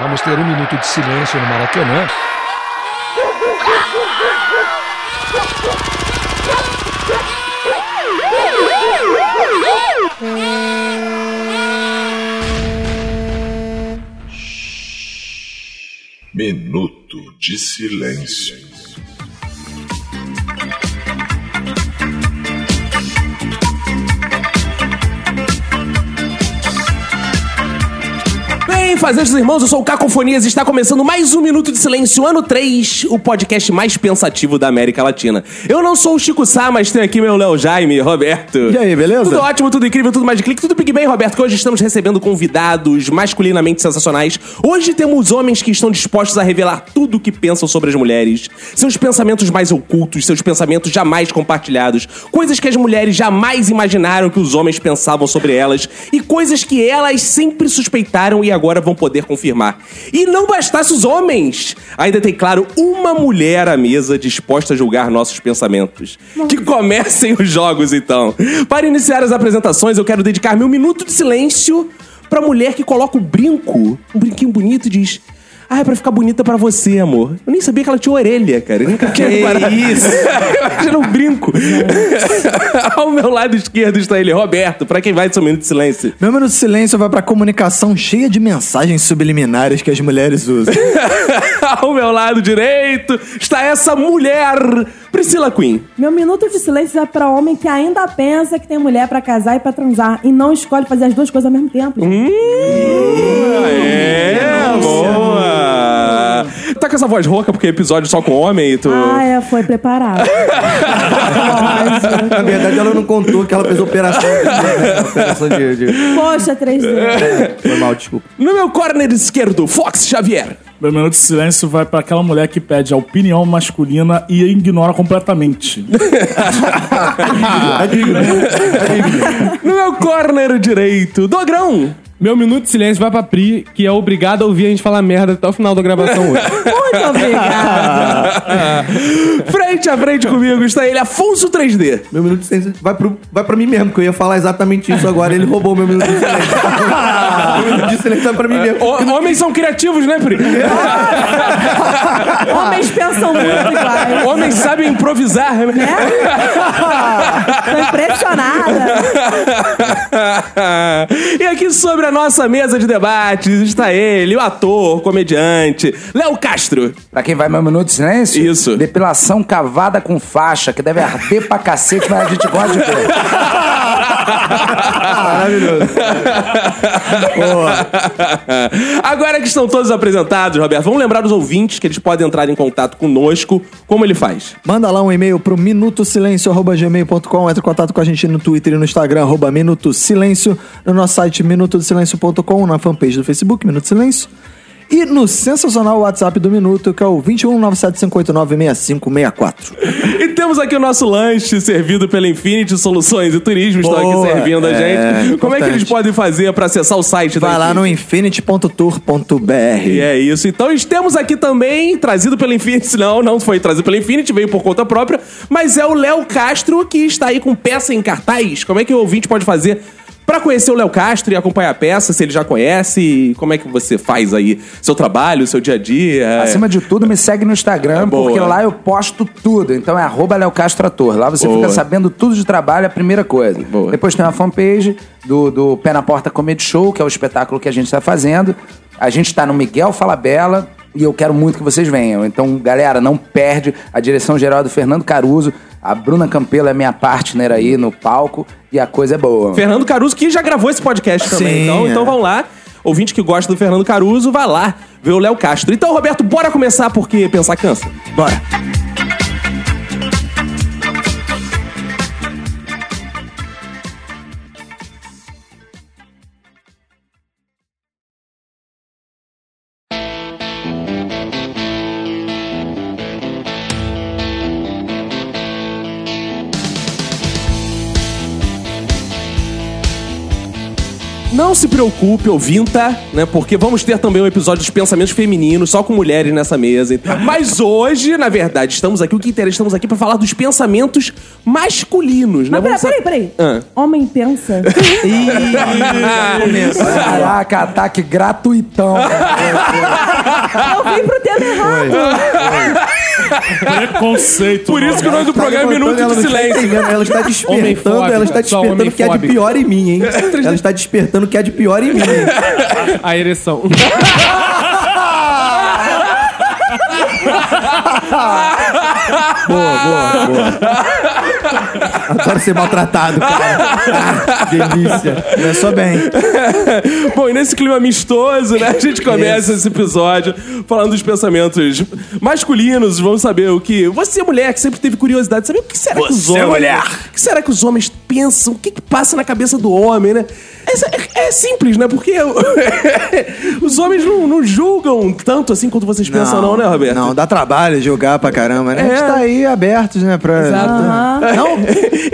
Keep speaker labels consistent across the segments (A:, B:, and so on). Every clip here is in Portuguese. A: Vamos ter um minuto de silêncio no Maracanã.
B: Minuto de silêncio.
C: Bem, fazendo irmãos, eu sou o Cacofonias e está começando mais um Minuto de Silêncio, ano 3, o podcast mais pensativo da América Latina. Eu não sou o Chico Sá, mas tenho aqui meu Léo Jaime, Roberto.
D: E aí, beleza?
C: Tudo ótimo, tudo incrível, tudo mais de clique, tudo Big Bang, Roberto, que hoje estamos recebendo convidados masculinamente sensacionais. Hoje temos homens que estão dispostos a revelar tudo o que pensam sobre as mulheres, seus pensamentos mais ocultos, seus pensamentos jamais compartilhados, coisas que as mulheres jamais imaginaram que os homens pensavam sobre elas e coisas que elas sempre suspeitaram e agora vão poder confirmar. E não bastasse os homens, ainda tem, claro, uma mulher à mesa disposta a julgar nossos pensamentos. Que comecem os jogos, então. Para iniciar as apresentações, eu quero dedicar meu minuto de silêncio pra mulher que coloca o brinco, um brinquinho bonito, e diz. Ah, é pra ficar bonita pra você, amor. Eu nem sabia que ela tinha orelha, cara. Eu nunca tinha reparado. isso. Imagina um brinco. Ao meu lado esquerdo está ele, Roberto. Pra quem vai de seu minuto de silêncio.
D: Meu minuto de silêncio vai pra comunicação cheia de mensagens subliminares que as mulheres usam.
C: Ao meu lado direito está essa mulher, Priscila Queen.
E: Meu minuto de silêncio é pra homem que ainda pensa que tem mulher pra casar e pra transar e não escolhe fazer as duas coisas ao mesmo tempo.
C: É, boa! Tá com essa voz rouca porque é episódio só com homem e tu.
E: Ah, é, foi preparado. Lógico.
F: Na verdade, ela não contou que ela fez operação. de- né? operação de, de-
E: Poxa, 3D.
F: Foi mal, desculpa.
C: No meu corner esquerdo, Fox Xavier.
G: Meu minuto de silêncio vai pra aquela mulher que pede a opinião masculina e ignora completamente.
C: No meu corner direito, Dogrão.
H: Meu minuto de silêncio vai pra Pri, que é obrigada a ouvir a gente falar merda até o final da gravação hoje.
E: Muito obrigada.
C: Frente a frente comigo está ele, Afonso 3D.
F: Meu minuto de silêncio vai, pro, vai pra mim mesmo, que eu ia falar exatamente isso agora. Ele roubou meu minuto de silêncio. meu minuto de silêncio vai pra mim mesmo.
C: Ho- homens são criativos, né, Pri?
E: Homens pensam muito iguais.
C: Homens sabem improvisar, né?
E: É. Tô impressionada.
C: e aqui sobre a nossa mesa de debates está ele, o ator, o comediante, Léo Castro.
I: Pra quem vai meu minuto de silêncio?
C: Isso.
I: é Depilação cavada com faixa, que deve arder pra cacete, mas a gente gosta de ver.
C: Agora que estão todos apresentados, Roberto, vamos lembrar os ouvintes que eles podem entrar em contato conosco. Como ele faz?
D: Manda lá um e-mail pro minutosilencio.gmail.com, entra em contato com a gente no Twitter e no Instagram, arroba Minuto Silêncio, no nosso site minutosilencio.com, na fanpage do Facebook, Minuto Silêncio. E no sensacional WhatsApp do Minuto, que é o 21975896564.
C: E temos aqui o nosso lanche servido pela Infinity Soluções e Turismo, estão
D: Boa,
C: aqui servindo a
D: é,
C: gente. Como é que
D: importante.
C: eles podem fazer para acessar o site da
D: Vai lá
C: Infinity?
D: no infinity.tour.br.
C: E é isso. Então estamos aqui também, trazido pela Infinity. Não, não foi trazido pela Infinity, veio por conta própria. Mas é o Léo Castro que está aí com peça em cartaz. Como é que o ouvinte pode fazer pra conhecer o Léo Castro e acompanhar a peça, se ele já conhece? e Como é que você faz aí seu trabalho, seu dia a
D: Ah,
C: dia?
I: Acima de tudo, me segue no Instagram,
C: É. boa.
I: porque lá eu posto tudo. Então é arroba Léo Castro Ator. Lá você
C: Boa.
I: fica sabendo tudo de trabalho, é a primeira coisa.
C: Boa.
I: Depois tem uma fanpage do, do Pé na Porta Comedy Show, que é o espetáculo que a gente tá fazendo. A gente tá no Miguel Falabella e eu quero muito que vocês venham. Então, galera, não perde a direção geral é do Fernando Caruso. A Bruna Campelo é minha partner aí no palco e a coisa é boa.
C: Fernando Caruso, que já gravou esse podcast também.
D: Sim,
C: Então,
D: é.
C: então vão lá. Ouvinte que gosta do Fernando Caruso, vai lá ver o Léo Castro. Então, Roberto, bora começar porque pensar cansa.
D: Bora.
C: Não Não se preocupe, ouvinta, né? Porque vamos ter também um episódio dos pensamentos femininos, só com mulheres nessa mesa. então. Mas hoje, na verdade, estamos aqui, o que interessa, estamos aqui pra falar dos pensamentos masculinos, né?
E: Mas peraí,
C: Vamos
E: peraí,
C: sa-
E: peraí.
C: Ah.
E: Homem pensa.
I: Caraca, ataque gratuitão.
E: Eu vim pro tema errado.
G: Preconceito.
C: Por isso que o nome do programa é Minuto de Silêncio.
F: Ela está despertando,
H: Homem-fóbica,
F: ela está
H: só
F: despertando o que é de
H: homem-fóbica.
F: pior em mim, hein? Ela está despertando o que é de pior em mim.
H: A ereção.
F: Boa, boa, boa. Adoro ser maltratado, cara. Ah, delícia.
D: é
F: Começou bem.
C: Bom, e nesse clima amistoso, né? A gente começa esse episódio falando dos pensamentos masculinos. Vamos saber o que. Você, mulher, que sempre teve curiosidade, saber o que será que os
I: Você,
C: homens.
I: mulher!
C: O que será que os homens pensam? O que, que passa na cabeça do homem, né? É, é- é simples, né? Porque os homens não, não julgam tanto assim quanto vocês pensam, não, né, Roberto? É.
D: Não, dá trabalho jogar pra caramba, né? A gente tá
I: É
D: aí abertos, né? Pra...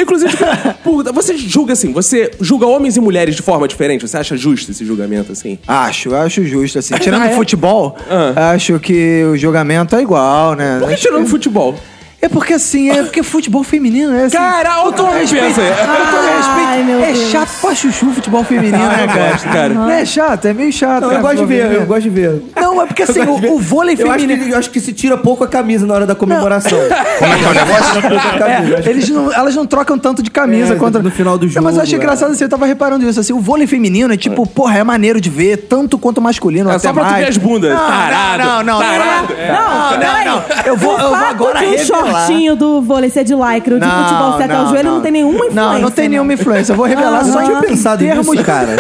C: Inclusive, tipo, por- você julga assim, você julga homens e mulheres de forma diferente? Você acha justo esse julgamento, assim?
D: Acho, acho justo, assim. Tirando
C: Ah, é?
D: o futebol,
F: Ah.
D: acho que o jogamento é igual, né?
C: Por que
D: Acho
C: tirando
D: que-
C: futebol?
D: É porque assim, é porque futebol feminino, né? Assim,
C: Cara, olha o Tom pensa aí.
D: Com todo respeito,
E: Ai, meu
D: é
E: Deus.
D: chato pra chuchu futebol feminino,
F: Ah,
D: né, cara?
C: gosto, cara.
D: Não é chato, é meio chato.
F: Não,
D: cara,
F: eu gosto de
D: futebol
F: ver, eu
D: feminino.
F: gosto de ver.
D: Não, é porque assim,
F: Eu gosto de
D: o, o
F: ver.
D: vôlei
F: Eu acho,
D: feminino...
F: que, eu acho que se tira pouco a camisa na hora da comemoração.
B: Como é que é o negócio?
D: É, eles não- elas não trocam tanto de camisa
F: É,
D: contra.
F: no final do
D: Não, mas
F: jogo,
D: eu
F: é.
D: achei engraçado assim, eu tava reparando isso. Assim, o vôlei feminino é tipo, porra, é maneiro de ver, tanto quanto o masculino.
C: É
D: até
C: só pra tu
D: mais.
C: ver as bundas.
D: Não,
C: Tarado.
D: não, não, não.
C: Tarado. é.
D: Não, não, não, não. Eu vou,
E: o
D: eu vou
E: fato
D: agora
E: de um
D: revelar.
E: shortinho do vôlei ser de lycra, o de
D: Não,
E: futebol ser até o
D: não,
E: joelho, não. tem nenhuma influência.
D: Não, não tem
E: né?
D: nenhuma influência. Eu vou revelar
E: Ah,
D: só
E: eu não
D: em
E: tinha
F: pensado
D: termos
F: nisso, cara.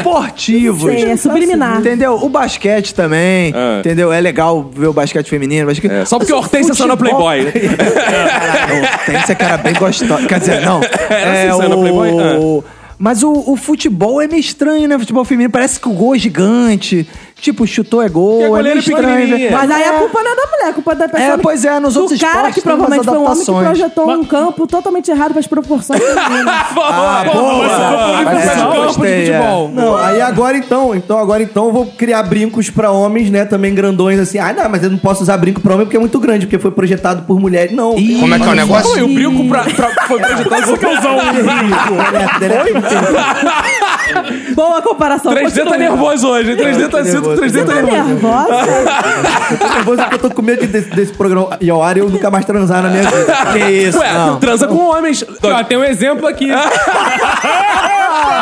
D: esportivos.
E: Sim, é subliminar.
D: Entendeu? O basquete também,
C: É.
D: entendeu? É legal ver o basquete feminino. Basquete...
C: É, só porque a
D: Mas o
C: Hortência só na
D: futebol-
C: Playboy, né?
D: Caralho, Hortência é cara bem gostosa. Quer dizer, não.
E: assim,
C: É, ela se saiu na Playboy?
D: o... Mas o, o futebol é meio estranho, né? O futebol feminino parece que o gol é gigante. Tipo, chutou é gol.
C: E a
D: é meio
C: goleira é
D: estranho.
C: pequenininha.
D: né?
E: Mas aí a culpa não é da mulher, a culpa é da pessoa.
D: É, pois é, nos
E: do
D: outros
E: cara
D: esportes
E: que
D: tem umas
E: provavelmente foi um homem que
D: adaptações.
E: projetou um campo totalmente errado para as proporções femininas.
C: Ah,
G: Vai
D: Mas
G: pro
D: é,
G: campo de
D: gostei, é.
G: futebol.
F: Não, aí agora então, então agora então eu vou criar brincos pra homens, né? Também grandões assim. Ah, não, mas eu não posso usar brinco pra homem porque é muito grande, porque foi projetado por mulheres. Não.
B: Como é que é o
C: Pô,
B: negócio?
C: eu brinco pra, pra, foi projetado só pra usar um.
F: é
E: Boa comparação.
C: 3D tá
E: continua.
C: nervoso hoje. hein? 3D tá
F: nervoso.
C: sinto, 3D tá
E: Tá
C: nervoso.
E: nervosa?
F: Eu tô nervoso porque eu tô com medo de- desse, desse programa ir ao ar e eu nunca mais transar na minha vida. Que isso?
C: Ué, transa com homens.
H: Ó, tem um exemplo aqui.
C: Ah.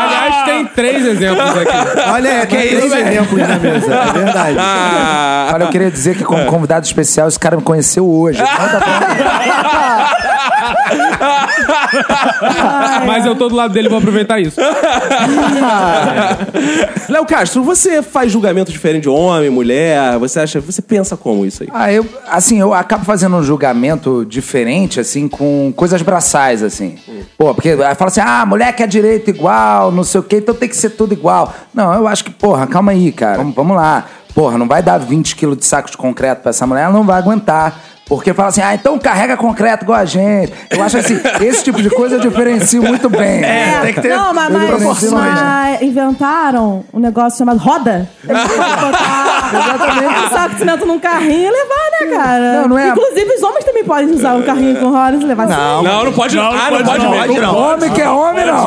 H: Aliás, tem três exemplos aqui.
F: Olha, que isso? exemplos na mesa. É verdade.
C: Ah,
I: Olha, eu queria dizer que
D: É.
I: como convidado especial, esse cara me conheceu hoje.
H: Mas eu tô do lado dele e vou aproveitar isso.
C: Léo Castro, você faz julgamento diferente de homem, mulher? Você acha. Você pensa como isso aí?
I: Ah, eu, assim, eu acabo fazendo um julgamento diferente, assim, com coisas braçais, assim. Pô, porque aí fala assim, ah, mulher que é direito igual, não sei o quê, então tem que ser tudo igual. Não, eu acho que, porra, calma aí, cara, vamos, vamos lá. Porra, não vai dar 20 quilos de saco de concreto pra essa mulher, ela não vai aguentar. Porque fala assim, ah, então carrega concreto igual a gente. Eu acho assim, esse tipo de coisa eu diferencio muito bem.
E: É,
I: né?
E: Não, mas, mas- mas inventaram um negócio chamado roda. Eles podem botar um saco de cimento num carrinho e levar, né, cara?
I: Não, não é-
E: Inclusive, os homens também podem usar um carrinho com rodas e levar. Não,
C: Não, não pode.
G: Não,
C: ah, não pode
G: não,
C: mesmo.
G: pode não.
I: Homem que é homem, não.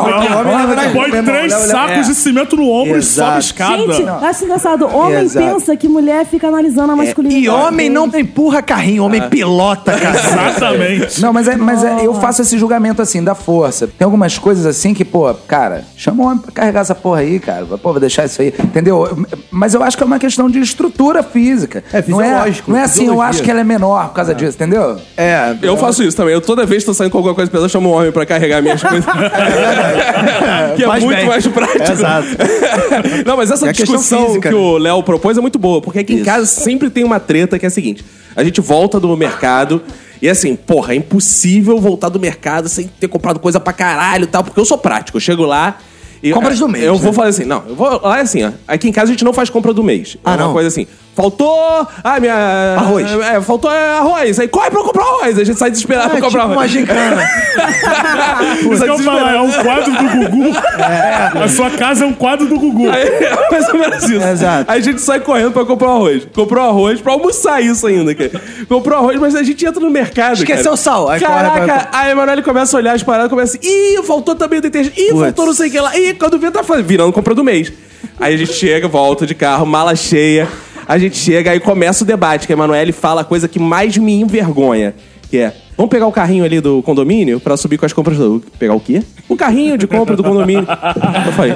G: Põe três sacos de cimento no ombro e sobe
D: Exato.
G: escada.
E: Gente, eu acho engraçado. Homem
D: Exato. É,
E: pensa que mulher fica analisando a masculinidade.
D: E homem não empurra carrinho,
E: Ah.
D: homem pilota carrinho.
G: Exatamente.
I: Não, mas, é, mas é- eu faço esse julgamento assim, da força. Tem algumas coisas assim que, pô, cara, chama o homem pra carregar essa porra aí, cara. Pô, vou deixar isso aí. Entendeu? Mas eu acho que é uma questão de estrutura física.
F: É
I: não é,
F: fisiológico,
I: não é assim, eu
F: fisiologia.
I: acho que ela é menor por causa disso, entendeu?
D: É,
C: Eu faço isso também. Eu toda vez que tô saindo com alguma coisa pesada, eu chamo um homem pra carregar minhas coisas. que é
D: Faz
C: muito
D: bem.
C: mais prático.
D: Exato.
C: Não, mas essa
D: É a questão
C: discussão
D: física,
C: que
D: né?
C: o Léo propôs é muito boa, porque aqui em casa sempre tem uma treta que é a seguinte: a gente volta do mercado. E assim, porra, é impossível voltar do mercado sem ter comprado coisa pra caralho e tal, porque eu sou prático. Eu chego lá E,
D: Compras do
C: é,
D: mês,
C: Eu
D: né?
C: vou falar assim, não, eu vou lá é assim, ó. Aqui em casa a gente não faz compra do mês.
D: Ah,
C: é uma
D: não.
C: coisa assim. Faltou. Ah, minha.
D: Arroz.
C: É, faltou é, arroz. Aí corre pra comprar arroz. A gente sai desesperado pra
D: é tipo
C: comprar
D: uma
C: arroz.
D: gincana.
G: Isso
C: Sai
G: que eu falo,
C: desesperado.
G: é um quadro do Gugu. A sua casa é um quadro do Gugu.
C: Aí, é mais ou menos isso.
D: Exato.
C: Aí a gente sai correndo pra comprar arroz. Comprou arroz pra almoçar isso ainda, cara. Comprou arroz, mas a gente entra no mercado.
D: Esqueceu
C: cara.
D: o sal. Aí
C: É. Caraca,
D: corre pra-
C: aí a Emanuele começa a olhar as paradas, começa assim, ih, faltou também o detergente, ih, faltou não sei o que lá, ih, quando vê, tá fazendo, virando compra do mês. Aí a gente chega, volta de carro, mala cheia, a gente chega, aí começa o debate, que a Emanuele fala a coisa que mais me envergonha, que é, vamos pegar o carrinho ali do condomínio pra subir com as compras do... Pegar o quê? O carrinho de compra do condomínio. Eu falei,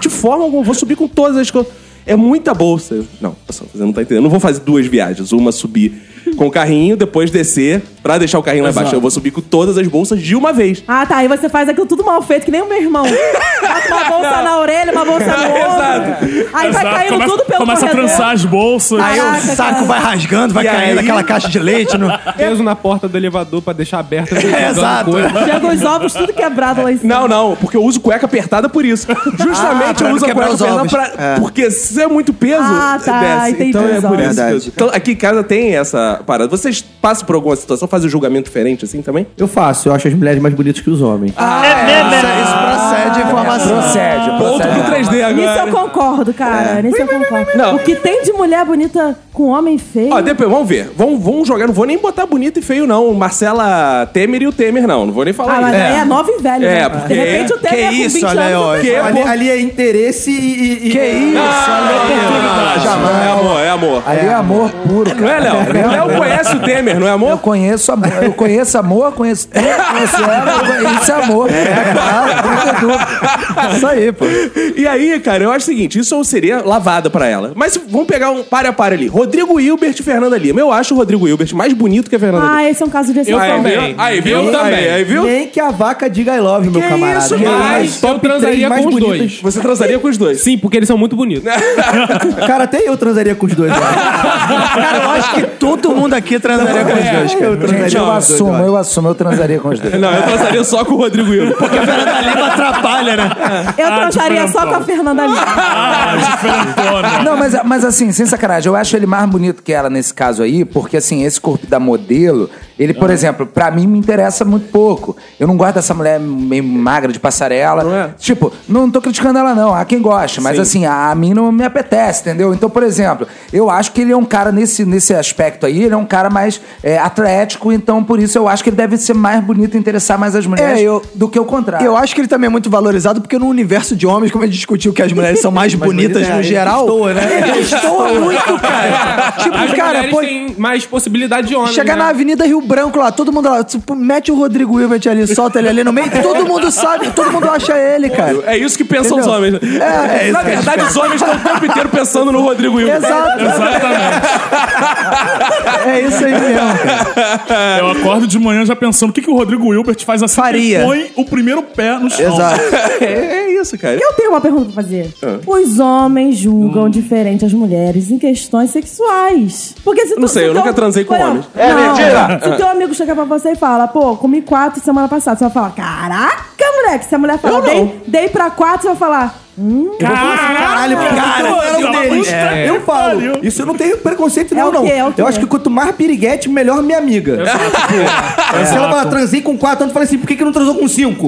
C: de forma alguma, vou subir com todas as coisas. É muita bolsa. Eu, Não, pessoal, você não tá entendendo. Eu não vou fazer duas viagens. Uma subir com o carrinho, depois descer pra deixar o carrinho lá embaixo. Eu vou subir com todas as bolsas de uma vez.
E: Ah, tá. Aí você faz aquilo tudo mal feito, que nem o meu irmão. Bota uma bolsa na orelha, uma bolsa no ombro.
C: Exato.
E: Aí vai
G: Exato,
E: caindo
G: começa,
E: tudo pelo
G: Começa a
E: corredor.
G: trançar as bolsas.
E: Aí eu-
D: Aí o
E: Caraca,
D: saco
E: cara.
D: vai rasgando, vai
C: E
H: É,
D: caindo,
C: aí?
D: aquela caixa de leite. No...
H: Peso na porta do elevador pra deixar aberta.
D: Exato.
E: Chega os ovos tudo quebrado lá em cima.
C: Não, não, porque eu uso cueca apertada por isso.
D: Ah,
C: Justamente
D: pra
C: eu
D: não
C: uso a
D: quebrar
C: cueca
D: os
C: apertada
D: ovos.
C: pra.
D: É.
C: Porque se é muito peso,
E: Ah, tá,
C: desce.
E: entendi
C: então é
E: os
C: por
E: ovos.
C: isso. que eu-
D: Verdade.
C: Então, aqui em casa tem essa parada. Vocês passam por alguma situação, fazem um julgamento diferente assim também?
F: Eu faço, eu acho as mulheres mais bonitas que os homens.
H: Ah, é
D: É, Isso procede a
I: Ah,
D: informação.
I: Procede,
C: Outro
I: procede.
C: pro 3D agora.
E: Nisso eu concordo, cara. Nisso eu concordo.
C: Não.
E: O que tem de mulher bonita com homem feio...
C: Ó, depois, vamos ver. Vamos, vamos jogar. Não vou nem botar bonito e feio, não. Marcela Temer e o Temer, não. Não vou nem falar
E: Ah, mas
C: isso.
E: aí é nova e velha.
C: É,
E: né?
C: porque-
E: De repente o Temer
D: que
E: é com
D: isso,
E: 20
D: olha aí, ó.
E: anos.
C: Porque,
F: Ali,
C: pô,
F: ali é interesse e. e-
D: Que
F: e-
D: isso,
H: Ah,
D: olha aí. Jamais.
C: É amor, é amor.
I: Ali é amor puro,
C: Não é,
I: cara.
C: Léo? Léo conhece o Temer, não é
I: Eu
C: amor?
I: conheço amor, eu conheço amor, conheço tempo, conheço ela, isso é amor. É, claro, não tem dúvida. Isso aí, pô.
C: E aí, cara, eu acho o seguinte: isso é um seria lavada pra ela. Mas se- vamos pegar um para a para ali. Rodrigo Hilbert e Fernanda Lima. Eu acho o Rodrigo Hilbert mais bonito que a Fernanda Lima.
E: Ah, esse é um caso de exceção.
H: Eu também.
C: viu? Aí, viu?
H: Eu também.
C: Aí, aí, viu?
F: Nem que a vaca diga I love, meu
C: Que
F: camarada.
C: isso,
F: Que
C: mas
F: isso,
H: só
F: top três
H: transaria
F: mais
H: com os
F: bonitas.
H: dois.
C: Você transaria com os dois.
H: Sim, porque eles são muito bonitos.
F: Cara, até eu transaria com os dois. né? Cara,
D: Cara, eu acho que todo mundo aqui transaria com os dois, cara.
F: eu transaria
I: Gente, eu
F: com os dois,
I: assumo, eu assumo, eu transaria com os dois.
C: É, Não, eu transaria só com o Rodrigo Hilbert.
D: Porque a Fernanda Lima atrapalha, né?
E: Eu transaria só com a Fernanda Lima.
G: Ah, diferentona.
I: Não, mas, mas assim, sem sacanagem, eu acho ele mais bonito que ela nesse caso aí, porque assim, esse corpo da modelo, ele,
D: Ah.
I: por exemplo, pra mim me interessa muito pouco. Eu não gosto dessa mulher meio magra de passarela.
C: Não é?
I: Tipo, não tô criticando ela, não. Há quem goste, mas
C: Sim.
I: assim, a, a mim não me apetece, entendeu? Então, por exemplo, eu acho que ele é um cara nesse, nesse aspecto aí, ele é um cara mais é, atlético, então por isso eu acho que ele deve ser mais bonito e interessar mais as mulheres
D: É, eu-
I: do que o contrário.
D: Eu acho que ele também é muito valorizado, porque no universo de homens, como a gente discutiu que as mulheres são mais bonitas
F: bonita,
D: no
F: é,
D: geral.
F: estoa, né?
D: Ele estoa muito, cara.
H: As
D: Tipo, cara,
H: mulheres
D: pô.
H: têm mais possibilidade de homem.
D: Chegar
H: né?
D: na Avenida Rio Branco lá, todo mundo lá, tipo, mete o Rodrigo Hilbert ali, solta ele ali no meio, todo mundo sabe, todo mundo acha ele, cara.
C: É isso que pensam os homens. né?
D: É, é isso
C: Na
D: que eles
C: verdade, os homens estão o tempo inteiro pensando no Rodrigo Hilbert.
D: Exato. É isso aí mesmo, cara.
G: Eu acordo de manhã já pensando o que, que o Rodrigo Hilbert faz assim
D: Faria.
G: que põe o primeiro pé no chão.
D: Exato.
C: É, é isso, cara.
E: Eu tenho uma pergunta pra fazer.
C: Ah.
E: Os homens julgam
C: Hum.
E: diferente as mulheres em questões sexuais. Porque se tu,
C: Não sei,
E: se
C: eu
E: teu-
C: nunca transei com
E: Não,
C: homens. É Ah.
E: não. Se teu amigo chegar pra você e fala, pô, comi quatro semana passada, você vai falar, caraca, moleque. Se a mulher falar,
C: Eu não. É,
E: dei, dei pra quatro, você vai falar,
G: um Caralho,
F: Cara, eu era um deles.
G: É.
F: Eu falo.
G: Pariu.
F: Isso eu não tenho preconceito,
E: É
F: não,
E: o
F: não.
E: quê? É o quê?
F: Eu acho que quanto mais piriguete, melhor minha amiga. Tipo, Se ela fala, transei com quatro anos, eu falei assim, por que, que não transou com cinco?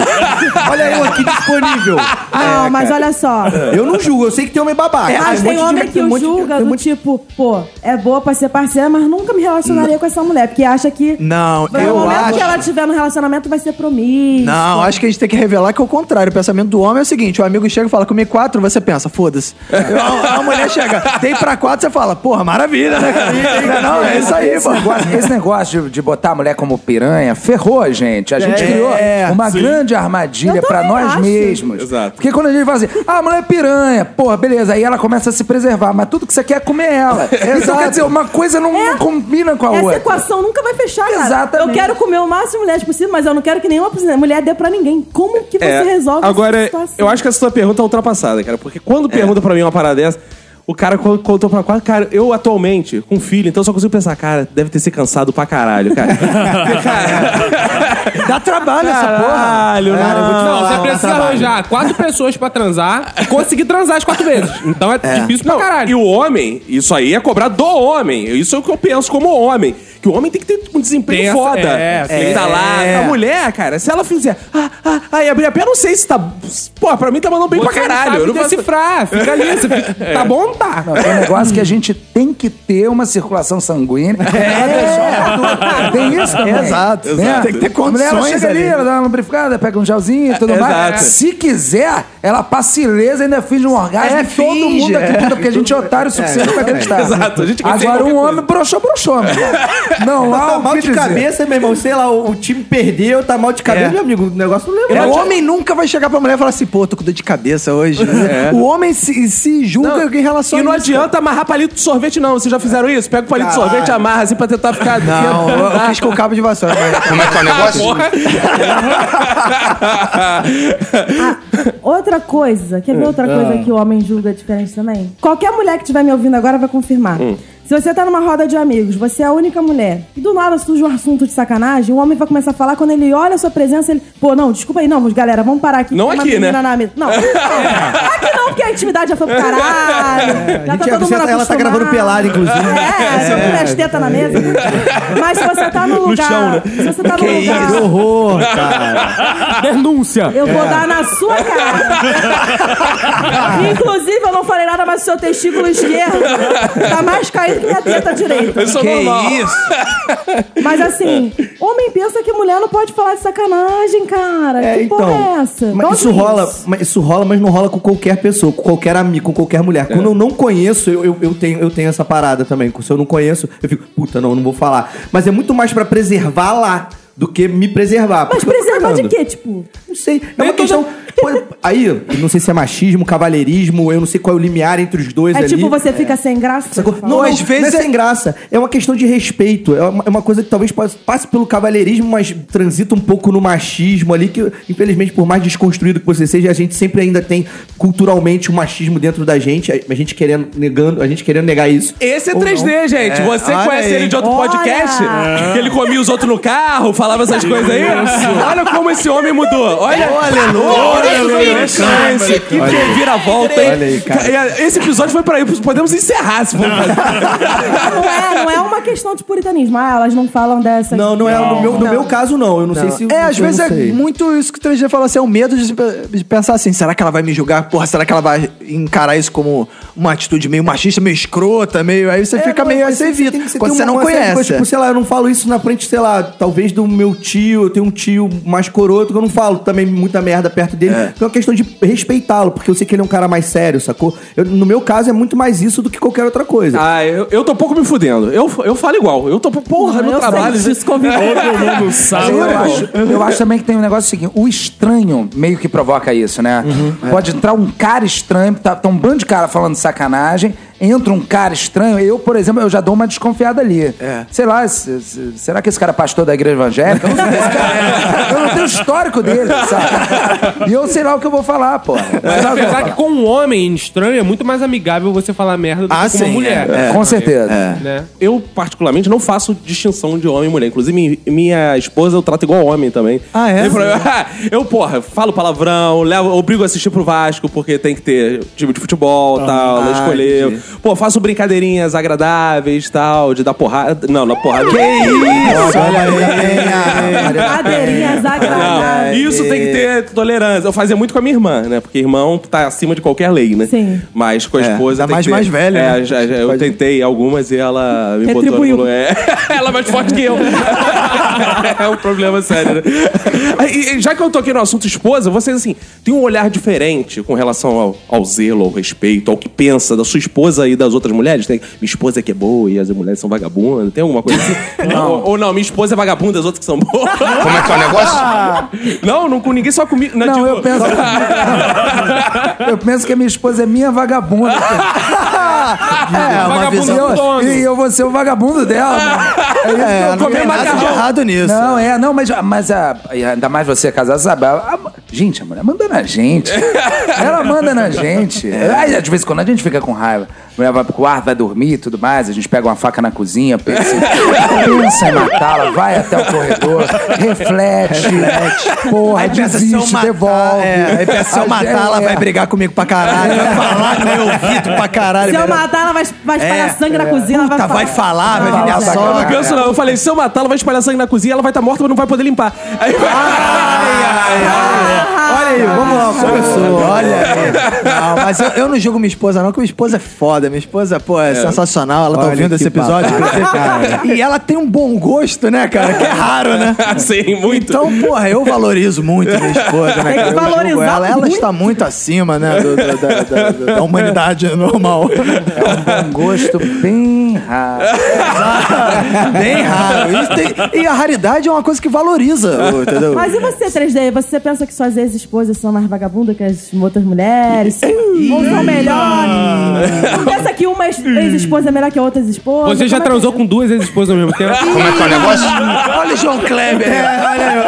F: Olha eu aqui disponível.
E: ah, mas olha só.
F: Eu não julgo, eu sei que tem homem
C: É,
F: babaca.
E: É, Mas tem
F: monte de-
E: homem que
F: tem um
E: o
F: monte de-
E: julga
F: tem um
E: do
F: monte de-
E: tipo, pô, é boa pra ser parceira, mas nunca me relacionaria com essa mulher, porque acha que
D: Não,
E: vai- no
D: eu
E: momento
D: acho.
E: que ela tiver no relacionamento vai ser promíscua.
D: Não, acho que a gente tem que revelar que é o contrário. O pensamento do homem é o seguinte: o amigo chega e fala, comi quatro, você pensa, foda-se. A, a mulher chega, dei pra quatro, você fala, porra, maravilha, né? cara? Não, é isso aí,
I: esse
D: pô.
I: negócio, esse negócio de, de botar a mulher como piranha ferrou a gente. A gente
D: É,
I: criou
D: é,
I: uma
G: sim.
I: grande armadilha
E: Eu
I: pra
E: também
I: nós
E: acho.
I: mesmos.
C: Exato.
I: Porque quando a gente fala assim, ah, a mulher é piranha, porra, beleza, aí ela começa a se preservar, mas tudo que você quer é comer ela. Então quer dizer, uma coisa não, não combina com a
E: É Essa
I: outra.
E: equação nunca vai fechar, cara.
I: Exatamente.
E: Eu quero comer o máximo de mulheres possível, mas eu não quero que nenhuma mulher dê pra ninguém. Como que você
C: É,
E: resolve
C: Agora,
E: essa situação?
C: É. eu acho que essa sua pergunta é ultrapassada, cara. Porque quando pergunta pra mim uma parada dessa, O cara co- contou pra quatro. Cara, eu atualmente, com filho, então eu só consigo pensar, cara, deve ter se cansado pra caralho, cara. Porque, cara
D: Dá trabalho essa porra.
C: caralho,
D: Cara, eu vou te
C: não.
H: Não,
D: falar,
H: você
D: dá
H: precisa
D: trabalho.
H: arranjar quatro pessoas pra transar e conseguir transar as quatro vezes. Então é, difícil pra
C: E
H: caralho.
C: o homem, isso aí é cobrar do homem. Isso é o que eu penso como homem. Que o homem tem que ter um desempenho
H: Tem essa-
C: foda.
H: é,
C: tem que
H: tem-
C: tá lá.
H: é.
C: A mulher, cara, se ela fizer. Ah, ah, ah, e abrir a pé, eu não sei se tá. Pô, pra mim tá mandando bem
H: Você
C: pra
H: não
C: caralho.
H: sabe
C: eu não faço-
H: decifrar, fica ali. você fica-
D: É.
H: Tá bom ou não tá?
I: Não, tem um negócio que a gente tem que ter uma circulação sanguínea. É, tem isso também. Né?
D: Exato, exato. Tem que ter
I: A mulher ela
D: condições
I: chega ali,
D: ali.
I: ela dá uma lubrificada, pega um gelzinho e tudo mais.
C: Exato.
I: Se quiser, ela passa ilesa, ainda finge um orgasmo
D: É,
I: e todo
D: finge,
I: mundo aqui,
D: é.
I: grita, porque a gente é otário o suficiente pra acreditar.
C: Exato, a gente acredita em
I: Agora um
C: qualquer
I: homem broxou, broxou, meu irmão. Não há
F: Tá
I: o
F: mal
I: que
F: de
I: dizer.
F: cabeça, meu irmão. Sei lá, o, o time perdeu, tá mal de cabeça, meu amigo. O negócio não lembra.
D: É, o É. homem nunca vai chegar pra mulher e falar assim, pô, tô com dor de cabeça hoje.
F: É.
D: O homem se, se julga em relação
C: E não
D: a isso.
C: adianta amarrar palito de sorvete, não. Vocês já fizeram isso? Pega o palito de
D: Caralho.
C: sorvete, amarra assim pra tentar ficar.
D: Não, eu, eu fiz com o cabo de vassoura. mas-
J: Como é que é o negócio?
E: Ah, Outra coisa, quer ver outra
C: Ah.
E: coisa que o homem julga diferente também? Qualquer mulher que estiver me ouvindo agora vai confirmar.
C: Hum.
E: Se você tá numa roda de amigos, você é a única mulher, e do nada surge um assunto de sacanagem, o homem vai começar a falar, quando ele olha a sua presença, ele... Pô, não, desculpa aí, não, mas galera, vamos parar aqui.
C: Não
E: tem uma
C: aqui, né?
E: menina na mesa." Não, não. aqui não, porque a intimidade já foi pro
C: É,
E: caralho. já
F: a gente
E: tá
F: é-
E: todo
F: você-
E: mundo
F: ela tá gravando
E: acostumado.
F: pelada, inclusive.
E: É, só com as tetas na mesa. Mas se você tá no lugar...
C: chão, né?
E: Se você tá no
F: Que
E: lugar...
F: isso? horror, cara.
G: Denúncia!
E: Eu
F: É.
E: vou dar na sua cara. Inclusive, eu não falei nada, mas o seu testículo esquerdo tá mais caído que minha teta direita.
C: Isso é normal.
E: Mas
F: É.
E: assim, homem pensa que mulher não pode falar de sacanagem, cara.
F: É,
E: que porra
F: então.
E: é essa?
F: Mas
E: Não
F: isso
E: diz.
F: rola, mas isso rola, mas não rola com qualquer pessoa, com qualquer amigo, com qualquer mulher.
D: É.
F: Quando eu não conheço, eu, eu, eu tenho, eu tenho essa parada também. Se eu não conheço, eu fico, puta, não, não vou falar. Mas é muito mais pra preservar lá do que me preservar.
E: Mas
F: porque eu tô
E: preservar de
F: cagando.
E: quê, tipo?
F: Não sei. É uma questão. Pô, Aí, eu não sei se é machismo, cavalheirismo, eu não sei qual é o limiar entre os dois
E: É
F: ali.
E: tipo, você fica sem graça?
F: Sacou?
E: Fala.
F: Não, não,
D: às vezes
F: não é sem graça. É uma questão de respeito. É uma, é uma coisa que talvez passe- passe pelo cavalheirismo, mas transita um pouco no machismo ali, que infelizmente, por mais desconstruído que você seja, a gente sempre ainda tem culturalmente o machismo dentro da gente, a, a gente querendo negando, a gente querendo negar isso.
C: Esse é 3D, gente. Você
D: olha
C: conhece
D: aí.
C: ele de outro
E: Olha.
C: podcast? Que ele comia os outros no carro, falava essas coisas aí. Olha como esse homem mudou. Olha. Olha,
D: aleluia.
C: esse chance. Que reviravolta, hein?
D: Olha aí,
C: E Esse episódio foi pra aí. Podemos encerrar se for.
E: Não é, não é uma questão de puritanismo. Ah, elas não falam dessa.
F: Não, não é no meu, no
E: Não.
F: meu caso não. Eu não, sei se
D: É, às
F: eu
D: vezes
F: não
D: é
F: sei.
D: muito isso que o 3D fala assim, é o medo de se pe- de pensar assim, será que ela vai me julgar? Porra, será que ela vai encarar isso como uma atitude meio machista, meio escrota, meio... Aí você
F: É,
D: fica
F: não,
D: meio
F: mas você
D: acevido,
F: tem que-
D: quando
F: tem
D: um você
F: uma-
D: não
F: uma série de
D: conhece.
F: coisas, tipo, sei lá, eu não falo isso na frente, sei lá, talvez do meu tio, eu tenho um tio mais coroto, que eu não falo também muita merda perto dele. Então é uma questão de respeitá-lo, porque eu sei que ele é um cara mais sério, sacou? Eu- no meu caso é muito mais isso do que qualquer outra coisa.
C: Ah, eu, eu tô pouco me fudendo. Eu, eu falo igual. Eu tô, porra,
E: Não,
C: no
E: eu
C: trabalho. né?
E: sei disso, convido.
G: Todo mundo sabe.
I: Eu acho, eu acho também que tem um negócio seguinte: o estranho meio que provoca isso, né? Pode entrar um cara estranho, tá, tá um bando de cara falando sacanagem, entra um cara estranho, eu, por exemplo, eu já dou uma desconfiada ali. Sei lá, se- se- será que esse cara é pastor da igreja evangélica? Eu não, sei esse cara. é. Eu não tenho o histórico dele, sabe? E eu sei lá o que eu vou falar, pô.
H: Mas apesar que com um homem estranho é muito mais amigável você falar merda do
D: Ah,
H: que com uma
D: sim,
H: mulher.
I: Com certeza.
H: Né?
C: Eu, particularmente, não faço distinção de homem e mulher. Inclusive, mi- minha esposa eu trato igual homem também.
D: Ah, é?
C: Tem problema. eu, porra, falo palavrão, levo, obrigo a assistir pro Vasco, porque tem que ter time de futebol e tal, ela escolheu. Pô, faço brincadeirinhas agradáveis tal, de dar porrada. Não, na porrada. Que isso?
D: Olha aí,
F: É.
E: Cadeirinhas
C: Não,
E: agradáveis.
C: isso tem que ter tolerância. Eu fazia muito com a minha irmã, né? Porque irmão tá acima de qualquer lei, né?
E: Sim.
C: Mas com a esposa.
D: ainda
C: tem
D: mais-
C: que ter-
D: mais velha,
C: É,
D: né?
C: já- já- eu tentei algumas e ela me botou.
E: Retribuiu.
C: no- É, ela é mais forte que eu. é um problema sério, né? E, e já que eu toquei no assunto esposa, vocês, assim, tem um olhar diferente com relação ao, ao zelo, ao respeito, ao que pensa da sua esposa e das outras mulheres? Tem, minha esposa é que é boa e as mulheres são vagabundas. Tem alguma coisa assim? Ou, ou não, minha esposa é vagabunda, as outras que são boas.
J: Como é que é o negócio?
C: Não, não com ninguém, só né, comigo. Não,
I: Não,
C: digo-
H: tipo,
I: eu penso. eu penso que a minha esposa é minha vagabunda.
D: É, uma
H: Vagabundo
I: E
D: visão...
H: do dono.
I: eu, e eu vou ser o vagabundo dela. né? É isso
D: É,
I: que eu
D: não
I: comi
D: tem nada de
I: macarrão.
D: errado nisso.
I: Não, é, não, mas, mas a, e ainda mais você casar, sabe? A- a- gente, a mulher manda na gente. Ela manda na gente. Ai, de vez em quando a gente fica com raiva. mulher vai pro quarto, vai dormir e tudo mais. A gente pega uma faca na cozinha, pensa, pensa em matá-la, vai até o corredor, reflete, porra,
F: Aí pensa, se eu
I: desiste,
F: matar-
I: devolve.
F: é, aí pensa, se eu
I: Aí,
F: matar, ela
I: é,
F: vai brigar comigo pra caralho, vai falar com meu ouvido pra caralho.
E: Se eu
F: vai-
E: matar, ela vai, vai espalhar
F: É,
E: sangue na cozinha. ela
F: Puta, vai falar, vai vir
E: Não,
F: minha
E: gente.
F: sogra.
C: Eu não penso, não. Eu falei, se eu matar, ela vai espalhar sangue na cozinha, ela vai estar morta, mas não vai poder limpar. Aí vai.
D: Olha aí, vamos lá, começou. Olha aí. Não, mas eu, eu não julgo minha esposa, não, que minha esposa é foda. Minha esposa, pô, é, sensacional. Ela tá ouvindo esse episódio. e ela tem um bom gosto, né, cara? Que é raro, né?
C: Sim, Assim, muito.
D: Então, porra, eu valorizo muito minha esposa, né?
E: Tem que
D: cara? Eu julgo
E: valorizar
D: ela. ela
E: muito.
D: está muito acima, né, do- do- da, da- da- da humanidade normal.
I: É um gosto bem raro.
D: Bem raro. Isso tem- e a raridade é uma coisa que valoriza, entendeu?
E: Mas e você, 3D? Você pensa que suas ex-esposas são mais vagabundas que as outras mulheres? Ou são melhores? Não pensa que uma ex-esposa é melhor que a outra esposa?
H: Você já
E: Como é que
H: transou
E: é?
H: com duas ex-esposas ao mesmo tempo?
B: Como é que é o negócio?
D: Olha o João Kleber.
F: É,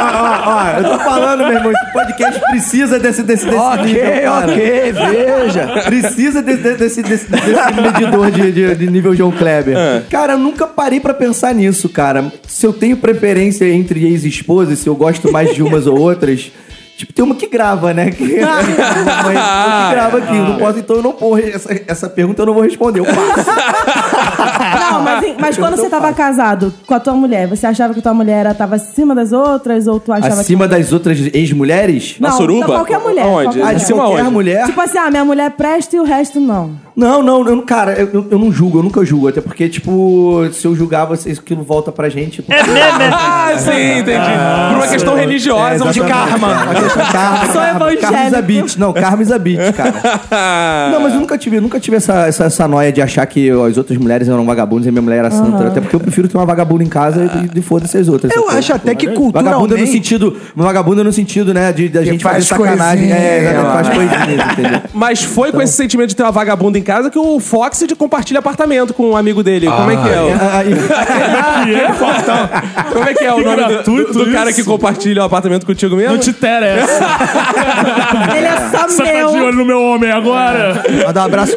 F: Ó, eu tô falando, meu irmão, esse podcast precisa desse, desse, desse nível, cara.
D: ok, veja.
F: Precisa de- de- desse, desse, desse medidor de, de- de nível João Kleber.
D: É.
F: Cara, eu nunca parei pra pensar nisso, cara. Se eu tenho preferência entre ex-esposas, se eu gosto mais de umas ou outras. Tipo, tem uma que grava, né? Que, Mas tem uma que grava aqui. Não posso, então eu não vou. Essa, essa pergunta eu não vou responder. Eu passo.
E: é? Não, mas, em- mas quando você tava casado com a tua mulher, você achava que tua mulher era- tava acima das outras? Ou tu achava
F: Acima das outras ex-mulheres?
E: que... Não, então
C: Na suruba?
E: qualquer mulher.
C: Aonde?
E: Qualquer
F: Ah,
E: mulher.
F: de qualquer mulher?
E: Tipo assim, ah, minha mulher presta e o resto não.
F: Não, não, eu, cara, eu, eu- eu não julgo, eu nunca julgo. Até porque, tipo, se eu julgar, vocês, aquilo volta pra gente. É
C: Ah, sim, entendi. Por uma questão religiosa, de karma.
F: A questão de karma.
E: Sou
F: karma.
E: evangélico.
F: Karma is a bitch. Não, karma is a bitch, cara. Não, mas eu nunca tive, nunca tive essa, essa, essa noia de achar que ó, as outras mulheres eram vagabundas e minha mulher era santa. Até porque eu prefiro ter uma vagabunda em casa e, e foda-se as outras.
D: Eu
F: Essa
D: acho até que culturalmente...
F: Vagabunda no sentido, uma vagabunda no sentido, né, de da gente
I: faz
F: fazer sacanagem,
I: coisinha,
F: é, é,
I: ela-
F: faz coisinhas, entendeu?
C: Mas foi com esse sentimento de ter uma vagabunda em casa que o Fox de compartilha apartamento com um amigo dele. Como é que é?
F: Ah, e-
C: o- Como é que é o nome do- do,
G: gratuito
C: do cara
G: isso.
C: que compartilha o apartamento contigo mesmo?
G: Não te interessa.
E: Ele é só
G: Você tá de
E: meu.
G: olho no meu homem
C: É.
G: agora.
D: Mandar um abraço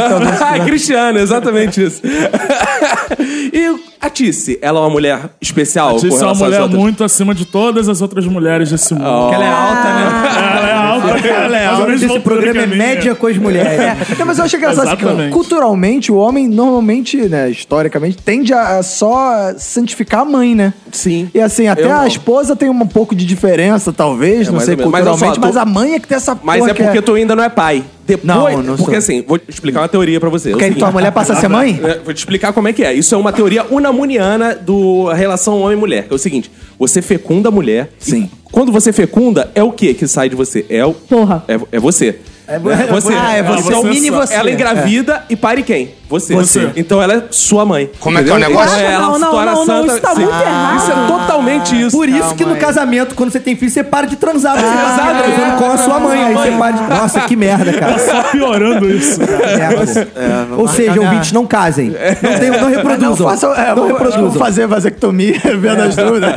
D: Então,
C: Ah, Cristiano, exatamente isso. e a Tice, ela é uma mulher especial com
G: Isso é uma
C: relação às
G: mulher
C: outras?
G: muito acima de todas as outras mulheres desse mundo.
F: ela é alta, né?
C: Oh.
G: Ela é alta, cara. Ela é
F: O
G: alta.
F: nome desse programa é média com as mulheres.
D: Não, É, mas eu acho engraçado assim, que
G: Exatamente.
D: culturalmente o homem normalmente, né, historicamente, tende a, a só santificar a mãe, né?
C: Sim.
D: E assim, até
C: Eu
D: a
C: não. É,
D: esposa tem um pouco de diferença, talvez, não
C: mais
D: sei,
C: ou menos. Mas
D: culturalmente, mas,
C: olha só, tu-
D: a mãe é que tem essa porra
C: Mas é
D: que
C: porque tu ainda não é pai. Depois,
D: Não, não sou.
C: Porque assim, vou te explicar uma teoria pra você. É o
D: Porque aí
C: seguinte.
D: tua mulher passa a ser mãe?
C: É, Vou te explicar como é que é. Isso é uma teoria unamuniana do a relação homem-mulher. É o seguinte: você fecunda a mulher. Sim. Quando você fecunda, é o que que sai de você? É o.
E: Porra.
C: É, é você. É, você. Então,
D: Ah, é você.
G: É
D: o
G: você
D: mini
G: só.
D: você.
C: Ela engravida e pare quem? Você.
G: Você.
C: Então ela é sua mãe.
B: Como é que é o
C: Entendeu?
B: negócio?
C: Então, ela
E: Não,
C: se
E: não,
C: torna
E: não, não, isso tá
C: sim.
E: muito errado.
C: Isso é totalmente isso.
F: Por isso que no
D: aí.
F: casamento, quando você tem filho, você para de transar. Você ah, tá transando com a sua mãe. Aí você para de... Nossa, que merda, cara.
G: Tá piorando isso, cara.
F: É, pô. Ou seja,
D: marcar
F: ouvintes, não casem. Não, tem, não reproduzam.
D: Não, faça, é,
F: Não
D: vou- acho que vou
F: reproduzam.
D: fazer vasectomia, vendo as dúvidas.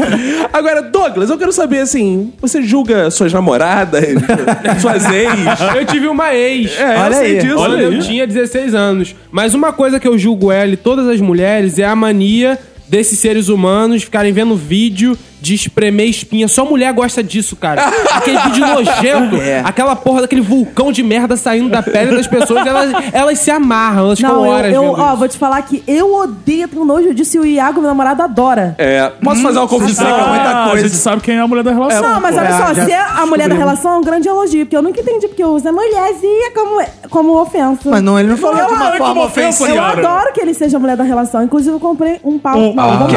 C: Agora, Douglas, eu quero saber assim: você julga suas namoradas, suas ex?
H: Eu tive uma ex.
C: É, eu
D: Olha
C: sei
D: aí,
C: disso.
H: Quando eu
C: aí.
H: tinha 16 anos. Mas uma coisa que eu julgo ela e todas as mulheres é a mania desses seres humanos ficarem vendo vídeo de espremer espinha. Só mulher gosta disso, cara. Aquele vídeo nojento,
E: É.
H: aquela porra daquele vulcão de merda saindo da pele das pessoas, elas, elas se amarram, elas ficam
E: Não, eu,
H: horas
E: eu-
H: vendo
E: ó,
H: isso.
E: vou te falar que eu odeio ter um nojo disso e o Iago, meu namorado, adora.
C: É, posso fazer uma confissão? é
G: Ah, A gente sabe quem é a mulher da relação.
E: Não, mas
G: pô.
E: olha só,
F: um já
E: ser a mulher da relação é um grande elogio, porque eu nunca entendi porque usa mulherzinha é como, como ofensa.
D: Mas não, ele não falou
E: Eu-
D: de uma
G: eu-
D: forma
G: como ofensa,
D: ofensiva.
E: Eu
G: Senhora.
E: adoro que ele seja a mulher da relação. Inclusive, eu comprei um pau. não,
C: Ah,
E: vamos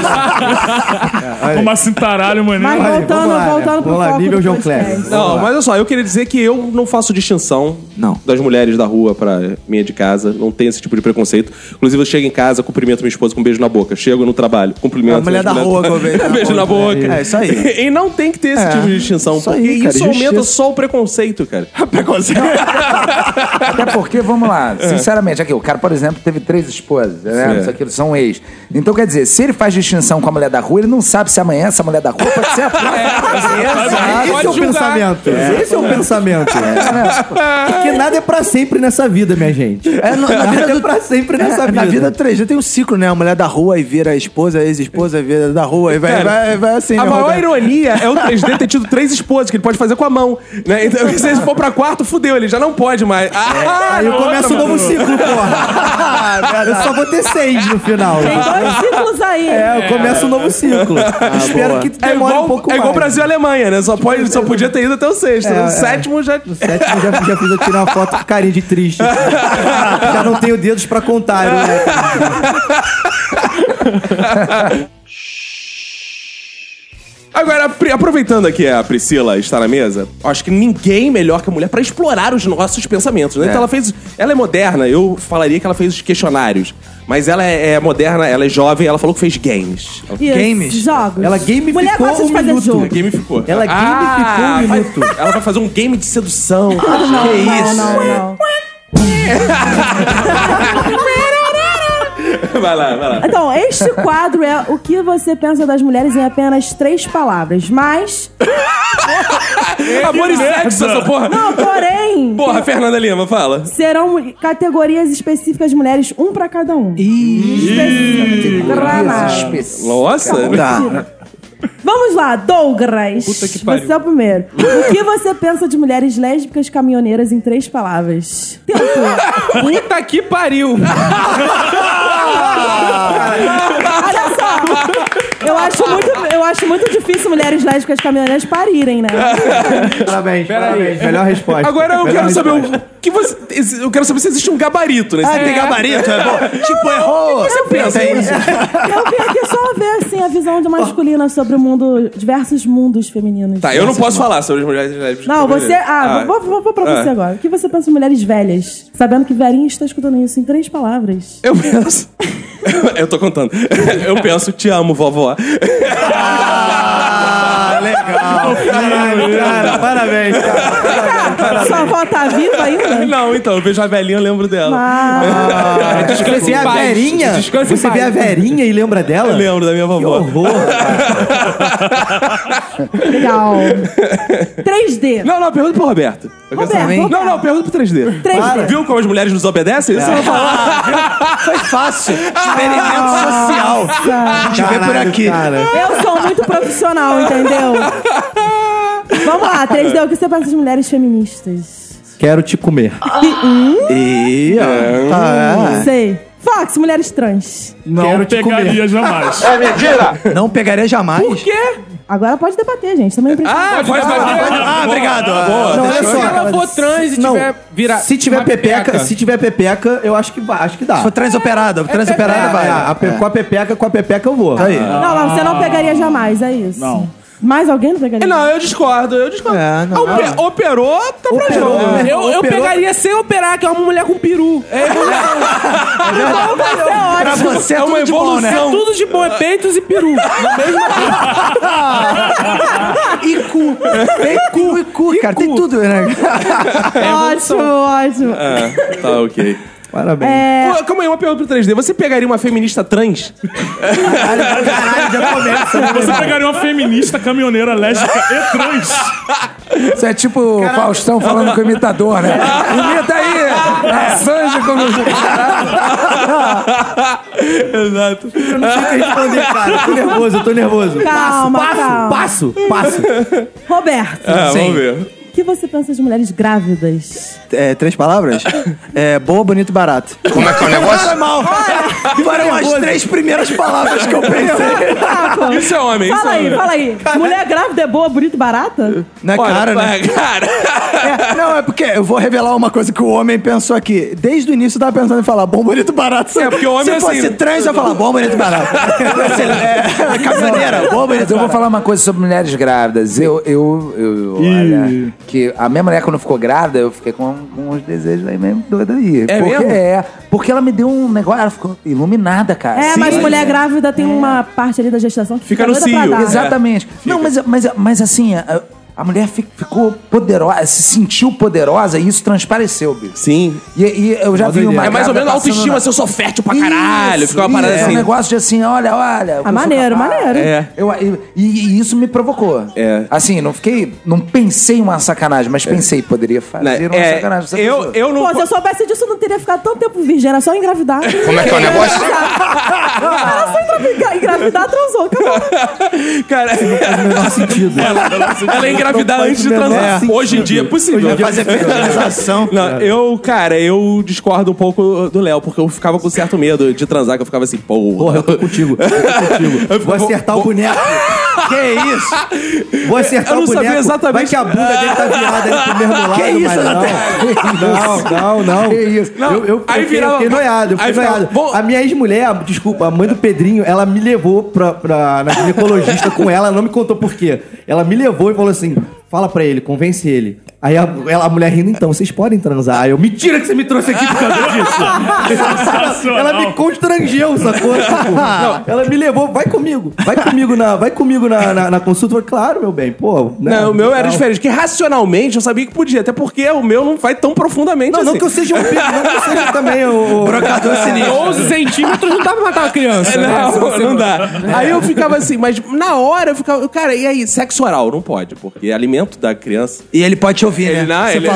E: lá.
G: Ah,
C: É,
G: Uma cintaralho,
E: Mas
G: maneiro.
E: voltando,
F: vamos lá, né?
E: voltando pro
F: Vamos lá,
E: foco
F: nível
E: do
F: João
E: podcast.
F: Kleber.
C: Não, mas olha só, eu queria dizer que eu não faço distinção das mulheres da rua pra minha de casa. Não tenho esse tipo de preconceito. Inclusive, eu chego em casa, cumprimento minha esposa com um beijo na boca. Chego no trabalho, cumprimento.
D: A mulher
C: minhas
D: da
C: mulheres-
D: rua, com beijo na
C: um beijo na
D: boca.
C: boca.
D: É, isso aí.
C: E não tem que ter esse
D: É,
C: tipo de distinção.
D: isso aí,
C: porque
D: cara,
C: isso aumenta
D: justiça.
C: só o preconceito, cara.
I: Até porque, vamos lá,
B: É.
I: sinceramente, aqui, o cara, por exemplo, teve três esposas, né? Isso aqui são ex. Então, quer dizer, se ele faz distinção com a mulher da rua, ele não sabe se se amanhã essa mulher da rua pode ser a
F: Esse
I: próxima.
F: é o pensamento. Esse é o pensamento. Porque nada é pra sempre nessa vida, minha gente.
D: É, na, na vida
F: Nada é
D: do...
F: pra sempre nessa
D: É,
F: vida.
D: na vida 3D tem um ciclo, né? A mulher da rua e vira a esposa, a ex-esposa vira da rua e vai,
C: Cara,
D: vai, vai assim,
C: a
D: meu
C: maior
D: Roberto.
C: ironia é o 3D ter tido três esposas, que ele pode fazer com a mão. Né? Então, se ele for pra quarto, fudeu, ele já não pode mais. Ah,
F: Aí eu
C: outra,
F: começo um
C: mano.
F: novo ciclo, porra. Eu só vou ter seis no final.
E: Tem dois ciclos aí.
F: É, eu começo um novo ciclo. Espero
D: boa.
F: que
C: É
F: demore
C: igual,
F: um pouco
C: é igual
F: mais. Tipo,
C: Brasil e Alemanha, né? Só, pode, só podia ter ido até o sexto.
F: É,
C: né? O
F: é.
C: sétimo já.
F: No sétimo já, já fiz eu tirar uma foto com carinha de triste. já não tenho dedos pra contar. né?
C: Agora, apre- aproveitando aqui a Priscila está na mesa, acho que ninguém melhor que a mulher pra explorar os nossos pensamentos, né? Então ela fez. Ela é moderna, eu falaria que ela fez os questionários. Mas ela é, é moderna, ela é jovem, ela falou que fez games. Ela
E: Isso,
F: Games.
E: Jogos.
F: Ela gamificou
E: Mulher gosta de
F: um
E: fazer
F: minuto.
E: jogo.
C: gamificou.
F: Ela
C: Ah,
F: gamificou um
C: vai-
F: minuto.
C: Ela vai fazer um game de sedução.
F: Ah,
C: que
E: Não, não,
C: isso?
E: não, não.
C: Vai lá, vai lá.
E: Então, este quadro é o que você pensa das mulheres em apenas três palavras. Mas,
C: Amor e sexo, essa porra.
E: não, porém,
C: Porra, Fernanda Lima, fala.
E: serão mu- categorias específicas de mulheres, um pra cada um. Específica.
C: Nossa.
E: Vamos lá, Douglas.
H: Puta que pariu.
E: Você é o primeiro. O que você pensa de mulheres lésbicas caminhoneiras em três palavras? Tempo.
H: Puta que pariu!
E: Olha só. Eu acho, muito, eu acho muito difícil mulheres lésbicas caminhoneiras parirem, né?
F: Parabéns, parabéns. Melhor resposta.
C: Agora eu
F: Melhor
C: quero saber
F: resposta.
C: o que você. Eu quero saber se existe um gabarito, né? Se tem gabarito, é bom.
D: Tipo, errou!
E: Eu vim aqui- eu vim aqui só ver assim, a visão de masculina sobre o mundo, diversos mundos femininos.
C: Tá, eu não posso falar sobre as mulheres lésbicas.
E: Não,
C: também.
E: você. Ah, vou, vou, vou pra
C: Ah.
E: você agora. O que você pensa de mulheres velhas? Sabendo que Verinha está escutando isso em três palavras.
C: Eu penso. eu tô contando. Eu penso, te amo, vovó.
F: Ah, legal. Caralho, cara, parabéns. Cara.
E: Sua avó tá viva ainda?
C: Não, então, eu vejo a velhinha, eu lembro dela.
E: Ah,
H: Descanse
F: Você
H: em
F: é a
H: paz.
F: Verinha?
H: Descanse em
F: Você vê
H: paz.
F: a Verinha e lembra dela?
C: Eu lembro da minha
F: Que
C: vovó.
F: horror.
E: legal. 3D.
C: Não, não, pergunta pro Roberto. Eu quero
E: Roberto,
C: saber.
E: Roberto.
C: Não, não, pergunta pro 3D.
E: 3D.
C: Viu como as mulheres nos
D: É.
C: obedecem? Isso eu não falo.
D: Foi fácil! Experimento social! A gente vê por aqui.
F: Cara.
E: Eu sou muito profissional, entendeu? Vamos lá, 3D. O que você pensa de mulheres feministas?
F: Quero te comer.
D: Ih, ó. Tá,
E: Não sei. Fox, mulheres trans.
G: Não
F: Quero te
G: pegaria jamais.
D: é. Não pegaria jamais.
E: Agora pode debater, gente. Também precisa.
H: Ah, pode bater.
D: Ah, obrigado. Boa.
F: Não, Então, olha
H: Se ela for trans e
F: Não.
H: tiver virar.
F: Se tiver
H: uma
F: pepeca, se tiver pepeca, eu acho que vai, acho que dá.
D: Foi transoperada. Transoperada
F: É,
D: vai.
H: né?
F: é, a pe- Com a pepeca, com a pepeca eu vou. Aí.
E: Não, não, você não
F: Ah!
E: pegaria jamais, é isso.
G: Não.
E: Mais alguém não pegaria?
C: Não, eu discordo, eu discordo.
D: É, não.
C: Ope- Operou, tá pra
F: Operou,
C: jogo.
F: né?
H: Eu, eu
F: Operou.
H: pegaria sem operar, que é uma mulher com peru. É,
E: Não, você é
D: Pra
E: ótimo.
D: você é
C: É uma
D: tudo de bom, né?
C: evolução.
H: tudo de bom, é peitos e peru.
D: E cu. Tem cu e cu, cara. Tem tudo, né?
F: é
E: ótimo, ótimo.
C: Ah, tá, ok.
F: Parabéns.
E: É,
C: Pô, calma aí, uma pergunta pro 3D. Você pegaria uma feminista trans?
F: Caralho, já começa. né?
G: Você pegaria uma feminista caminhoneira lésbica e trans.
I: Isso é tipo o Faustão falando com o imitador, né? Imita aí! A Sanji como...
C: Exato.
F: Eu não sei o que responder, cara. Eu tô nervoso, eu tô nervoso.
E: Calma,
F: passo,
E: calma.
F: passo, passo, passo.
E: Roberto,
C: Ah, vamos ver.
E: o que você pensa de mulheres grávidas?
D: É, três palavras? É, boa, bonito e barato. Como é que é o negócio? Foi mal. Foram as três primeiras palavras que eu pensei.
E: Taco,
C: Isso é homem, isso
E: fala
C: é
E: aí,
C: homem.
E: fala aí. Mulher grávida é boa, bonita e barata?
D: Na cara, né?
C: é, cara.
D: É, não, é porque eu vou revelar uma coisa que o homem pensou aqui. Desde o início eu tava pensando em falar bom, bonito, barato.
C: É, porque o homem
D: Se
C: é assim,
D: fosse
C: né?
D: trans, eu ia falar bom, bonito, barato. Assim, é, caminhoneira, bom,
I: Mas
D: bonito,
I: eu vou
D: barato.
I: falar uma coisa sobre mulheres grávidas. Eu, eu, eu, olha, que a minha mulher quando ficou grávida, eu fiquei com, com uns desejos aí mesmo doido aí.
C: É
I: porque,
C: mesmo?
I: É, porque ela me deu um negócio, ela ficou iluminada, cara.
E: É, mas
I: Sim.
E: mulher grávida tem uma parte ali da gestação que
C: Fica
E: fica,
C: no
E: doida pra
C: cio.
E: dar.
C: Exato.
I: Exatamente. Não, mas, mas, mas assim, a, A mulher fi- ficou poderosa, se sentiu poderosa e isso transpareceu, bicho.
C: Sim.
I: E, e eu já vi uma
C: É mais ou
I: gata
C: menos a
I: passando
C: autoestima,
I: na-
C: se eu sou fértil pra caralho.
I: Isso,
C: Ficou uma parada
I: isso, É um
C: assim.
I: negócio de assim, olha, olha. eu sou
E: Ah, maneiro,
I: capaz.
E: maneiro.
C: É.
I: Eu, eu- e, e isso me provocou.
C: É.
I: Assim, não fiquei. Não pensei uma sacanagem, mas pensei, poderia
C: Né?
I: fazer uma
C: É,
I: sacanagem. pra essa
C: eu,
I: pessoa.
C: eu não.
E: Pô, se eu soubesse disso, eu não teria ficado tanto tempo virgem. Era só engravidar. Como
J: é que é o negócio?
E: Era só engravidar, engravidar transou. Acabou.
C: Cara,
F: No menor sentido.
C: ela é engravidar antes de transar. Hoje em dia é possível.
J: Fazer fertilização.
C: Não, eu, cara, eu discordo um pouco do Léo, porque eu ficava com certo medo de transar, que eu ficava assim, porra.
F: Porra, eu tô contigo. Eu tô contigo. Vou acertar o boneco. é
J: Que isso?
F: Vou acertar
C: Eu não
F: o boneco.
C: sabia exatamente.
F: Vai que a bunda dele tá virada ali pro mesmo lado.
I: isso,
F: mas não. não, não, não.
I: Que isso?
C: Não,
F: Eu, eu,
C: aí
F: eu fiquei-
C: virava-
F: eu fiquei noiado, eu
C: aí
F: fiquei
C: ficava-
F: noiado.
C: bom-
F: A minha ex-mulher, a- desculpa, a mãe do Pedrinho, ela me levou pra, pra, na ginecologista com ela, ela não me contou por quê. Ela me levou e falou assim: fala pra ele, convence ele. Aí a, ela, a mulher rindo, então, vocês podem transar. Aí eu, mentira que você me trouxe aqui por causa disso. ela me constrangeu, sacou? Tipo, ela me levou, vai comigo, vai comigo na, vai comigo na, na, na consulta. Eu falei, claro, meu bem, pô. né,
C: Não, o meu era
F: tal.
C: diferente, porque racionalmente eu sabia que podia, até porque o meu não vai tão profundamente
F: Não,
C: assim.
F: não que eu seja um bico, não que eu seja também o.
J: Brocador
F: É.
J: sinistro.
H: 11 centímetros não dá pra matar uma criança. né? Se
C: Não,
H: você-
C: não dá. Aí eu ficava assim, mas na hora eu ficava. Cara, e aí? Sexo oral? Não pode, porque é alimento da criança.
J: E ele pode te ouvir,
C: Ele,
J: né?
C: não, ele...
E: Gente,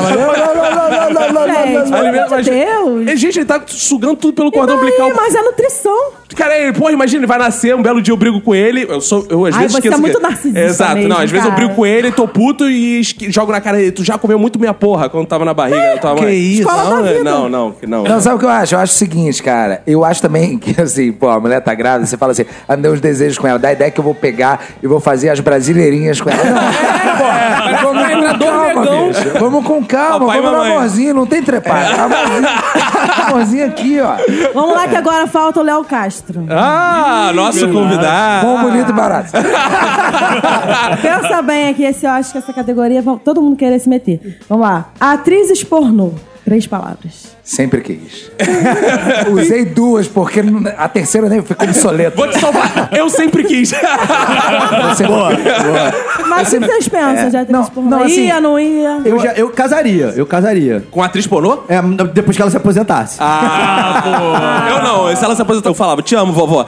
E: pelo
C: alimento,
E: amor de Deus.
C: E, gente, ele tá sugando tudo pelo
E: E
C: cordão
E: daí?
C: umbilical.
E: mas é nutrição.
C: Cara, ele, porra, imagina, ele vai nascer, um belo dia eu brigo com ele. Eu sou. Eu, às
E: Ai,
C: vezes
E: você
C: esqueço
E: é muito
C: que-
E: narcisista
C: Exato, não.
E: mesmo,
C: Às vezes eu
E: cara.
C: brigo com ele, tô puto e esqui- jogo na cara dele. Tu já comeu muito minha porra quando tava na barriga. da tua
J: Que
C: mãe."
J: isso?
E: Escola
C: Não, né?
E: da vida.
C: não, não, que não.
I: Não, Então, sabe o que eu acho? Eu acho o seguinte, cara. Eu acho também que, assim, pô, a mulher tá grávida, você fala assim, ah, me deu uns desejos com ela, dá a ideia que eu vou pegar e vou fazer as brasileirinhas com ela. Não, é, pô, vamos com calma, bicho. Vamos com calma,
C: Papai e
I: vamos no
C: mamãe. É.
I: amorzinho, não tem trepada. Amorzinho, amorzinho aqui, ó.
E: Vamos lá que agora falta o Léo Castro.
C: Ah, nosso convidado.
I: Bom, bonito e barato.
E: Pensa bem aqui, esse, eu acho que essa categoria vão- todo mundo querer se meter. Vamos lá. Atrizes pornô. Três palavras.
I: Sempre quis. Usei duas, porque n- a terceira nem ficou obsoleta.
C: Vou te salvar. Eu sempre quis.
I: Você-
E: Mas o que vocês pensam de atrizes
I: Não,
E: pornô?
I: não, assim,
E: ia, não ia?
F: Eu, já, eu casaria, eu casaria.
C: Com atriz pornô?
F: É, depois que ela se aposentasse.
C: Ah, pô. Eu não. Se ela se aposentou, eu falava, te amo, vovó.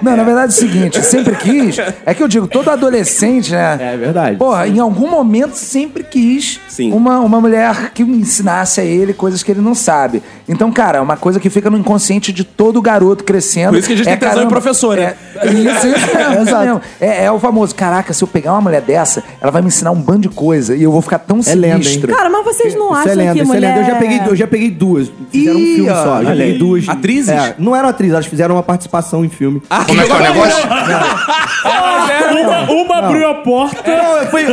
I: Não, na verdade é o seguinte, sempre quis. É que eu digo, todo adolescente, né?
F: É verdade.
I: Porra, em algum momento sempre quis
C: Sim.
I: Uma, uma mulher que ensinasse a ele coisas que ele não sabe. Então, cara, é uma coisa que fica no inconsciente de todo garoto crescendo.
C: Por isso que a gente tem tesão em professor, né?
I: É, isso, isso mesmo. isso mesmo. É, é o famoso, caraca, se eu pegar uma mulher dessa, ela vai me ensinar um bando de coisa e eu vou ficar tão
F: É lenda, hein?
I: sinistro.
E: Cara, mas vocês não
F: Isso
E: acham
F: é lenda,
E: que
F: isso
E: mulher...
F: é lenda. Eu já peguei, eu já peguei duas. Fizeram um
I: Ih,
F: filme
I: ó,
F: só. Já
I: olha
F: peguei
I: aí.
F: duas.
C: Atrizes?
F: É, não eram atrizes, elas fizeram uma participação em filme. Ah,
J: Como é que é o negócio?
G: Uma, uma abriu a porta.
F: não, foi,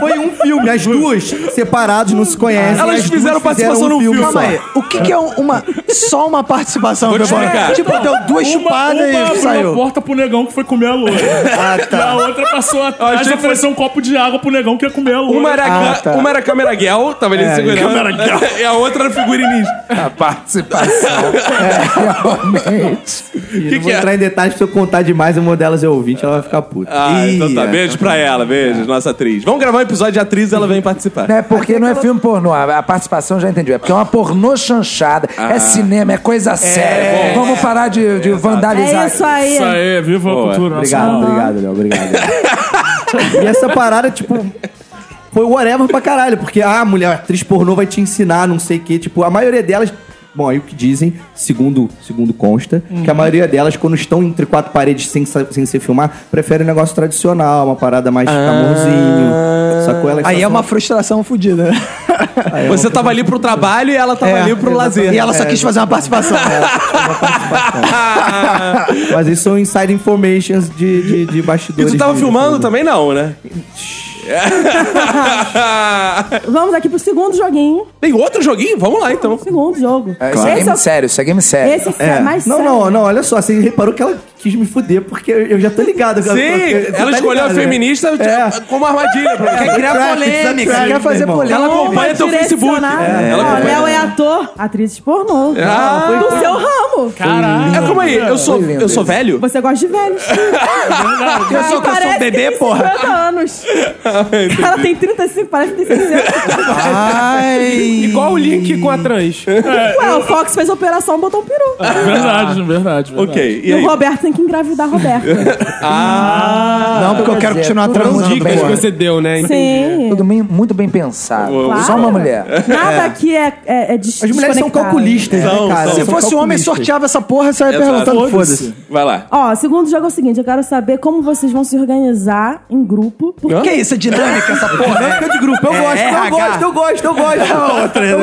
F: foi um filme. As duas separados não se conhecem.
C: Elas
F: as duas um
C: fizeram participação num filme
J: Calma
F: só.
J: aí. O que, que é um- uma. Só uma participação,
C: Vou te
J: meu irmão?
C: explicar.
J: Tipo, deu duas
G: Uma, uma
J: chupadas
G: abriu
J: e
G: a
J: saiu.
G: porta pro negão que foi comer a loira.
J: Ah,
G: E
J: tá.
G: a outra passou atrás e ofereceu um copo de água pro negão que ia comer a loira.
C: Uma era,
J: Ah,
C: ca-
J: tá.
C: uma era câmera guel, tava ele segurando.
G: câmera guel.
C: E a outra era figurinista.
I: A participação. é, realmente.
F: Não
C: que
F: vou
C: é?
F: entrar em detalhes, se eu contar demais, uma delas é ouvinte, ela vai ficar puta.
C: Ah, então tá.
J: Ih,
C: Beijo pra ela, beijo, nossa atriz. Vamos gravar um episódio de atriz e ela vem participar.
I: Não é porque não é filme pornô. A a participação eu já entendi. É porque é uma pornô chanchada. É cinema, é coisa séria. Vamos parar de, de vandalizar.
E: É isso aí.
G: Isso aí, viva
C: Boa.
G: a cultura
F: Obrigado,
G: nacional.
F: obrigado, Léo, obrigado. e essa parada, tipo, foi whatever pra caralho, porque ah, a mulher a atriz pornô vai te ensinar, não sei o quê. Tipo, a maioria delas. Bom, aí o que dizem, segundo, segundo consta,
C: Uhum.
F: que a maioria delas, quando estão entre quatro paredes sem, sa- sem se filmar, prefere um negócio tradicional, uma parada mais
C: Ah.
F: amorzinho. Sacou ela?
J: Aí é uma frustração fodida. né?
C: Você tava ali pro trabalho e ela tava
F: É,
C: ali pro lazer.
J: E ela só quis fazer uma participação.
F: Mas isso são inside informations de, de, de
C: E
F: bastidores.
C: tu tava
F: de-
C: filmando também não, né?
E: Vamos aqui pro segundo joguinho.
C: Tem outro joguinho? Vamos lá então.
E: Segundo jogo.
I: É, Isso
E: Esse
I: é
E: é
I: game
E: o-
I: sério, isso é game sério.
E: Esse é,
F: É.
E: mais
F: não,
E: sério.
F: não, não, olha só, você reparou que ela quis me fuder, porque eu já tô ligado.
C: Sim,
H: tá
C: ela escolheu a feminista
F: É.
C: como armadilha. pra você.
J: Quer criar
F: Attractive,
J: polêmica.
F: attractive,
J: Quer fazer
F: irmão.
J: polêmica.
C: Ela acompanha teu
E: Direcionar.
C: Facebook.
E: Ó,
C: Ela acompanha-
E: Léo é ator, atriz pornô.
C: Ah,
E: do seu ramo. Claro!
G: Caralho.
C: É como aí, eu sou, eu sou velho?
E: Você gosta de velhos.
C: Eu sou, eu sou bebê, porra.
E: 50 anos. O cara tem 35, parece que tem 60.
H: E qual o link com a trans?
E: Ué, o Fox fez a operação, botou um peru.
G: Verdade, verdade. verdade.
C: Ok,
E: E
C: e aí?
E: o Roberto tem que engravidar a Roberta.
D: Não, porque eu quero continuar
H: As
D: transando.
H: dicas que
D: porra.
H: você deu, né?
E: Sim.
I: Tudo bem, muito bem pensado.
E: Claro.
I: Só uma mulher.
E: Nada aqui é, é, é des-
F: As mulheres são
E: desconectado.
F: calculistas, né, cara?
D: Se
F: São
D: fosse homem,
F: calculistas.
D: sorteava essa porra, você ia
C: Exato.
D: perguntando, foda-se.
C: Vai lá.
E: Ó, segundo jogo é o seguinte, eu quero saber como vocês vão se organizar em grupo. Porque
D: Que isso, é dinâmica essa porra?
F: Dinâmica de grupo, eu
D: É,
F: gosto, eu
D: RH.
F: gosto, eu gosto, eu gosto.
E: né,
F: Eu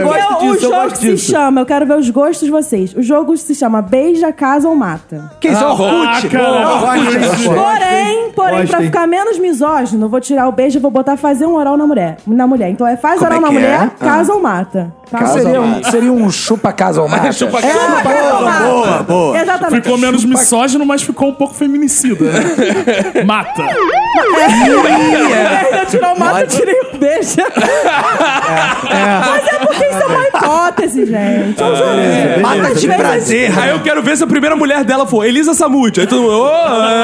F: gosto
E: É o
F: disso, eu
E: jogo
F: gosto
E: se
F: disso.
E: chama, eu quero ver os gostos de vocês. O jogo se chama Beija, Casa ou Mata.
D: Que isso, é Orkut?
G: Ah, cara.
D: Orkut, isso, porra.
E: Porém, porém, pra ficar menos misógino, eu vou tirar o beijo e vou botar fazer um oral na mulher. Na mulher. Então é faz
I: Como
E: oral
I: é
E: na
I: que
E: mulher,
I: é?
E: casa ou mata. Tá?
I: Seria um, seria um chupa casa ou mata.
C: Chupa
I: É,
E: Chupa, casa ou mata.
D: Boa, boa.
E: Exatamente.
G: Ficou menos misógino, mas ficou um pouco feminicida, né? Mata.
E: Eu tirei o mata, eu tirei o beijo. Mas é porque isso é uma hipótese, gente. É um jogo.
D: Mata
E: Às
D: de
E: vezes-
D: prazer.
C: Aí eu quero ver se a primeira mulher dela for Elisa Samud. Aí todo mundo. "Ô, é."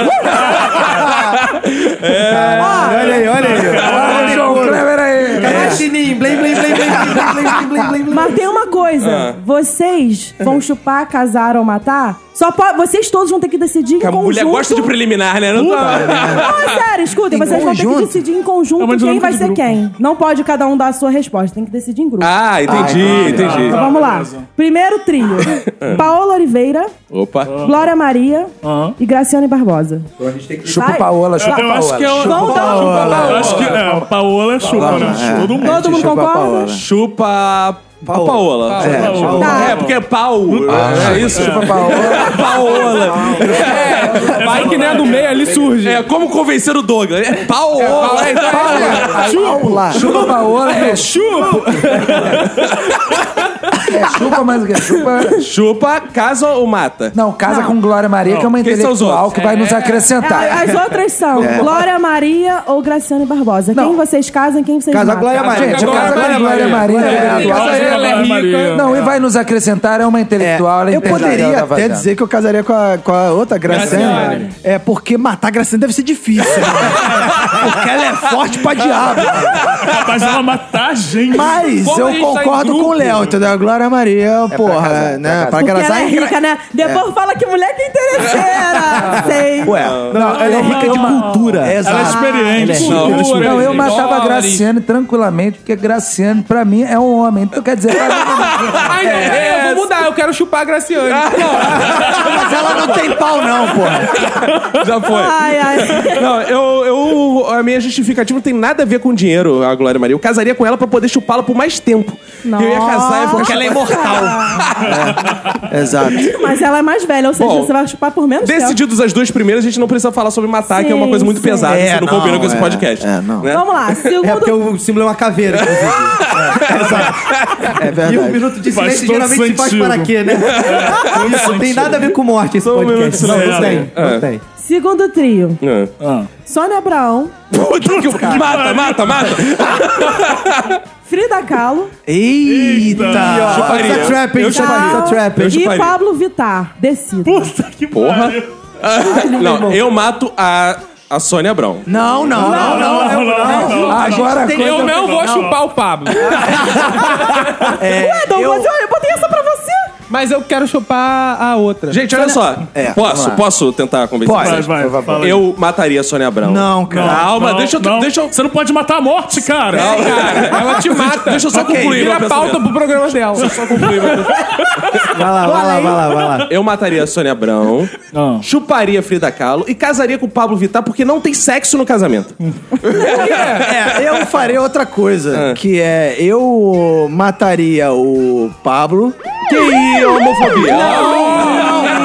F: Olha aí, olha aí.
I: Olha o João Kleber aí.
F: Caralho, Sininho, blém, blém, blém, blém, blém, blém, blém, blém, blém.
E: Mas tem uma coisa.
C: Ah.
E: Vocês vão chupar, casar ou matar? Só po- vocês todos vão ter que decidir em
C: A
E: conjunto.
C: mulher gosta de preliminar, né? Não tá...
E: Não, é sério, escutem, vocês vão ter que
D: conjunto?
E: decidir em
G: É uma
E: conjunto quem
G: dinâmica
E: vai
G: de
E: ser
G: grupo.
E: quem. Não pode cada um dar a sua resposta, tem que decidir em grupo.
C: Ah, entendi, entendi.
E: então vamos lá.
G: beleza.
E: Primeiro trio:
C: Ah.
E: Paola Oliveira,
C: Opa.
E: Glória Maria
G: Aham.
E: e Graciane Barbosa.
I: Chupa
E: Vai.
I: Paola, chupa
G: Eu acho que é
I: Paola.
G: o.
E: Vão dar
G: Eu acho que é, o Paola é chupa, né? Todo mundo.
E: Todo mundo
D: Chupa a
E: concorda?
D: Paola.
C: Chupa. a Paola. É,
G: Paola.
E: Tá.
C: É, porque é pau. é isso?
I: Chupa
D: né?
I: Paola.
C: Paola. É, vai que né, no meio ali surge. É, como convencer o Douglas? É Paola. É,
I: Paola. Chupa Paola. É
C: Chupa.
I: é chupa, mas o que? Chupa.
C: Chupa, casa ou mata?
I: Não, casa com Glória Maria, que é uma
C: Quem são os
I: intelectual
C: outros?
I: que vai nos acrescentar.
E: É, As outras são Glória Maria ou Graciane Barbosa. Quem vocês casam e quem vocês
F: Casa
E: matam?
F: Glória Maria.
I: Gente,
C: Glória
I: casa com
C: Maria.
I: Glória Maria. é intelectual.
G: Casa
C: ela é
G: Glória
C: rica.
G: Maria.
I: Não, e vai nos acrescentar, é uma intelectual. ela é
D: Eu poderia
I: intelectual,
D: até
I: ela
D: dizer que eu casaria com a, com a outra Graciane.
C: Graciane.
D: É porque matar a Graciane deve ser difícil. né? porque ela é forte pra diabo.
G: Mas ela matar a gente.
D: Mas
C: Como a
D: eu
C: gente tá em
D: concordo
C: grupo?
D: com o Léo, entendeu? A Glória Maria, porra,
I: casar,
D: né?
I: É pra
D: Pra
E: Porque ela
D: casar
E: é
D: em gra-
E: rica, né? Depois fala que mulher que é interesseira. Sei.
D: Ué,
F: Não, ela é rica de cultura.
G: Ela é
D: exato.
G: experiente.
C: Não,
G: cultura,
I: Não, eu
G: gente.
I: matava a
C: Dólares.
I: Graciane tranquilamente, porque Graciane, pra mim, é um homem. Então, quer dizer,
H: Ai, é, eu vou mudar, eu quero chupar a Graciane.
C: Ah,
D: Mas ela não tem pau, não, porra.
C: Já foi.
E: Ai, ai.
C: Não, eu, eu. A minha justificativa não tem nada a ver com dinheiro, a Glória Maria. Eu casaria com ela pra poder chupá-la por mais tempo. Eu ia casar porque ela é imortal.
D: Exato.
E: Mas ela é mais velha, ou seja,
C: Bom,
E: você vai chupar por menos tempo.
C: Decididos as duas primeiras, a gente não precisa falar sobre matar, que é uma
E: Sim,
C: coisa muito
E: sim.
C: pesada. você
D: É,
C: não,
D: não,
C: combina com esse
D: é,
C: podcast.
D: é, não.
C: né?
E: Vamos lá,
F: É porque
E: segundo...
F: o símbolo é uma caveira. inclusive.
D: É
F: E um
D: verdade.
F: minuto de
G: Faz
F: silêncio
G: todo
F: geralmente se faz
G: sentido.
F: para quê, né? Isso não tem nada a ver com morte esse
G: um minuto de
F: podcast. Não, não
G: silêncio.
F: tem. Não tem.
E: Segundo trio,
C: É.
G: Ah.
E: Sônia Abraão,
C: Puta que- mata, mata, mata.
E: Frida Kahlo
D: Eita!
C: Chuparia.
F: Sex trap,
C: Eu
F: hein?
C: chuparia.
F: Sex trap, hein?
C: Eu
E: e
C: chuparia.
E: Pablo Vittar. Decida.
G: Puta que
C: Porra.
G: pariu.
C: Não, eu mato a, a Sônia Abrão.
D: Não, não, não, não.
G: Não, não, não. não.
I: agora a
H: Eu
I: coisa...
H: não vou chupar o Pablo,
E: Ué, Dom, mas eu... eu botei essa pra você.
H: mas eu quero chupar a outra.
C: Gente, olha só.
D: É,
C: posso, posso tentar convencer
G: Vai,
C: vocês?
G: vai, fala aí.
C: Eu mataria a Sônia Abrão.
D: Não, cara.
C: Calma,
G: não,
C: deixa eu.
G: não.
C: Deixa eu É,
G: Você não pode matar a morte, cara.
C: Calma, cara. Ela te mata. Deixa eu só concluir.
H: Vira
C: meu
H: a pauta
C: pensamento.
H: pro programa dela.
F: Vai lá, vai lá, vai lá, vai lá.
C: Eu mataria a Sônia Abrão,
G: Não.
C: chuparia a Frida Kahlo e casaria com o Pablo Vittar porque não tem sexo no casamento.
D: É, eu farei outra coisa,
C: Ah.
D: que é eu mataria o Pablo.
C: Que isso, homofobia.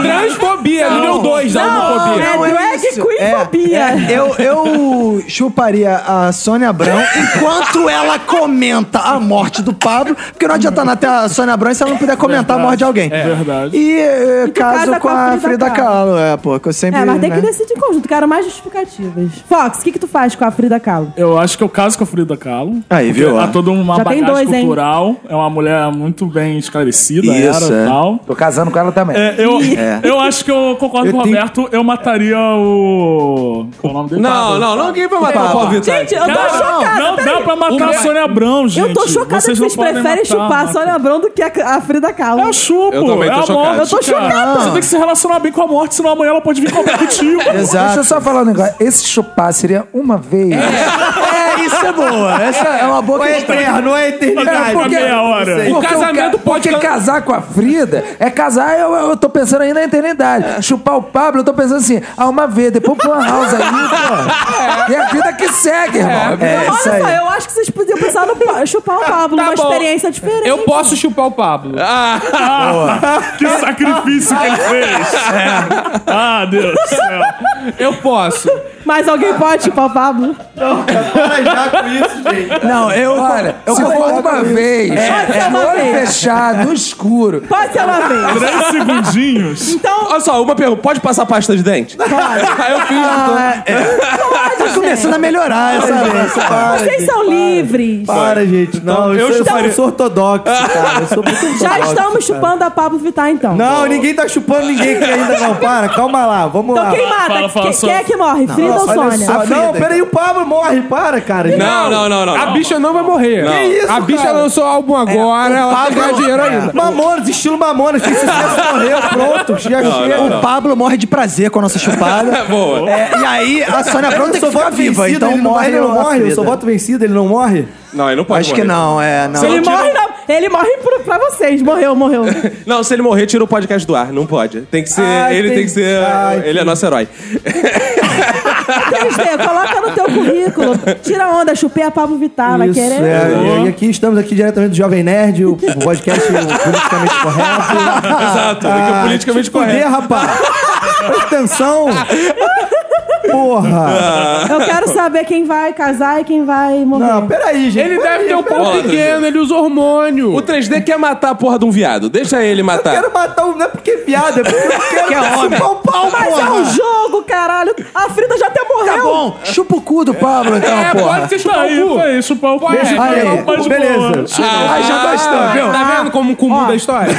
H: Transfobia, não. nível 2 da homofobia.
E: é drag
D: isso.
E: Queenfobia.
D: É, é, eu, eu chuparia a Sônia Abrão enquanto ela comenta a morte do Pablo, porque não adianta nada ter a Sônia Abrão se ela não puder comentar a morte de alguém.
G: É verdade.
D: E eh, caso
E: casa
D: com a Frida Kahlo, é, pô, que eu sempre.
E: É, mas tem
D: né?
E: que decidir em conjunto, quero mais justificativas. Fox, o que, que tu faz com a Frida Kahlo?
G: Eu acho que eu caso com a Frida Kahlo.
D: Aí, viu?
G: Há toda uma
E: Já tem
G: bagagem
E: dois, hein?
G: cultural. É uma mulher muito bem esclarecida,
I: Isso,
G: era
I: é.
G: e tal.
I: Tô casando com ela também.
G: É, eu, eu acho que eu concordo
D: Eu
G: com o
D: tenho-
G: Roberto. Eu mataria o. Qual é o nome dele?
C: Não, não, não, ninguém vai matar o Paulo Vittar.
E: Gente, eu tô
G: Cara,
E: chocada.
G: não
E: peraí.
G: dá pra matar
C: O
G: a
C: meu-
G: Sônia Abrão, gente.
E: Eu tô chocada que
G: não
E: vocês
G: podem
E: preferem
G: matar,
E: chupar a
G: mata.
E: Sônia Abrão do que é a, a Frida Kahlo.
G: Eu chupo.
C: Eu também tô
G: é a
C: chocado.
G: morte,
C: Eu tô
G: cara.
E: chocada.
G: Você tem que se relacionar bem com a morte, senão amanhã ela pode vir com contigo.
I: Deixa eu só falar um negócio. Esse chupar seria uma vez.
D: É, isso é boa. Essa é uma boa questão.
F: Não é eternidade.
G: Porque- meia hora.
F: Não sei.
C: O casamento
I: ca-
C: pode
I: Porque
C: ca-
I: casar com a Frida é casar, eu, eu tô pensando aí na eternidade. Chupar o Pablo, eu tô pensando assim, ah, uma vez, depois Plan House aí, pô. E a vida que segue, irmão.
E: Não,
I: É,
E: Olha
I: isso aí.
E: só, eu acho que vocês podiam pensar no pa- chupar o Pablo,
H: Tá
E: uma
H: bom.
E: experiência diferente.
H: Eu posso chupar o Pablo.
G: que sacrifício que ele fez. Ah, Deus do céu.
H: É. Eu posso.
E: Mas alguém pode chupar o Pablo?
I: Não, eu. Olha, eu se for uma vez,
E: Pode ser
I: é,
E: uma
I: olho
E: vez.
I: fechado, no escuro.
E: Pode ser uma vez.
G: Três segundinhos.
E: Então,
C: Olha só, uma pergunta. Pode passar pasta de dente? eu fiz.
E: Ah, é.
D: Tá começando a melhorar essa vez. Para,
E: vocês
D: gente.
E: são livres.
D: Para, gente. Não, eu, sou- eu sou ortodoxo, cara. Eu sou muito
E: Já
D: ortodoxo,
E: estamos
D: cara.
E: chupando a Pablo Vittar, então.
F: Não, ninguém tá chupando ninguém aqui ainda, não. Para, calma lá, vamos
E: Então
F: lá.
E: quem mata?
G: Fala, fala,
E: Quem-
G: só-
E: quem é que morre? Frida ou
D: olha
E: Sônia?
D: só.
F: Ah, não, peraí, o Pablo morre, para, cara.
C: Não, não, não, não.
H: A
C: não.
H: bicha não vai morrer. É.
C: Não. Que
F: isso,
H: a bicha
F: cara?
H: lançou álbum agora, ela tem que ganhar dinheiro ainda.
F: Mamonas, estilo Mamonas, que sucesso morreu, pronto, já chega.
D: O Pablo morre de prazer com a nossa chupada.
C: Boa.
D: É, e aí a Sônia Abrão tem que
F: Só
D: ficar
F: voto
D: viva,
F: vencido,
D: então
F: ele não morre,
D: morre
F: ele não
D: a
F: morre. Eu
D: Frida.
F: só voto vencido, ele não morre.
C: Não, ele não pode
D: Acho
C: morrer.
D: que não, é, não.
E: Ele morre, não. Ele morre pro- pra vocês. Morreu, morreu.
C: Não, se ele morrer, tira o podcast do ar. Não pode. Tem que ser.
F: Ai,
C: ele tem que ser.
F: ai,
C: ele é nosso herói.
E: Tristê, coloca no teu currículo. Tira a onda, chupei a Pablo Vittar, vai
F: Isso,
E: querer?
F: é, e aqui estamos aqui diretamente do Jovem Nerd, o o podcast politicamente correto.
C: Exato. tem
F: Ah.
C: que é politicamente
F: Poder,
C: correto.
F: rapaz! Presta atenção! Porra!
E: Eu quero saber quem vai casar e quem vai morrer.
F: Não, peraí, gente.
H: Ele deve ter um pau
C: peraí.
H: pequeno, ele usa hormônio.
C: O 3D quer matar a porra de um viado. Deixa ele matar.
F: Eu quero matar um. Não é porque é viado, é porque eu quero que é homem. um pau,
E: Mas é um
F: porra!
E: jogo, caralho. A Frida já até morreu.
D: Tá bom, chupa o cu do Pablo então,
H: é,
D: porra.
H: pode ser
G: Tá
H: chupar
G: aí,
H: o cu.
G: tá aí, chupar o
H: Deixa
G: pau.
H: eu
G: Chupar o pau de
F: beleza.
G: boa.
C: Ah, já
H: Ah, Tá vendo
C: um
H: como, como muda a história?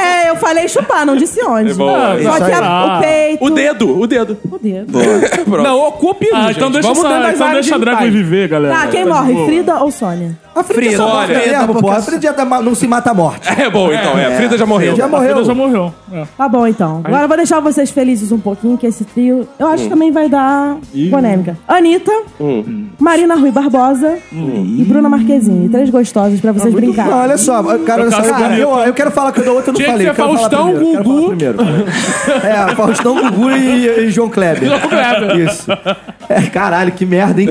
E: É, eu falei chupar, não disse onde.
C: bom,
E: Só
G: É isso
E: que
G: aí.
E: a- o peito.
C: O dedo, o dedo.
E: O dedo.
C: Pronto.
H: Não, ocupe isso.
G: Ah, então
H: gente.
G: deixa,
H: Vamos dar
G: essa,
H: mais
G: então
H: área
G: deixa a
H: de
G: Dragon
H: detalhe.
G: viver, galera.
E: Tá, quem
G: de
E: morre?
G: boa.
E: Frida ou Sônia?
F: A Frida só
C: olha.
F: morre mesmo, porra. A Frida já tá ma- não se mata a morte.
C: É bom, então. É, a Frida já morreu.
F: Já
G: A Frida
F: morreu.
G: já morreu. É.
E: Tá bom, então. Agora eu vou deixar vocês felizes um pouquinho, que esse trio eu acho que também vai dar polêmica. Anitta, Marina Rui Barbosa e Bruna Marquezine. Três gostosas pra vocês brincarem.
F: Não, olha só, cara, olha só,
G: caso
F: cara,
G: bonito.
F: eu, eu quero falar que eu da outra eu não
H: Tinha que
F: falei.
H: ser
F: eu quero falar
H: Faustão,
F: primeiro, eu quero
H: Gugu.
F: falar primeiro. É, Faustão, Gugu e, e João Kleber. João Kleber. Isso. É, caralho, que merda, hein?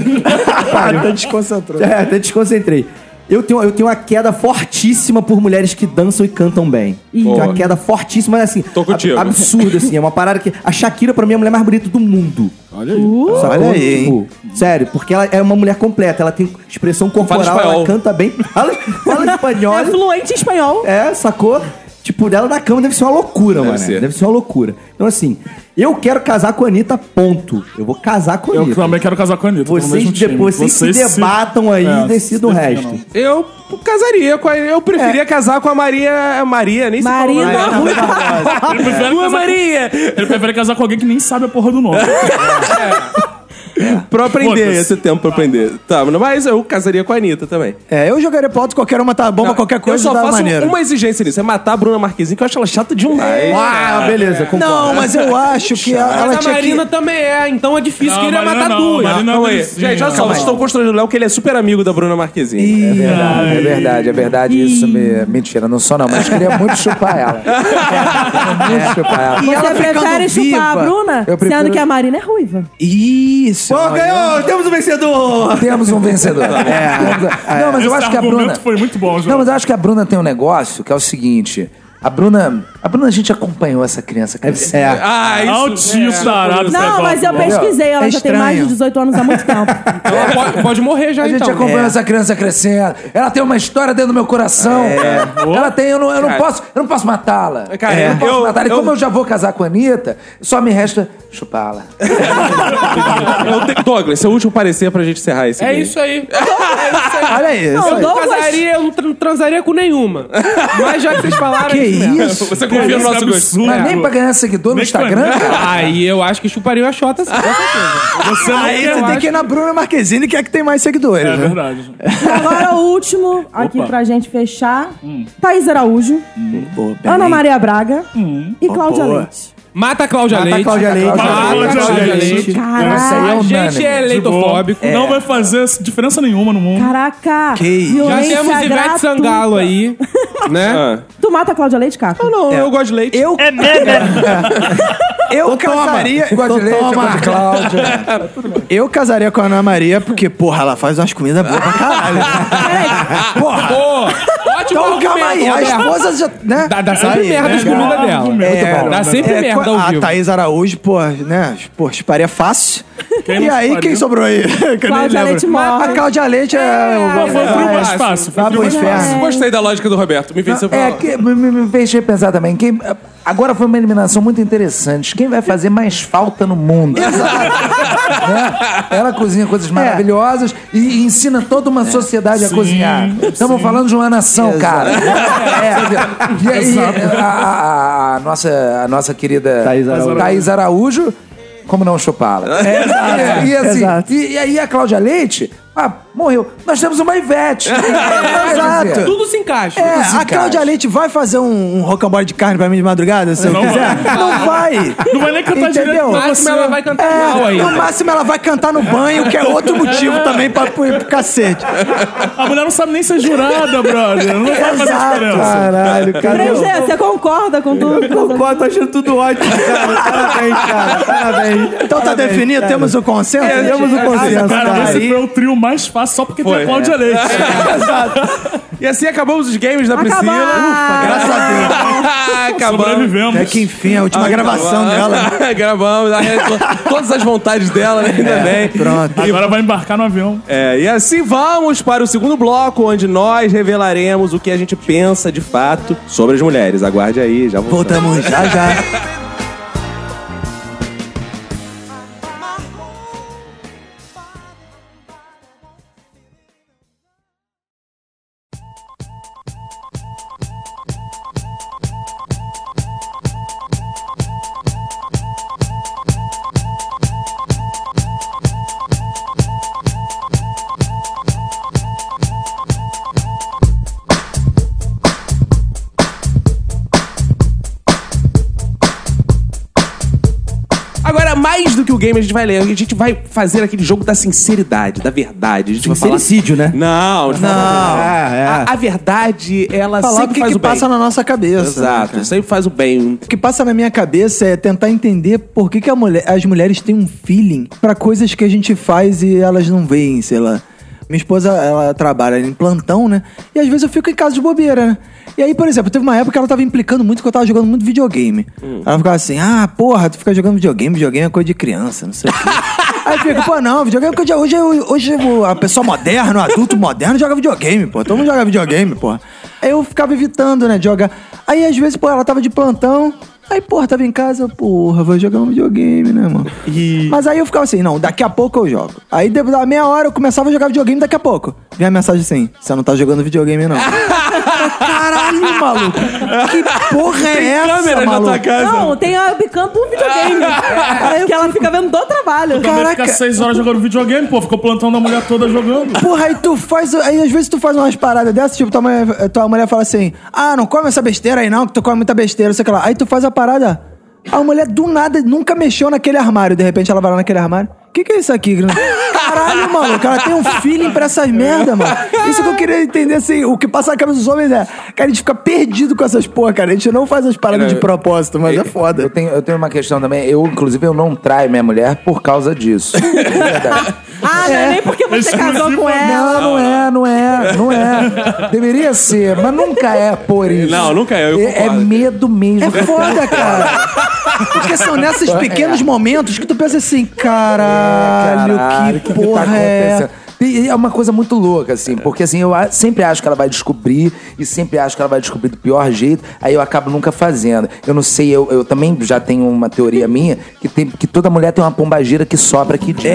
F: Pariu.
D: Até desconcentrou.
F: É, até desconcentrei. Eu tenho, eu tenho uma queda fortíssima por mulheres que dançam e cantam bem. Tenho uma queda fortíssima, mas assim.
C: Tô contigo.
F: ab- Absurdo, assim. É uma parada que. A Shakira, pra mim, é a mulher mais bonita do mundo.
G: Olha aí.
F: Sacou?
D: Olha aí,
F: Tipo, sério, porque ela é uma mulher completa. Ela tem expressão corporal,
C: Fala espanhol.
F: ela canta bem. Fala, fala
E: É
F: espanhol.
E: fluente em espanhol.
F: É, sacou? Tipo, dela na cama deve ser uma loucura, mano.
C: ser.
F: Deve ser uma loucura. Então, assim, eu quero casar com a Anitta, ponto. Eu vou casar com a
G: Eu
F: Anitta.
G: também quero casar com a Anitta. tô no
F: Vocês
G: mesmo time.
F: depois vocês se debatam aí
G: é,
F: e decidam o
G: se
F: resto. É.
G: definam.
C: Eu casaria com a. Eu preferia casar com a Maria. Maria, nem sei
E: Marina Rui Barbosa.
G: Ele prefere,
C: Rua
G: casar,
C: Maria!
G: ele prefere casar com alguém que nem sabe a porra do nome.
C: Pra aprender,
G: Foda-se.
C: esse tempo pra aprender. Tá, mas eu casaria com a Anitta também.
D: É, eu jogaria pro alto qualquer uma tá bomba, qualquer coisa
C: eu só
D: da
C: faço
D: maneira.
C: uma exigência nisso, é matar a Bruna Marquezine, que eu acho ela chata de um
K: É.
C: lado.
F: Ah, beleza, concordo.
D: Não, mas eu acho que a- ela
H: Mas a
D: tinha
H: Marina
D: que...
H: também é, então é difícil
G: Não,
H: que ele ia
G: Marina
H: matar
G: não,
H: duas.
G: Marina
C: Calma
G: é
C: aí.
G: bonitinha,
C: Gente, olha só,
G: calma
C: vocês estão constrangendo o Léo que ele é super amigo da Bruna Marquezine.
I: É verdade, é verdade, é verdade. Isso me. Mentira, não sou não, mas queria muito chupar ela. Queria muito chupar ela.
D: E
E: Você
D: ela ficando
E: prefere chupar
D: viva.
E: a Bruna,
I: Eu prefiro-
E: sendo que a Marina é ruiva.
I: Isso!
F: Ó, ganhou! Temos o vencedor!
I: Temos um vencedor. Temos a- Não, mas eu
G: Esse
I: acho que a
G: argumento
I: Bruna.
G: foi muito bom, João.
I: Não, mas eu acho que a Bruna tem um negócio que é o seguinte. A Bruna A Bruna, a gente acompanhou essa criança crescer.
D: É.
C: Ah, isso.
G: Altio tarado.
E: Não, mas eu pesquisei, ela
I: É
E: já tem mais de
I: estranho.
E: 18 anos há muito tempo.
K: Ela pode, pode morrer já,
I: A gente
K: então.
I: acompanhou essa criança crescendo. Ela tem uma história dentro do meu coração. Ela tem, eu não, eu não posso, eu não posso matá-la.
K: Cara,
I: eu não posso
K: eu-
I: matá-la. E
K: eu-
I: como eu já vou casar com a Anitta, só me resta chupá-la.
C: Eu te- Douglas, seu último parecer pra gente encerrar esse
K: É
C: game.
K: isso aí. É
F: Olha aí.
E: Não,
K: isso aí. Eu não
E: Douglas-
K: casaria, eu não tra- não transaria com nenhuma. Mas já que vocês falaram é
F: Que
K: isso. é mesmo.
F: isso?
C: Você confia no nosso gosto.
G: absurdo.
I: Mas nem pra ganhar seguidor no
G: Nem
I: Instagram,
G: pra-
I: cara.
K: Aí eu acho que chuparia a Xota, sim, com certeza.
G: Você não
F: Aí
G: quer
F: você
K: eu
F: tem
K: acho-
F: que ir na Bruna Marquezine, que é que tem mais seguidores.
G: É
F: né?
G: verdade.
E: Agora o último, aqui
G: Opa.
E: pra gente fechar: Thaís Araújo, Ana Maria Braga e Cláudia Leite.
K: Mata a Cláudia
D: Mata a
K: Leite.
D: Cláudia Leite.
K: Mata a
G: Mata a
K: Cláudia
G: Cláudia
K: Leite.
I: Essa
E: Ah,
I: aí é
K: A gente
I: unânime.
K: é eleitofóbico.
G: Não vai fazer diferença nenhuma no mundo.
E: Caraca!
F: isso.
K: Já
E: violência
K: temos
E: gratuita.
K: Ivete Sangalo aí, né?
C: Ah.
E: Tu mata a Cláudia Leite, Caco?
K: Não, eu gosto de leite.
F: Eu, eu casaria.
I: Toma. Gosto de leite, eu gosto de Cláudia.
F: Tá Eu casaria com a Ana Maria, porque, porra, ela faz umas comidas boas pra caralho. porra!
K: Pô, ótimo
F: Então calma aí,
K: argumento.
F: a esposa já. Né?
I: ah,
K: Dá,
G: é
K: dá sempre
F: Aí,
K: merda
F: né,
K: as comidas
F: cara?
K: dela.
F: É,
K: Dá sempre
F: É,
K: merda ao
F: a
K: vivo.
F: Thaís Araújo, pô, né? Pô, chuparia fácil.
G: Quem
F: e
G: não
F: aí,
G: chuparia?
F: quem sobrou aí? Que eu nem
E: Cláudia
F: lembro.
E: Leite morre.
F: A Cláudia Leite é.
G: Foi o trio mais fácil. Foi o
I: Ah,
F: Vai
G: trio
F: pro
G: mais fácil.
E: É.
F: inferno.
C: Gostei da lógica do Roberto. Me venceu pra
I: É,
C: lá.
I: que, me, me- me fez repensar também. Quem, agora foi uma eliminação muito interessante. Quem vai fazer mais falta no mundo? Né? Ela cozinha coisas maravilhosas e ensina toda uma sociedade a cozinhar. Estamos falando de uma nação, cara. É. E aí, a, a- a nossa, a nossa querida
D: Thaís Araújo.
I: Thaís Araújo, como não chupá-la? É, e, assim,
D: Exato.
I: e- e aí a Cláudia Leite, ah, morreu. Nós temos uma Ivete. Exato.
K: Tudo se encaixa.
F: É,
I: Esse
F: a Cláudia
I: cara.
F: Leite vai fazer um, um rocambole de carne pra mim de madrugada, se eu
G: Não
F: quiser?
G: vai.
F: Não vai!
G: Não vai nem cantar
F: É. Entendeu?
G: direito pra
K: Mas
G: você.
K: ela vai cantar mal
F: É,
K: aí.
F: no máximo ela vai cantar no banho, que é outro motivo também pra pro, pro cacete.
G: A mulher não sabe nem ser jurada, brother. Não
C: É,
G: vai fazer
F: Exato.
G: diferença.
D: Caralho, cara.
E: 3G, você concorda com tudo?
D: Eu concordo, tô tá achando tudo ótimo, cara. Parabéns, cara. Parabéns.
F: Então tá
D: Parabéns,
F: definido,
D: cara.
F: temos o consenso?
D: Temos o consenso,
G: Cara,
D: cara.
G: esse foi o trio mais fácil só porque tem
C: Foi.
G: a Cláudia Leite.
C: E assim acabamos os games da
E: Acabar.
C: Priscila. graças
K: Tá
C: a Deus. acabamos.
G: Sobrevivemos.
F: É que enfim, a
C: Ah,
F: última
C: então
F: gravação dela. É,
C: Gravamos, arrebentou todas as vontades dela, né, também.
F: Pronto.
G: Agora vai embarcar no avião.
C: É, e assim vamos para o segundo bloco, onde nós revelaremos o que a gente pensa de fato sobre as mulheres. Aguarde aí, já voltamos.
F: Voltamos já já.
C: Agora, mais do que o game, a gente vai ler. A gente vai fazer aquele jogo da sinceridade, da verdade. A gente vai falar... assim,
D: Sincericídio, né?
C: Não, não.
D: É, é.
C: assim, né? A, a verdade, ela
F: Falar o
C: sempre
F: que,
C: faz
F: que
C: o bem.
F: passa na nossa cabeça. né,
C: Exato,
F: cara?
C: sempre faz o bem.
F: O que passa na minha cabeça é tentar entender por que, que a mulher- as mulheres têm um feeling pra coisas que a gente faz e elas não veem, sei lá. Minha esposa, ela trabalha em plantão, né? E às vezes eu fico em casa de bobeira, né? E aí, por exemplo, teve uma época que ela tava implicando muito que eu tava jogando muito videogame. Ela ficava assim, ah, porra, tu fica jogando videogame, videogame é coisa de criança, não sei o quê. Aí eu fico, pô, não, videogame é coisa de... Hoje, eu- hoje eu- a pessoa moderna, o adulto moderno joga videogame, pô. Todo mundo joga videogame, pô. Aí eu ficava evitando, né, de jogar. Aí às vezes, pô, ela tava de plantão... Aí, porra, tava em casa, eu, porra, vou jogar um videogame, né, mano? Mas aí eu ficava assim, não, daqui a pouco eu jogo. Aí, depois da meia hora, eu começava a jogar videogame daqui a pouco. Vem a mensagem assim, você não tá jogando videogame, não. Caralho, maluco. Que porra é essa,
C: câmera na tua
F: maluco?
C: casa.
E: Não, tem a webcam do videogame. que ela fica vendo do trabalho.
G: Também
F: Caraca.
G: fica seis horas jogando videogame, pô. Ficou plantando a mulher toda jogando.
F: Porra, aí tu faz. Aí às vezes tu faz umas paradas dessas, tipo, tua mulher, tua mulher fala assim: Ah, não come essa besteira aí não, que tu come muita besteira, sei o que lá. Aí tu faz a parada. A mulher do nada nunca mexeu naquele armário. De repente ela vai lá naquele armário. O que, que é isso aqui, Grana? Caralho, maluco, ela tem um feeling pra essas merdas, mano. Isso que eu queria entender, assim, o que passa na cabeça dos homens é. Cara, a gente fica perdido com essas porra, cara. A gente não faz as paradas de propósito, mas é foda.
I: Eu tenho, eu tenho uma questão também. Eu, inclusive, eu não traio minha mulher por causa disso. É verdade.
E: Ah, não é nem porque você casou com ela.
I: Não, não é, não é, não é. Deveria ser, mas nunca é por isso.
C: Não, nunca é, eu
I: é, é
C: concordo.
I: medo mesmo.
J: É foda, cara. Porque são nesses pequenos momentos que tu pensa assim, caralho,
I: Caralho,
J: que porra
C: tá
J: é essa?
I: E- e é uma coisa muito louca, assim, porque assim, eu a- sempre acho que ela vai descobrir e sempre acho que ela vai descobrir do pior jeito, aí eu acabo nunca fazendo. Eu não sei, eu, eu também já tenho uma teoria minha que, tem, que toda mulher tem uma pombagira que sopra que diz.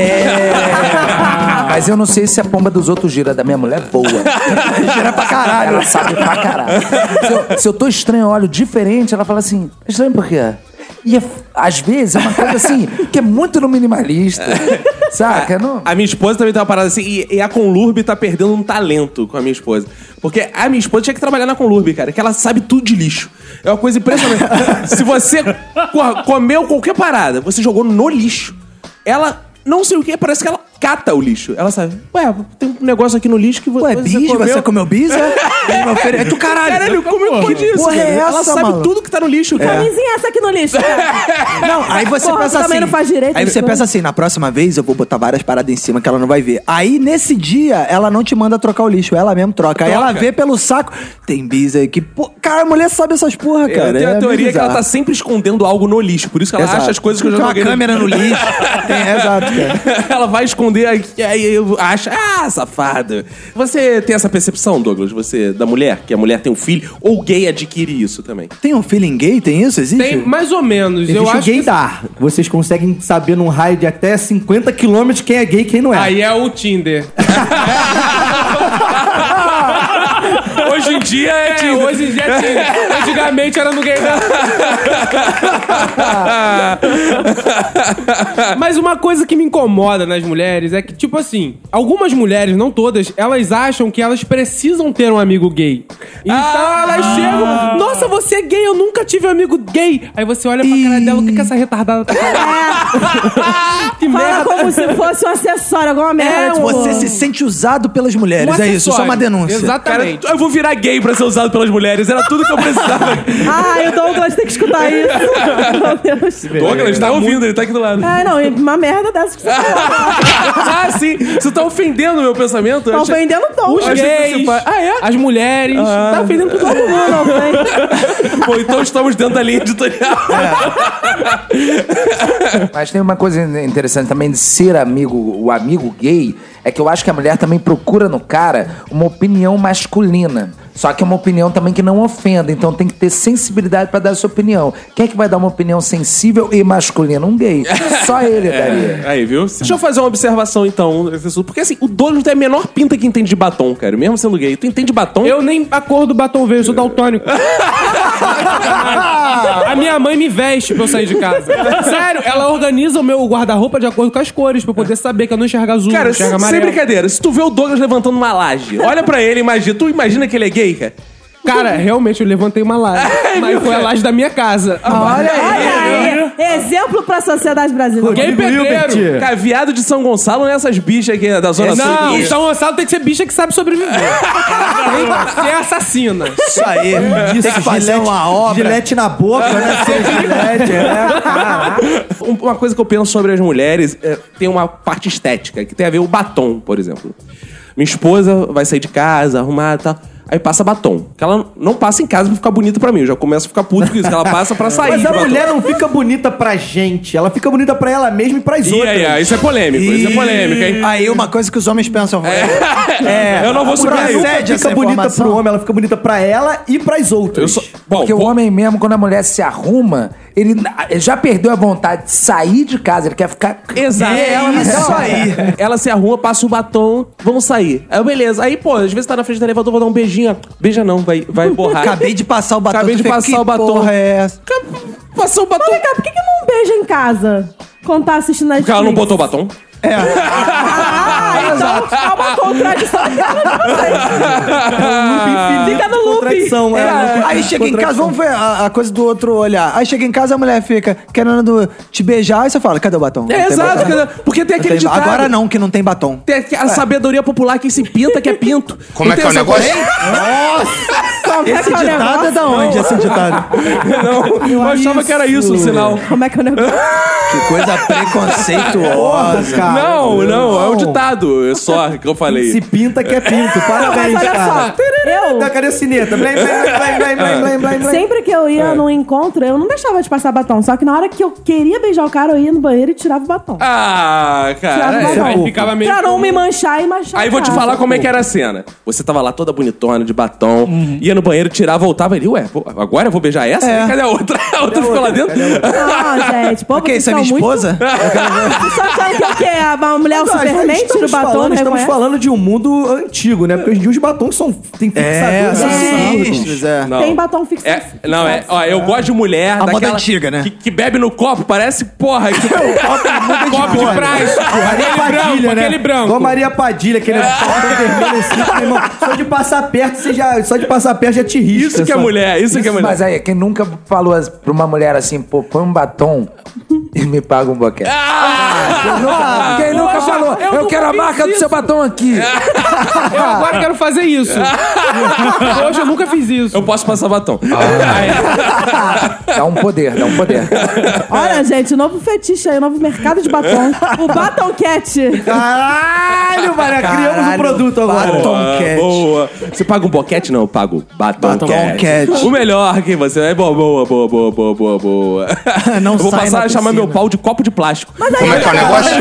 I: Mas eu não sei se a pomba dos outros gira da minha mulher é boa. gira pra caralho. Ela sabe pra caralho. Se eu, se eu tô estranho, eu olho diferente, ela fala assim, estranho por quê? E é f- às vezes é uma coisa assim, que é muito no minimalista. Saca? Não...
C: A minha esposa também tem uma parada assim, e, e a Conlurbe tá perdendo um talento com a minha esposa. Porque a minha esposa tinha que trabalhar na Conlurbe, cara, que ela sabe tudo de lixo. É uma coisa impressionante. Se você co- comeu qualquer parada, você jogou no lixo, ela, não sei o que, parece que ela cata o lixo. Ela sabe, ué, tem um negócio aqui no lixo que vo-
J: Ué,
C: você
J: bis?
C: comeu.
J: Você comeu bis? É, Aí eu ofere- Aí tu, caralho.
C: Caralho, como é que pode isso?
J: Porra, é
C: cara? ela
J: essa,
C: sabe
J: maluco?
C: tudo que tá no lixo, cara.
E: Camisinha essa aqui no lixo. cara.
J: Não, aí você
E: Porra,
J: pensa
E: tu
J: assim.
E: também não faz direito.
J: aí você
E: né?
J: pensa assim, na próxima vez eu vou botar várias paradas em cima que ela não vai ver. Aí nesse dia ela não te manda trocar o lixo, ela mesmo troca. Aí ela vê pelo saco, tem bis aí que, pô, cara, a mulher sabe essas porra,
C: Eu
J: cara.
C: tenho
J: é
C: a teoria
J: bizarro.
C: que ela tá sempre escondendo algo no lixo. Por isso que ela
J: Exato. é
C: acha as coisas que eu já
J: Tem
C: joguei
J: uma
C: no
J: câmera no lixo. Tem, exato, cara.
C: Ela vai esconder aqui, aí eu acho, ah, safada. Você tem essa percepção, Douglas, você da mulher, que a mulher tem um filho, ou gay adquire isso também.
J: Tem um feeling gay? Tem isso? Existe?
H: Tem mais ou menos.
F: Existe
H: eu
F: o
H: acho
F: gay
H: que...
F: dar. Vocês conseguem saber num raio de até 50 quilômetros quem é gay e quem não é.
H: Aí é o Tinder.
C: Hoje em dia é.
H: É, hoje em dia é Tinder. Antigamente era no gay da- Mas uma coisa que me incomoda nas mulheres é que, tipo assim, algumas mulheres, não todas, elas acham que elas precisam ter um amigo gay. Então
C: Ah!
H: elas chegam, nossa, você é gay, eu nunca tive um amigo gay. Aí você olha pra cara dela, o que, que essa retardada tá falando? que
E: Fala
H: merda. tá
E: É, como se fosse um acessório, alguma merda.
I: um
E: tipo-
J: Você se sente usado pelas mulheres,
H: Um
J: é isso, só
H: acessório.
J: uma denúncia.
C: Cara,
H: Exatamente.
C: eu vou virar gay pra ser usado pelas mulheres. Era tudo que eu precisava.
E: Ai, o Douglas um tem que escutar isso. Meu Deus.
C: Douglas, tá ouvindo, ele tá aqui do lado.
E: Ai, Ah, não, e uma merda dessa que você falou.
C: ah, sim. Você tá ofendendo o meu pensamento? Eu
E: Tá
C: achei-
E: ofendendo o Douglas.
H: Os gays,
C: Ah, é?
H: as mulheres, tá ofendendo todo mundo.
E: Todo mundo ofende.
C: Ah. Pô, então estamos dentro da linha editorial.
I: Mas tem uma coisa interessante também de ser amigo, o amigo gay, é que eu acho que a mulher também procura no cara uma opinião masculina. Só que é uma opinião também que não ofenda, então tem que ter sensibilidade pra dar a sua opinião. Quem é que vai dar uma opinião sensível e masculina? Um gay. Só ele daria.
H: É.
C: Aí, viu? Deixa eu fazer uma observação, então. nesse assunto. Porque, assim, o Douglas tem a menor pinta que entende de batom, cara. Mesmo sendo gay. Tu entende de batom?
H: Eu nem a cor do batom veio, eu sou daltônico. a minha mãe me veste pra eu sair de casa. Sério, ela organiza o meu guarda-roupa de acordo com as cores, pra eu poder saber que eu não enxergo azul, não
C: Cara, se-
H: enxergo
C: sem
H: amarelo.
C: brincadeira, se tu vê o Douglas levantando uma laje, olha pra ele, imagina. Tu imagina que ele é gay, cara? É,
H: Cara, realmente eu levantei uma laje, mas foi a laje da minha casa.
E: Olha aí. Exemplo pra sociedade brasileira.
H: Gay pedreiro.
C: Cara, viado de São Gonçalo não é essas bichas aqui da Zona Sul.
H: Não, São Gonçalo tem que ser bicha que sabe sobreviver. tem que ser assassina.
J: Isso aí. Tem que fazer uma obra.
F: Gilete na boca, né? Sem gilete, né?
C: Um- Uma coisa que eu penso sobre as mulheres é, tem uma parte estética, que tem a ver o batom, por exemplo. Minha esposa vai sair de casa, arrumar e tal. Aí passa batom. Que ela não passa em casa pra ficar bonita pra mim. Eu já começo a ficar puto com isso, que ela passa pra sair.
F: Mas
C: de
F: a
C: batom.
F: mulher não fica bonita pra gente, ela fica bonita pra ela mesma e pras
C: Ih,
F: outras.
C: aí, aí, isso é polêmico, isso é polêmico, hein?
J: Aí uma coisa que os homens pensam,
C: eu não vou
J: a
C: subir
J: mulher
C: aí.
J: nunca
F: Ela
J: Essa
F: fica bonita
J: informação.
F: pro homem, ela fica bonita pra ela e pras outras.
C: Eu sou... Bom,
I: Porque
C: vou-
I: o homem mesmo, quando a mulher se arruma, ele ele já perdeu a vontade de sair de casa, ele quer ficar.
C: Exato.
I: É
C: ela
I: isso
C: ela-
I: aí.
C: Ela se arruma, passa o batom, vamos sair. Aí, beleza. Aí, pô, às vezes tá na frente do elevador, vou dar um beijinho. Beija não, vai, vai borrar.
J: Acabei de passar o batom.
C: Acabei
J: tu
C: de
J: fica,
C: passar
J: "Que
C: o batom."
J: Porra é essa?
C: Passou o
E: Mas
C: batom.
E: vem cá, por que, que não beija em casa? Quando tá assistindo Netflix?
C: Porque ela não botou o batom.
E: Ah, então tá uma contradição. Fica no looping.
F: Contradição, é.
J: Aí chega em casa, vamos ver a, a coisa do outro olhar. Aí chega em casa, a mulher fica querendo te beijar, aí você fala, cadê o batom? Não
C: É,
J: tem
C: exato.
J: batom.
C: cara. Porque tem
J: Não
C: aquele
J: tem-
C: ditado.
J: Agora não, que não tem batom.
C: Tem a sabedoria popular que se pinta que é pinto.
B: Como é que é o negócio?
C: Nossa!
E: Como é
J: Esse
E: que é o
J: ditado é da
E: negócio?
J: onde, esse ditado?
C: Não, eu achava que era isso o sinal.
E: Como é que é o negócio?
J: Que coisa preconceituosa.
C: não, não, é um ditado. É só que eu falei.
F: Se pinta que é pinto. Parabéns,
E: Mas olha
F: cara.
E: só, eu...
F: Tá, cadê a sineta? Blém, blém, blém, blém, blém, blém, blém, blém.
E: Sempre que eu
C: É.
E: ia num encontro, eu não deixava de passar batom. Só que na hora que eu queria beijar o cara, eu ia no banheiro e tirava o batom.
C: Ah,
E: tirava
C: cara.
E: o
C: é-
E: batom.
H: aí ficava meio
E: Pra não
H: com-
E: me manchar e manchar.
C: Aí vou te falar como é que era a cena. Você tava lá toda bonitona, de batom, ia no banheiro, tirava, voltava ali, ué, pô, agora eu vou beijar essa? Cadê a outra? A outra ficou lá dentro?
E: Não, gente, pô,
J: Ok,
E: vocês
J: isso é
E: são
J: minha
E: muito...
J: esposa?
F: né?
E: Vocês só achando que o quê? A mulher é o
F: Não,
E: Superman, tira o
F: estamos
E: batom, né, é?
F: falando,
E: não
F: estamos
E: reconhece?
F: falando de um mundo antigo, né? Porque hoje em dia os batons são. Tem
J: É,
F: fixadores.
J: são
E: É.
J: sinistros, é.
C: Não.
E: Tem batom fixo.
C: É, não, é. Ó, eu gosto de mulher.
J: moda
C: daquela
J: antiga, né?
C: Que, que bebe no copo, parece porra. Que copo, de,
F: né?
J: borda.
C: praia.
F: é
C: aquele branco, aquele branco. É.
F: Igual né? Maria Padilha, aquele batom termina assim, meu irmão. Só de passar perto, você já. Só de passar perto já te risca.
C: Isso que é
F: sabe?
C: mulher, isso, que é mulher.
I: Mas aí, quem nunca falou as- pra uma mulher assim, pô, põe um batom e me paga um boquete.
C: Ah,
I: Quem nunca- quem nunca
H: Poxa,
I: falou,
H: eu
I: eu,
H: nunca
I: quero a
H: fiz
I: marca do
H: isso."
I: seu batom aqui.
H: Eu agora quero fazer isso. Hoje eu nunca fiz isso.
C: Eu posso passar batom.
I: Dá um poder, dá um poder.
E: Olha, gente, o novo fetiche aí, o novo mercado de batom. o Batom Cat.
F: Caralho, Maria, criamos um
J: Caralho,
F: produto agora.
J: um
C: Boa, boa. Você paga um boquete? Não, eu pago batom, cat.
J: cat.
C: O melhor que você... É boa, boa, boa, boa, boa, boa, boa.
J: Não
C: eu vou
J: sai
C: passar
J: na
C: a chamar
J: piscina.
C: meu pau de copo de plástico.
B: Como é que é o negócio?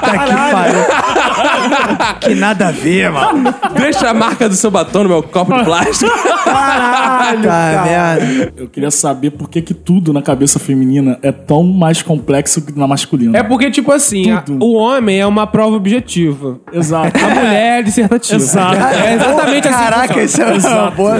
J: Puta que pariu. Que nada a ver, mano.
C: Deixa a marca do seu batom no meu copo de plástico.
J: Caralho, merda.
G: Eu queria saber por que, que tudo na cabeça feminina é tão mais complexo que na masculina.
H: É porque, tipo assim, a-
G: Tudo.
H: o homem é uma prova objetiva.
G: Exato.
H: A mulher é dissertativa.
G: É- Exato.
H: É exatamente assim.
J: Caraca, isso é uma boa.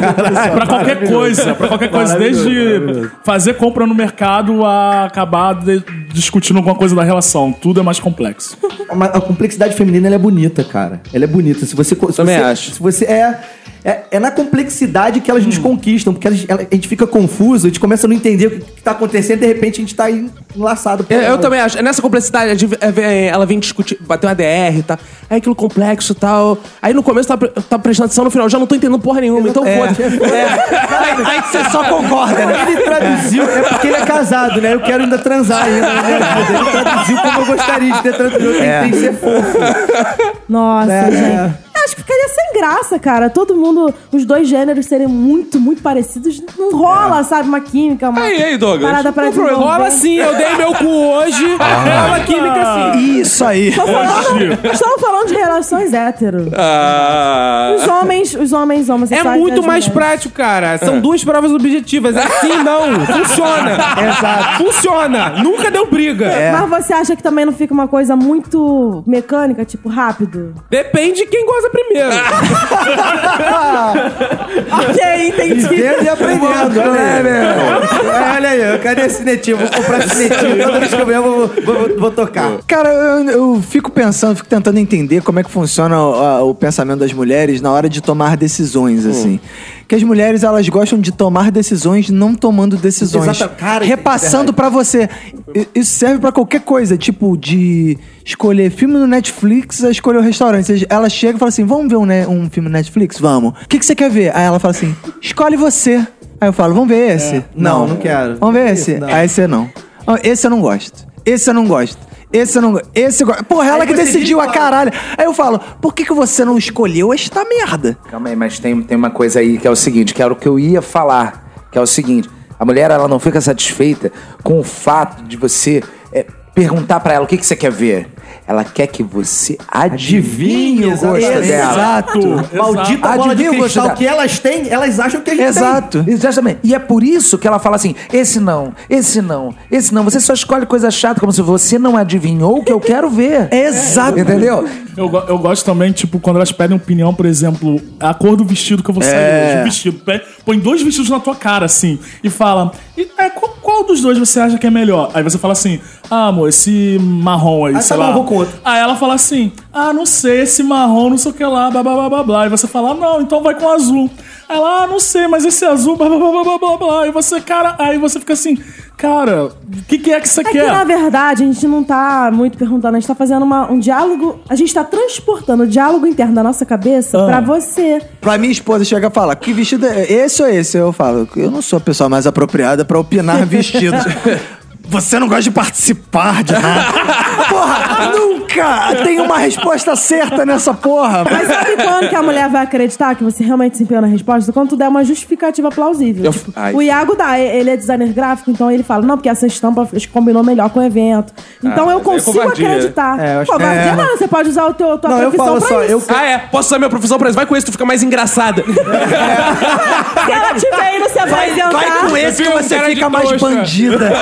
G: Pra qualquer coisa, pra qualquer coisa. Desde fazer compra no mercado a acabar de- discutindo alguma coisa da relação. Tudo é mais complexo.
F: Mas a complexidade feminina ela é bonita, cara. Ela é bonita. Se você, se
C: Também
F: você-
C: acho.
F: Se você é, é, é na complexidade que elas nos conquistam, porque elas- ela- a gente fica confuso, a gente começa a não entender o que, que tá acontecendo, de repente a gente tá en- enlaçado. por
C: Eu, eu
F: ela.
C: também acho. Nessa complexidade, a div- é, vem- ela vem discutir, bater uma DR e tá? tal. Aí aquilo complexo e tal. Aí no começo tá, pre- tá prestando atenção, no final já não tô entendendo porra nenhuma. Então
F: É.
C: foda-se.
F: É. Aí você só concorda, né? Ele traduziu, é porque ele é casado, né? Eu quero ainda transar ainda. né? É. Ele traduziu como eu gostaria de ter traduzido. Tem, tem que ser fofo.
E: Nossa,
F: É,
E: gente. Eu Acho que ficaria sem graça, cara. Todo mundo, os dois gêneros serem muito, muito parecidos. Não rola,
H: É.
E: sabe? Uma química, uma.
C: Aí, aí, Douglas.
E: Parada pra
H: Não,
E: desenvolver.
H: Rola sim, eu dei meu cu hoje. Rola química sim.
J: Isso aí.
E: Tô falando, estamos falando de relações hétero.
C: Ah.
E: Os homens, os homens
H: É
E: homossexuais. e
H: muito
E: as
H: mais
E: mulheres.
H: prático, cara.
C: É.
H: São duas provas objetivas. Assim não. Funciona. Exato. Funciona. Nunca deu briga.
E: Mas você acha que também não fica uma coisa muito mecânica, tipo, rápido?
H: Depende de quem goza primeiro.
E: ok, entendi.
F: Vendo e aprendendo. Olha, né? olha aí, cadê esse netinho? Vou comprar esse netinho. Toda vez que eu venho, eu vou, vou, vou tocar.
J: Cara, eu, eu fico pensando, fico tentando entender como é que funciona o, a- o pensamento das mulheres na hora de tomar decisões,
F: Hum.
J: assim. Que as mulheres, elas gostam de tomar decisões não tomando decisões.
F: Exato, cara,
J: repassando pra você. I- Isso serve pra qualquer coisa, tipo de escolher filme no Netflix a escolher o restaurante. Ela chega e fala assim, vamos ver um, ne- um filme no Netflix? Vamos. O que, que você quer ver? Aí ela fala assim, escolhe você. Aí eu falo, vamos ver esse.
F: É. Não, não quero.
J: Vamos ver esse. Ah, esse eu não. Ah, Esse eu não gosto. Esse eu não gosto. Esse eu não gosto. Esse eu gosto. Porra, ela que
F: você
J: decidiu
F: vira
J: a
F: e fala.
J: caralho. Aí eu falo, por que, que você não escolheu esta merda?
I: Calma aí, mas tem, tem uma coisa aí que é o seguinte, que era o que eu ia falar, que é o seguinte, a mulher ela não fica satisfeita com o fato de você é, perguntar pra ela o que, que você quer ver. Ela quer que você adivinhe o gosto dela.
F: Maldita bola de
I: Adivinha o gosto
F: cristal
I: dela.
F: que é elas têm, elas acham que a gente
J: Exato.
I: Exatamente. E é por isso que ela fala assim: esse não, esse não, esse não. Você só escolhe coisa chata, como se você não adivinhou o que eu quero ver.
F: É.
J: Exato.
I: Entendeu?
G: Eu, go- eu gosto também, tipo, quando elas pedem opinião, por exemplo, a cor do vestido que eu vou sair
F: É.
G: hoje, o vestido. Pe- Põe dois vestidos na tua cara, assim, e fala, e, é, qual, qual dos dois você acha que é melhor? Aí você fala assim, ah, amor, esse marrom aí,
F: Ah, tá
G: sei
F: bom,
G: lá.
F: eu vou com outro.
G: Aí ela fala assim, ah, não sei, esse marrom, não sei o que lá, blá, blá, blá, blá, blá. E você fala, não, então vai com azul. Ela, ah, não sei, mas esse azul, blá blá blá blá blá blá. E você, cara, aí você fica assim, cara, o que, que é que você
E: É que,
G: quer?
E: na verdade, a gente não tá muito perguntando, a gente tá fazendo uma- um diálogo. A gente tá transportando o diálogo interno da nossa cabeça
G: Ah.
E: pra você.
J: Pra minha esposa chega e fala, que vestido é esse ou esse? Eu falo, eu não sou a pessoa mais apropriada pra opinar vestidos. Você não gosta de participar de nada. Porra, nunca tem uma resposta certa nessa porra.
E: Mas sabe quando que a mulher vai acreditar que você realmente se empenhou na resposta? Quando tu der uma justificativa plausível.
C: Eu-
E: Tipo,
C: Ai.
E: o Iago dá, e- ele é designer gráfico, então ele fala, não, porque essa estampa acho que combinou melhor com o evento. Então
C: Ah, mas
E: eu
C: aí é
E: consigo
C: covardia.
E: acreditar.
F: É, eu acho-
E: covardia
F: é.
E: não, você pode usar o teu, tua
F: Não, eu
E: profissão
F: falo
E: pra
F: só,
E: isso.
F: eu
C: Ah, é? Posso usar minha profissão pra isso? Vai com esse, tu fica mais engraçada.
E: Se ela tiver indo, você vai adiantar.
J: Vai com esse que
H: Viu,
J: Ah, você um
H: cara de
J: fica mais
H: trouxa.
J: bandida.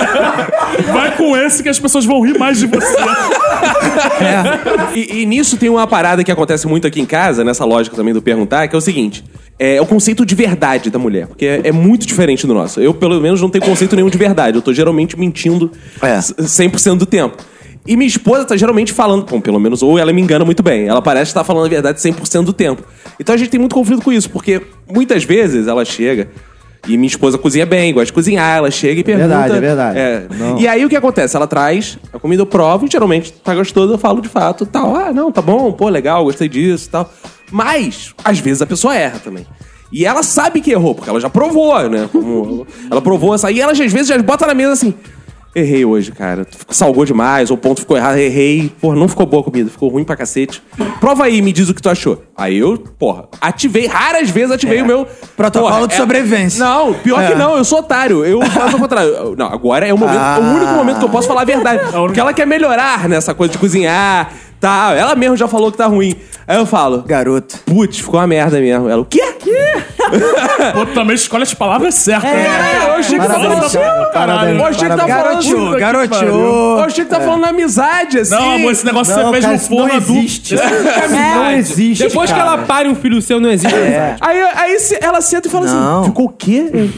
G: Vai com esse que as pessoas vão rir mais de você.
C: E, e nisso tem uma parada que acontece muito aqui em casa, nessa lógica também do perguntar, que é o seguinte: é o conceito de verdade da mulher, porque é, é muito diferente do nosso. Eu, pelo menos, não tenho conceito nenhum de verdade. Eu tô geralmente mentindo
J: É.
C: c- 100% do tempo. E minha esposa tá geralmente falando, bom, pelo menos, ou ela me engana muito bem. Ela parece estar falando a verdade 100% do tempo. Então a gente tem muito conflito com isso, porque muitas vezes ela chega. E minha esposa cozinha bem, gosta de cozinhar, ela chega e pergunta.
F: Verdade, é verdade.
C: É.
F: Não.
C: E aí o que acontece? Ela traz a comida, eu provo, e geralmente tá gostoso, eu falo de fato, tal. Ah, não, tá bom, pô, legal, gostei disso, tal. Mas, às vezes a pessoa erra também. E ela sabe que errou, porque ela já provou, né? Como- ela provou essa. E ela, às vezes, já bota na mesa assim. Errei hoje, cara. Tu Salgou demais, ou o ponto ficou errado, errei. Porra, não ficou boa a comida, ficou ruim pra cacete. Prova aí, me diz o que tu achou. Aí eu, porra, ativei, raras vezes
F: É.
C: ativei o meu. é,
J: Protocolo de sobrevivência.
C: Não, pior que não, eu sou otário. Eu faço o contrário. Não, agora é o momento, é o único momento que eu posso falar a verdade. Porque ela quer melhorar nessa coisa de cozinhar, tal. Ela mesmo já falou que tá ruim. Aí eu falo,
J: Garoto.
C: putz, ficou uma merda mesmo. Ela, o quê?
G: Pô, tu também escolhe as palavras certas. né?
C: É, eu achei que tá
J: Parabéns,
C: falando.
J: cara,
C: Eu
J: parabéns,
C: achei que tá
J: parabéns.
C: falando.
J: Garoteou,
C: Puta que
J: garoteou.
C: pariu. Eu achei que tá falando na amizade, assim.
G: Não, amor, esse negócio que
F: Não,
G: você um fez
J: um
F: cara,
G: no
F: isso não
G: forno
F: existe.
G: adulto.
F: não existe.
H: Depois que ela pare um filho seu, não existe. amizade.
C: Aí, aí se- ela senta e fala
J: Não.
C: assim: ficou o quê? Eu,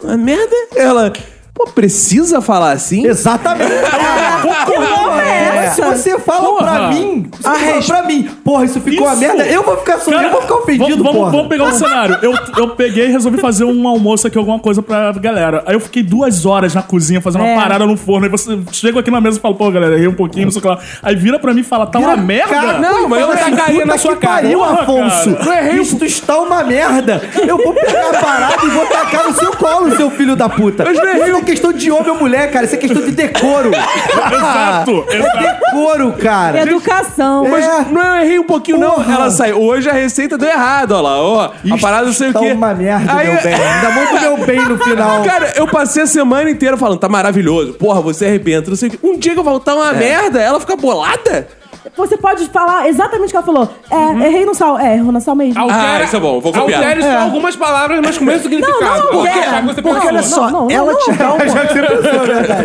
C: Uma merda? Ela, pô, precisa falar assim?
F: Exatamente.
E: Que louca é
F: Se
E: essa?
F: você fala pra mim, você fala pra mim, porra, isso ficou a
G: Isso.
F: merda, eu vou ficar
G: Cara,
F: sorrindo, é eu vou ficar ofendido,
G: vamos, vamos-
F: porra.
G: vamos pegar um cenário. Eu, eu peguei e resolvi fazer um almoço aqui, alguma coisa pra galera. Aí eu fiquei duas horas na cozinha fazendo
E: É.
G: uma parada no forno. Aí você chega aqui na mesa e fala, pô, galera, errei um pouquinho, não sei o que lá. Aí vira pra mim e fala, tá uma merda?
F: Cara,
C: Não, mas eu
F: Puta
C: tacaria na
F: que
C: sua cara.
F: Pariu,
G: Porra,
F: Afonso.
G: cara.
F: Eu errei. Isto está uma merda. Eu vou pegar a parada e vou tacar no seu colo, seu filho da puta. Isso não é questão de homem ou mulher, cara. Isso é questão de decoro. É
G: Exato, exato.
F: decoro, cara.
E: Educação.
F: É.
C: Não, eu errei um pouquinho, não.
F: Porra.
C: Ela sai. Hoje a receita deu errado, ó lá, ó. A
F: Isto
C: parada não sei o
F: está
C: quê.
F: tá uma merda,
C: Aí-
F: meu bem. Ainda muito meu bem no final.
C: Cara, eu passei a semana inteira falando, tá maravilhoso. Porra, você arrebenta, não sei o quê. Um dia que eu voltar
J: É.
C: uma merda, ela fica bolada?
E: Você pode falar exatamente o que ela falou. É,
H: Uhum.
E: errei no sal. É, errou no sal mesmo.
C: Ah, isso é bom, vou copiar.
H: Altere só algumas palavras, mas com o mesmo
E: Não,
H: significado.
E: não,
H: Porque- já
E: é.
H: que você
E: Não,
H: pensou.
J: Porque olha
E: não,
J: só,
E: não, não,
J: ela
E: não,
J: te dá uma...
E: né,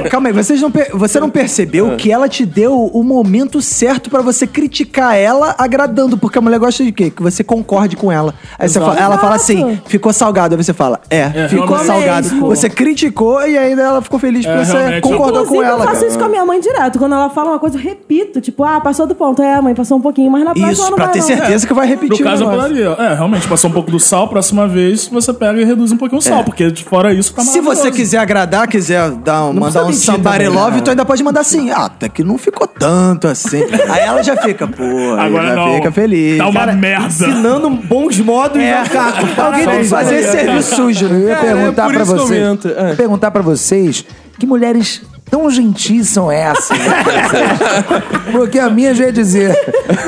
J: Calma aí, vocês não per- você não
G: Ah.
J: percebeu que ela te deu o momento certo pra você criticar ela agradando, porque a mulher gosta de quê? Que você concorde com ela. Aí você fala- ela fala assim,
E: Exato.
J: ficou salgado. Aí você fala, é, ficou
G: realmente.
J: salgado.
E: Mesmo.
J: Você criticou e ainda ela ficou feliz porque
G: É,
J: você
G: realmente.
J: concordou
E: Inclusive,
J: com ela.
E: eu faço isso com a minha mãe direto. Quando ela fala uma coisa, eu repito. Tipo, ah, passou do ponto. É, mãe, passou um pouquinho. Mas na próxima ela
J: Isso,
E: não
J: pra
E: vai,
J: ter
E: não.
J: certeza que vai
G: No
J: repetir o
G: caso, eu
J: negócio.
G: falaria. É, realmente, passou um pouco do sal, próxima vez você pega e reduz um pouquinho o sal, porque de fora isso tá
J: É. Se você quiser agradar, quiser dar, um- mandar
F: precisa
J: um
F: mentir
J: somebody
F: também, né?
J: love, tu ainda pode mandar assim. Ah, até que não ficou tanto assim. Aí ela já fica, pô, aí
G: Agora
J: já
G: não.
J: fica feliz. um
G: Tá uma merda.
F: Ensinando bons modos
I: É.
F: de taco.
J: Alguém tem que
F: Parabéns,
J: fazer
F: Maria.
J: esse serviço sujo, né? Eu ia
C: Cara, é
J: perguntar
C: por
J: pra
C: isso que eu
J: vocês.
C: minto, é.
J: Eu ia perguntar pra vocês que mulheres tão gentis são essas. Porque a minha já ia dizer.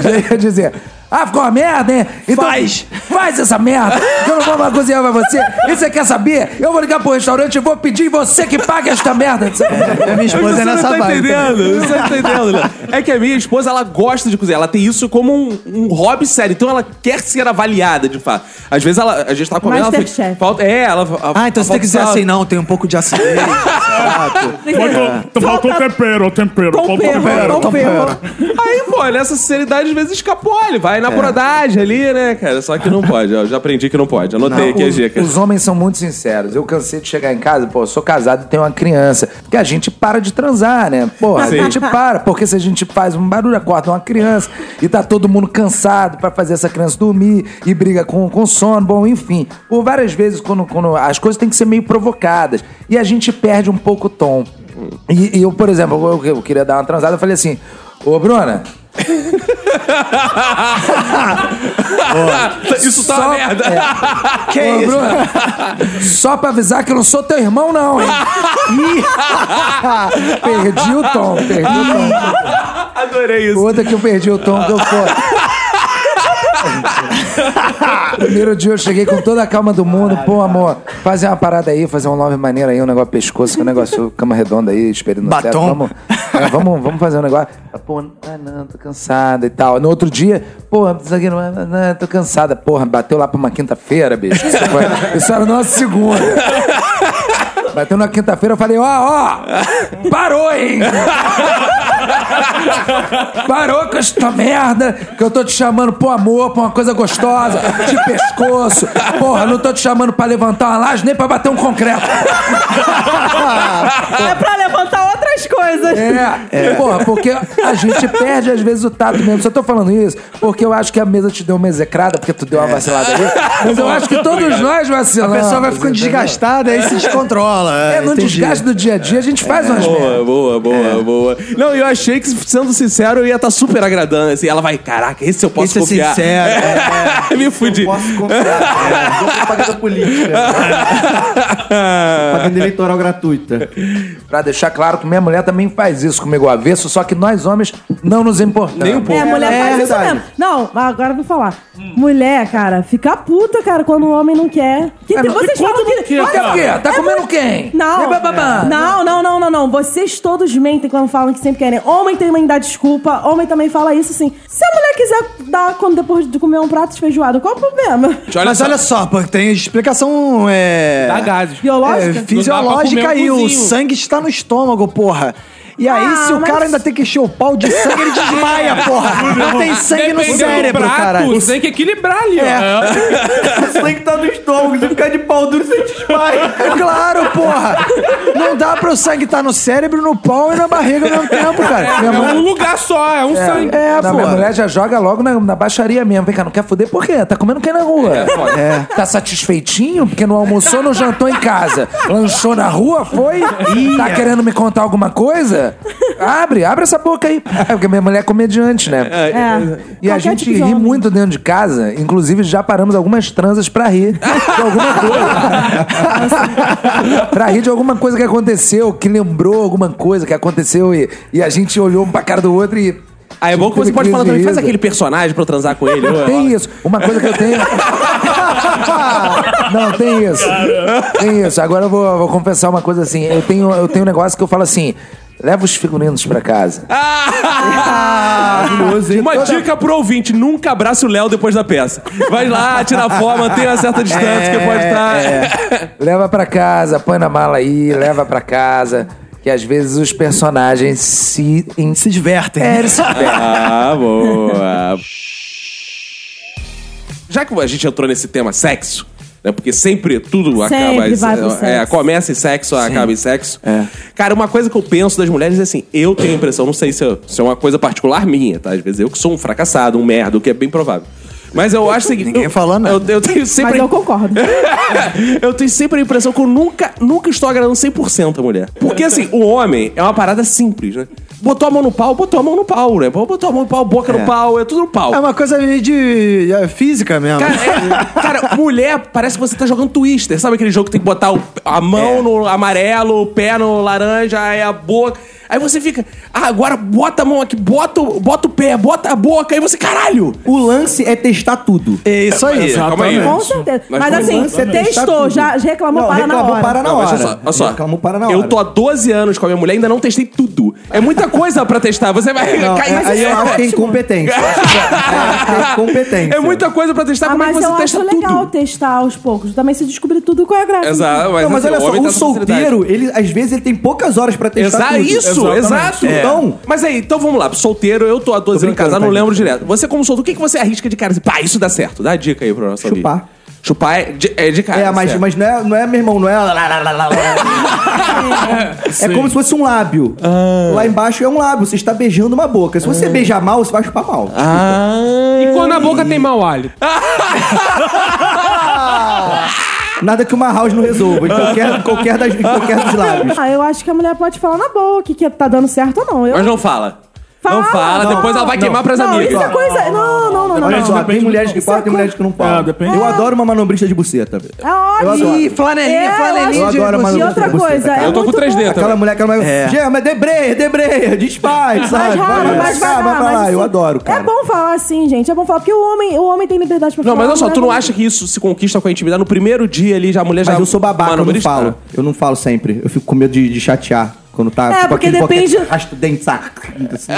J: Já ia dizer. Ah, ficou uma merda, hein? Então, faz! Faz essa merda! que Eu não vou mais cozinhar pra você! E você quer saber? Eu vou ligar pro restaurante e vou pedir você que pague esta merda! A minha
C: Você não tá entendendo, você não tá entendendo. né? É que a minha esposa, ela gosta de cozinhar. Ela tem isso como um, um hobby sério. Então ela quer ser avaliada, de fato. Às vezes ela, a gente tá comendo... ela
E: Masterchef.
C: fica- Falta, é, ela... a-
J: Ah, então
C: a
J: você tem que
C: falta
J: dizer
C: sal.
J: assim, não, tem um pouco de açúcar.
G: Faltou, tu faltou tempero, tempero, faltou
E: Tempero,
G: tempero.
E: tempero.
C: Aí, pô, nessa sinceridade, às vezes escapou. Ele vai vai
J: É.
C: na brodagem ali, né, cara? Só que não pode. Eu já aprendi que não pode. Anotei aqui a
I: os,
C: dica.
I: os homens são muito sinceros. Eu cansei de chegar em casa, pô, eu sou casado e tenho uma criança. Porque a gente para de transar, né? Pô, a
C: Sim.
I: gente para. Porque se a gente faz um barulho, acorda uma criança e tá todo mundo cansado pra fazer essa criança dormir e briga com, com sono. Bom, enfim. Por várias vezes, quando, quando as coisas têm que ser meio provocadas. E a gente perde um pouco o tom. E, e eu, por exemplo, eu, eu queria dar uma transada, eu falei assim, ô Bruna,
C: Isso tá
I: Só-
C: uma merda.
J: é.
I: Que isso? Só pra avisar que eu não sou teu irmão, não, hein? Ih! perdi o tom, perdi o tom.
C: Adorei isso.
I: Outra que eu perdi o tom, que eu tô. Primeiro dia eu cheguei com toda a calma do mundo. Pô, amor, fazer uma parada aí, fazer um nove maneiro aí, um negócio pescoço, um negócio cama redonda aí, espelho no teto.
D: Batom.
I: Vamos, é, vamos, vamos fazer um negócio. Ela, Pô, ah, não, tô cansada e tal. No outro dia, pô, isso aqui não, é- não, tô cansada. Porra, bateu lá pra uma quinta-feira, bicho. Isso, foi- isso era nossa segunda. Bateu na quinta-feira, eu falei, ó, ó, parou, hein? Parou com esta merda que eu tô te chamando pro amor, pra uma coisa gostosa, de pescoço. Porra, não tô te chamando pra levantar uma laje, nem pra bater um concreto.
E: É pra levantar outras coisas.
I: É, porra, porque a gente perde às vezes o tato mesmo. Só tô falando isso porque eu acho que a mesa te deu uma execrada, porque tu deu uma vacilada ali. Mas eu acho que todos nós vacilamos.
D: A pessoa vai ficando desgastada, aí se descontrola.
I: É, no
D: entendi.
I: desgaste do dia a dia a gente faz umas merdas.
F: É.
C: Boa, boa, boa, boa. Não, eu achei que, sendo sincero, eu ia estar super agradando. Assim, ela vai, caraca, esse eu posso
D: Esse é
C: confiar.
D: sincero,
C: Me fudi.
F: Posso confiar. É, dou propaganda política. propaganda eleitoral gratuita.
I: Pra deixar claro que minha mulher também faz isso comigo ao avesso, só que nós homens não nos importamos. Nem um
E: É, a mulher
F: É
E: faz isso
F: verdade.
E: mesmo. Não, agora eu vou falar. Mulher, cara, fica puta, cara, quando o homem não
J: É,
E: quer. Que, vocês falam que... É Olha
I: Quer
E: só,
I: o quê? Tá comendo quem?
E: Não.
I: Bá, bá, bá.
E: não, não, não, não, não. Vocês todos mentem quando falam que sempre querem. Homem tem mãe dá desculpa, homem também fala isso assim. Se a mulher quiser dar quando depois de comer um prato de feijoada, qual o problema?
C: Olha
D: Mas
C: só.
D: olha só, pô, tem explicação é,
H: Dá gases.
E: Biológica?
D: é,
H: Não dá
D: fisiológica
H: pra comer
D: aí.
H: um
D: O
H: cozinho.
D: sangue está no estômago, porra. E aí,
E: Ah,
D: se o
E: mas-
D: cara ainda tem que encher o pau de sangue, ele desmaia, porra. Não tem sangue no
H: Dependendo do
D: cérebro, É.
H: prato,
D: cara.
H: Você tem que equilibrar ali,
J: É.
H: ó.
F: O sangue tá no estômago, se ficar de pau duro, você desmaia.
D: Claro, porra! Não dá pro sangue estar no cérebro, no pau e na barriga ao mesmo tempo, cara. Minha
H: É
D: mãe-
H: um lugar só, é um sangue.
D: É,
I: Não, minha
D: pô.
I: mulher já joga logo na, na baixaria mesmo. Vem cá, não quer foder por quê? Tá comendo quem na rua? Tá satisfeitinho? Porque não almoçou, não jantou em casa. Lanchou na rua, foi? Tá querendo me contar alguma coisa? Abre, abre essa boca aí. É porque minha mulher é comediante, né?
E: É.
I: E a
E: Qualquer
I: gente
E: tipo de
I: ri
E: homem.
I: muito dentro de casa. Inclusive, já paramos algumas transas pra rir de alguma coisa. pra rir de alguma coisa que aconteceu, que lembrou alguma coisa que aconteceu e, e a gente olhou um pra cara do outro e...
C: Ah, é bom que você pode falar também, faz aquele personagem pra eu transar com ele.
I: Tem isso. Uma coisa que eu tenho. Não, tem isso. Tem isso. Agora eu vou, vou confessar uma coisa assim. Eu tenho, eu tenho um negócio que eu falo assim: leva os figurinos pra casa.
C: Ah,
F: é
C: Uma dica pro ouvinte: nunca abrace o Léo depois da peça. Vai lá, tira a forma, mantém uma certa distância que
F: É,
C: pode estar.
I: Leva pra casa, põe na mala aí, leva pra casa. Que às vezes os personagens se. Em...
D: Se divertem.
I: É, eles se perdem.
C: Ah, boa. Já que a gente entrou nesse tema sexo, né? Porque sempre tudo acaba.
E: vai pro sexo.
C: é, começa em sexo, acaba em sexo. Cara, uma coisa que eu penso das mulheres é assim, eu tenho a impressão, não sei se, eu- se é uma coisa particular minha, tá? Às vezes eu que sou um fracassado, um merda, o que é bem provável. Mas eu acho o seguinte.
D: Ninguém
C: eu-
D: falou nada.
C: Eu, eu tenho sempre.
E: Mas eu concordo.
C: eu tenho sempre a impressão que eu nunca, nunca estou agradando 100% a mulher. Porque assim, o homem é uma parada simples, né? Botou a mão no pau, botou a mão no pau, né? Botou a mão no pau, boca no pau, é tudo no pau.
D: É uma coisa meio de é, física mesmo.
C: Cara, é- cara, mulher, parece que você tá jogando Twister. Sabe aquele jogo que tem que botar o- a
D: É.
C: mão no amarelo, o pé no laranja, aí a boca. Aí você fica, ah, agora bota a mão aqui, bota, o- bota o pé, bota a boca. Aí você, caralho!
F: O lance é testar tudo.
D: é isso aí.
C: calma aí.
E: Com certeza.
C: Mas
E: Mas,
C: como
E: assim,
F: exatamente? Tá
E: testou,
F: tudo.
E: já já reclamou,
F: Não,
E: para na
F: reclamou,
E: hora.
F: para na
C: Não, mas
F: hora.
C: olha só, olha só.
F: Reclamou, para na hora.
C: eu tô há 12 anos com a minha mulher e ainda não testei tudo. É muita coisa pra testar. Você vai
F: Não,
C: cair
F: é-
C: nesse
F: aí eu
C: erro.
F: acho que é incompetente. é, é competente.
C: É muita coisa pra testar,
E: Ah,
C: como é que
E: mas
C: você
E: eu
C: testa
E: acho legal
C: tudo?
E: testar aos poucos. Também se descobrir tudo qual é a graça.
C: Exato,
F: Não, mas
C: assim,
F: olha só,
C: homem
F: o
C: tem essa facilidade.
F: solteiro, ele, às vezes ele tem poucas horas pra testar
C: Exato,
F: tudo.
C: isso, Isso,
G: Exatamente.
C: exato.
G: É.
C: Então, mas aí, então vamos lá. Solteiro, eu tô há 12 anos em casa, não lembro direto. Você, como solteiro, o que, que você arrisca de cara? Assim, Pá, isso dá certo. Dá a dica aí pro nosso
F: Chupar.
C: ouvinte. Chupar é de, é de cara.
F: É, mas,
C: certo.
F: mas não, é, não é, meu irmão, não é.
I: Ah,
F: lá, lá, lá, lá, lá,
D: Ah,
F: lá. é como se fosse um lábio. Lá embaixo é um lábio, você está beijando uma boca. Se você beijar mal, você vai chupar mal.
C: Ah.
H: E quando a boca tem mau alho?
F: Nada que uma house não resolva, em qualquer, em qualquer, das, em qualquer dos lábios.
E: Ah, eu acho que a mulher pode falar na boa o que, que tá dando certo ou não. Eu...
C: Mas não fala. não
E: Fala.
C: fala, depois ela vai queimar pras
E: não,
C: amigas.
E: Isso é coisa. Não, não, não, não.
F: Olha
E: não.
F: só,
G: depende
F: tem
G: do-
F: mulheres que
E: Isso é
F: falam, tem
E: co-
F: mulheres que não
G: É,
F: falam.
G: depende.
F: Eu adoro uma manobrista de buceta.
E: É óbvio.
F: Ih,
I: flanelinha, flanelinha
E: É, eu
F: de
E: adoro
F: você,
E: E outra
F: você,
E: coisa,
F: cara.
E: é
C: Eu tô com
E: muito
C: 3D
E: bom.
C: também.
F: Aquela mulher, aquela mulher.
D: É.
F: Gê, mas debreia, debreia, despaz, sabe?
E: Mais rápido,
F: Vai
E: mais
F: pra cá, vai pra lá,
E: devagar.
F: eu adoro, cara.
E: É bom falar assim, gente. É bom falar, porque o homem, o homem tem liberdade pra falar. né?
C: Não, mas olha só,
E: a
C: tu não
E: mulher
C: acha que isso se conquista com a intimidade? No primeiro dia ali, já a mulher já.
F: Mas eu sou babaca, eu não
C: manobrista?
F: falo. Eu não falo sempre. Eu fico com medo de, de chatear quando tá.
E: É,
F: tipo,
E: porque
F: aquele boquete
E: depende-
F: que Arrasta o dente, saca? Assim.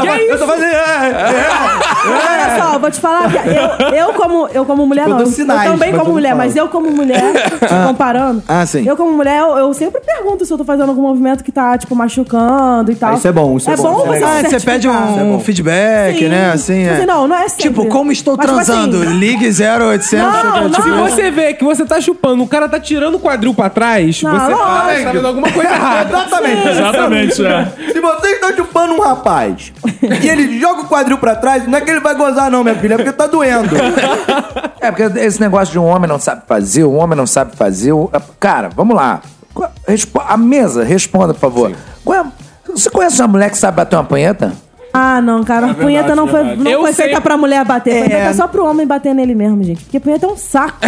C: Que é
F: Eu tô fazendo. É.
E: Olha só, vou te falar que eu, eu como, eu como mulher,
F: Eu
E: não.
F: dou Tipo, sinais,
E: eu também
F: mas eu
E: como
F: não
E: mulher,
F: falo.
E: mas eu como mulher, te comparando.
D: Ah, sim.
E: Eu como mulher, eu, eu sempre pergunto se eu tô fazendo algum movimento que tá, tipo, machucando e tal.
F: Ah, isso é bom, isso é bom, isso é
E: você
F: legal.
E: se
D: Ah, você pede
E: certificar.
I: é
D: um feedback,
E: Sim.
D: né? Assim,
E: Tipo
D: é.
E: assim, não, não é sempre.
D: Tipo, como estou
E: Mas, tipo
D: transando?
E: assim,
D: Ligue 0800.
C: um
E: Não,
H: Se
E: não.
H: você vê que você tá chupando, o cara tá tirando o quadril pra trás,
E: Não,
H: você fala,
E: lógico.
H: tá vendo alguma coisa errada.
F: é Exatamente.
G: Exatamente, é.
F: Se você está chupando um rapaz e ele joga o quadril pra trás, não é que ele vai gozar, não, minha filha, é porque tá doendo.
I: É, porque esse negócio de um homem não sabe fazer, o homem não sabe fazer. o- Cara, vamos lá. Qual- respo- A mesa, responda, por favor. Qual é- Você conhece uma mulher que sabe bater uma punheta?
E: Ah, não, cara, a punheta não foi, não
H: Eu
E: foi
H: sei-
E: feita pra mulher bater. Foi
C: É.
E: feita só pro homem bater nele mesmo, gente. Porque punheta é um saco.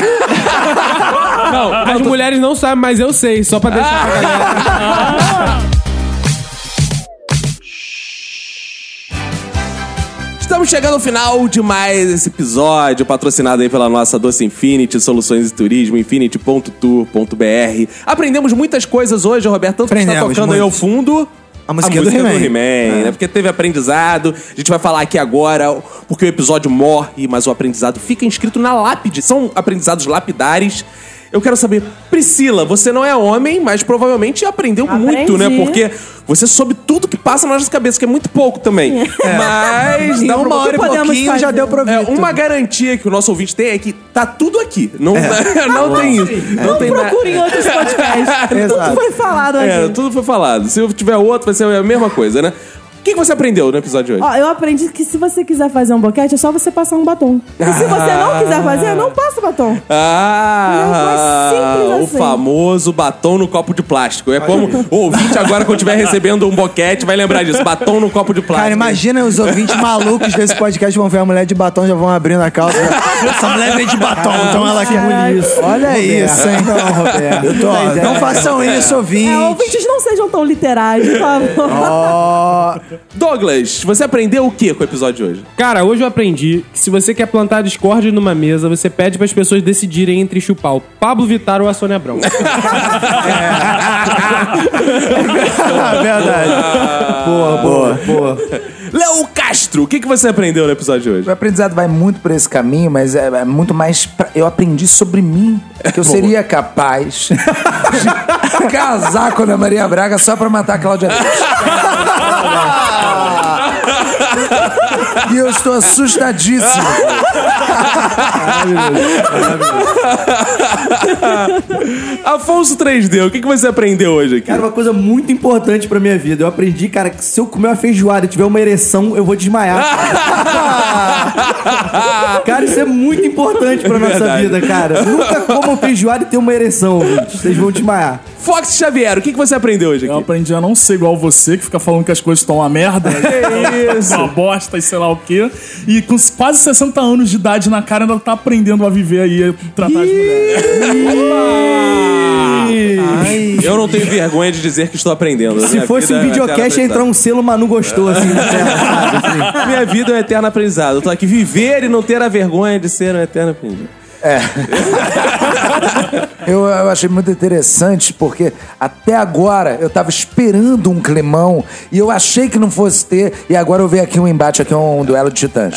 H: Não, as mulheres não sabem, mas eu sei, só pra deixar pra galera.
C: Estamos chegando ao final de mais esse episódio, patrocinado aí pela nossa Doce Infinity, soluções de turismo, infinity.tour.br. Aprendemos muitas coisas hoje, Roberto, tanto que está
D: Aprendemos
C: tocando aí
D: muito.
C: ao fundo.
D: A musiquinha do He-Man. É.
C: He-Man, né? Porque teve aprendizado. A gente vai falar aqui agora, porque o episódio morre, mas o aprendizado fica inscrito na lápide. São aprendizados lapidares. Eu quero saber, Priscila, você não é homem, mas provavelmente aprendeu muito, né?
E: Aprendi.
C: Porque você soube tudo que passa na nossa cabeça, que é muito pouco também. Mas dá
E: O
C: uma
E: que
C: hora e
E: podemos
C: pouquinho já
E: fazer? um-
C: deu pra ouvir. É, uma garantia que o nosso ouvinte tem é que tá tudo aqui. Não, É. não, tem isso. Não,
E: Não
C: tem nada.
E: procurem outros podcasts. Tudo foi falado aqui.
C: É, tudo foi falado. Se eu tiver outro, vai ser a mesma coisa, né? O que que você aprendeu no episódio de hoje?
E: Ó, eu aprendi que se você quiser fazer um boquete, é só você passar um batom. E se você não quiser fazer, não passa batom.
C: Ah,
E: Não, foi
C: o
E: simples assim.
C: famoso batom no copo de plástico. É como o ouvinte agora, quando estiver recebendo um boquete, vai lembrar disso. Batom no copo de plástico.
D: Cara, imagina os ouvintes malucos desse podcast vão ver a mulher de batom, já vão abrindo a calça. Essa mulher vem de batom, então ela quer isso. Olha isso, hein? Não, Roberto. Eu tô- não façam isso, ouvinte.
C: Ah.
E: É, ouvintes, não sejam tão literais, por favor.
C: Douglas, você aprendeu o que com o episódio de hoje?
H: Cara, hoje eu aprendi que se você quer plantar discórdia numa mesa, você pede para Tipo, as pessoas decidirem entre chupar o Pablo Vittar ou a Sônia Abrão.
D: Ah,
F: boa, boa, boa.
C: Léo Castro, o que, que você aprendeu no episódio de hoje?
I: O aprendizado vai muito por esse caminho, mas é, é muito mais. pra- Eu aprendi sobre mim que eu seria capaz de casar com a Ana Maria Braga só pra matar a Cláudia Leite. E eu estou assustadíssimo.
C: Afonso 3D, o que, que você aprendeu hoje aqui?
F: Cara, uma coisa muito importante pra minha vida. Eu aprendi, cara, que se eu comer uma feijoada e tiver uma ereção, eu vou desmaiar. cara, isso é muito importante pra nossa
C: Verdade.
F: vida, cara. Nunca comam feijoada e tenham uma ereção, gente. Vocês vão desmaiar.
C: Fox Xavier, o que, que você aprendeu hoje
G: Eu
C: aqui?
G: aprendi a não ser igual você, que fica falando que as coisas estão uma merda. Que isso? Uma bosta e sei lá o quê. E com quase 60 anos de idade na cara, ainda tá aprendendo a viver aí, a tratar as mulheres.
C: Eu não tenho vergonha de dizer que estou aprendendo. é
F: Se fosse um videocast, ia entrar um selo Manu gostou, assim, na tela, sabe? Assim.
C: Minha vida é um eterno aprendizado. Eu tô aqui viver e não ter a vergonha de ser um eterno aprendizado.
I: Eu, eu achei muito interessante, porque até agora eu tava esperando um climão é e eu achei que não fosse ter, e agora eu vejo aqui um embate, aqui um duelo de titãs.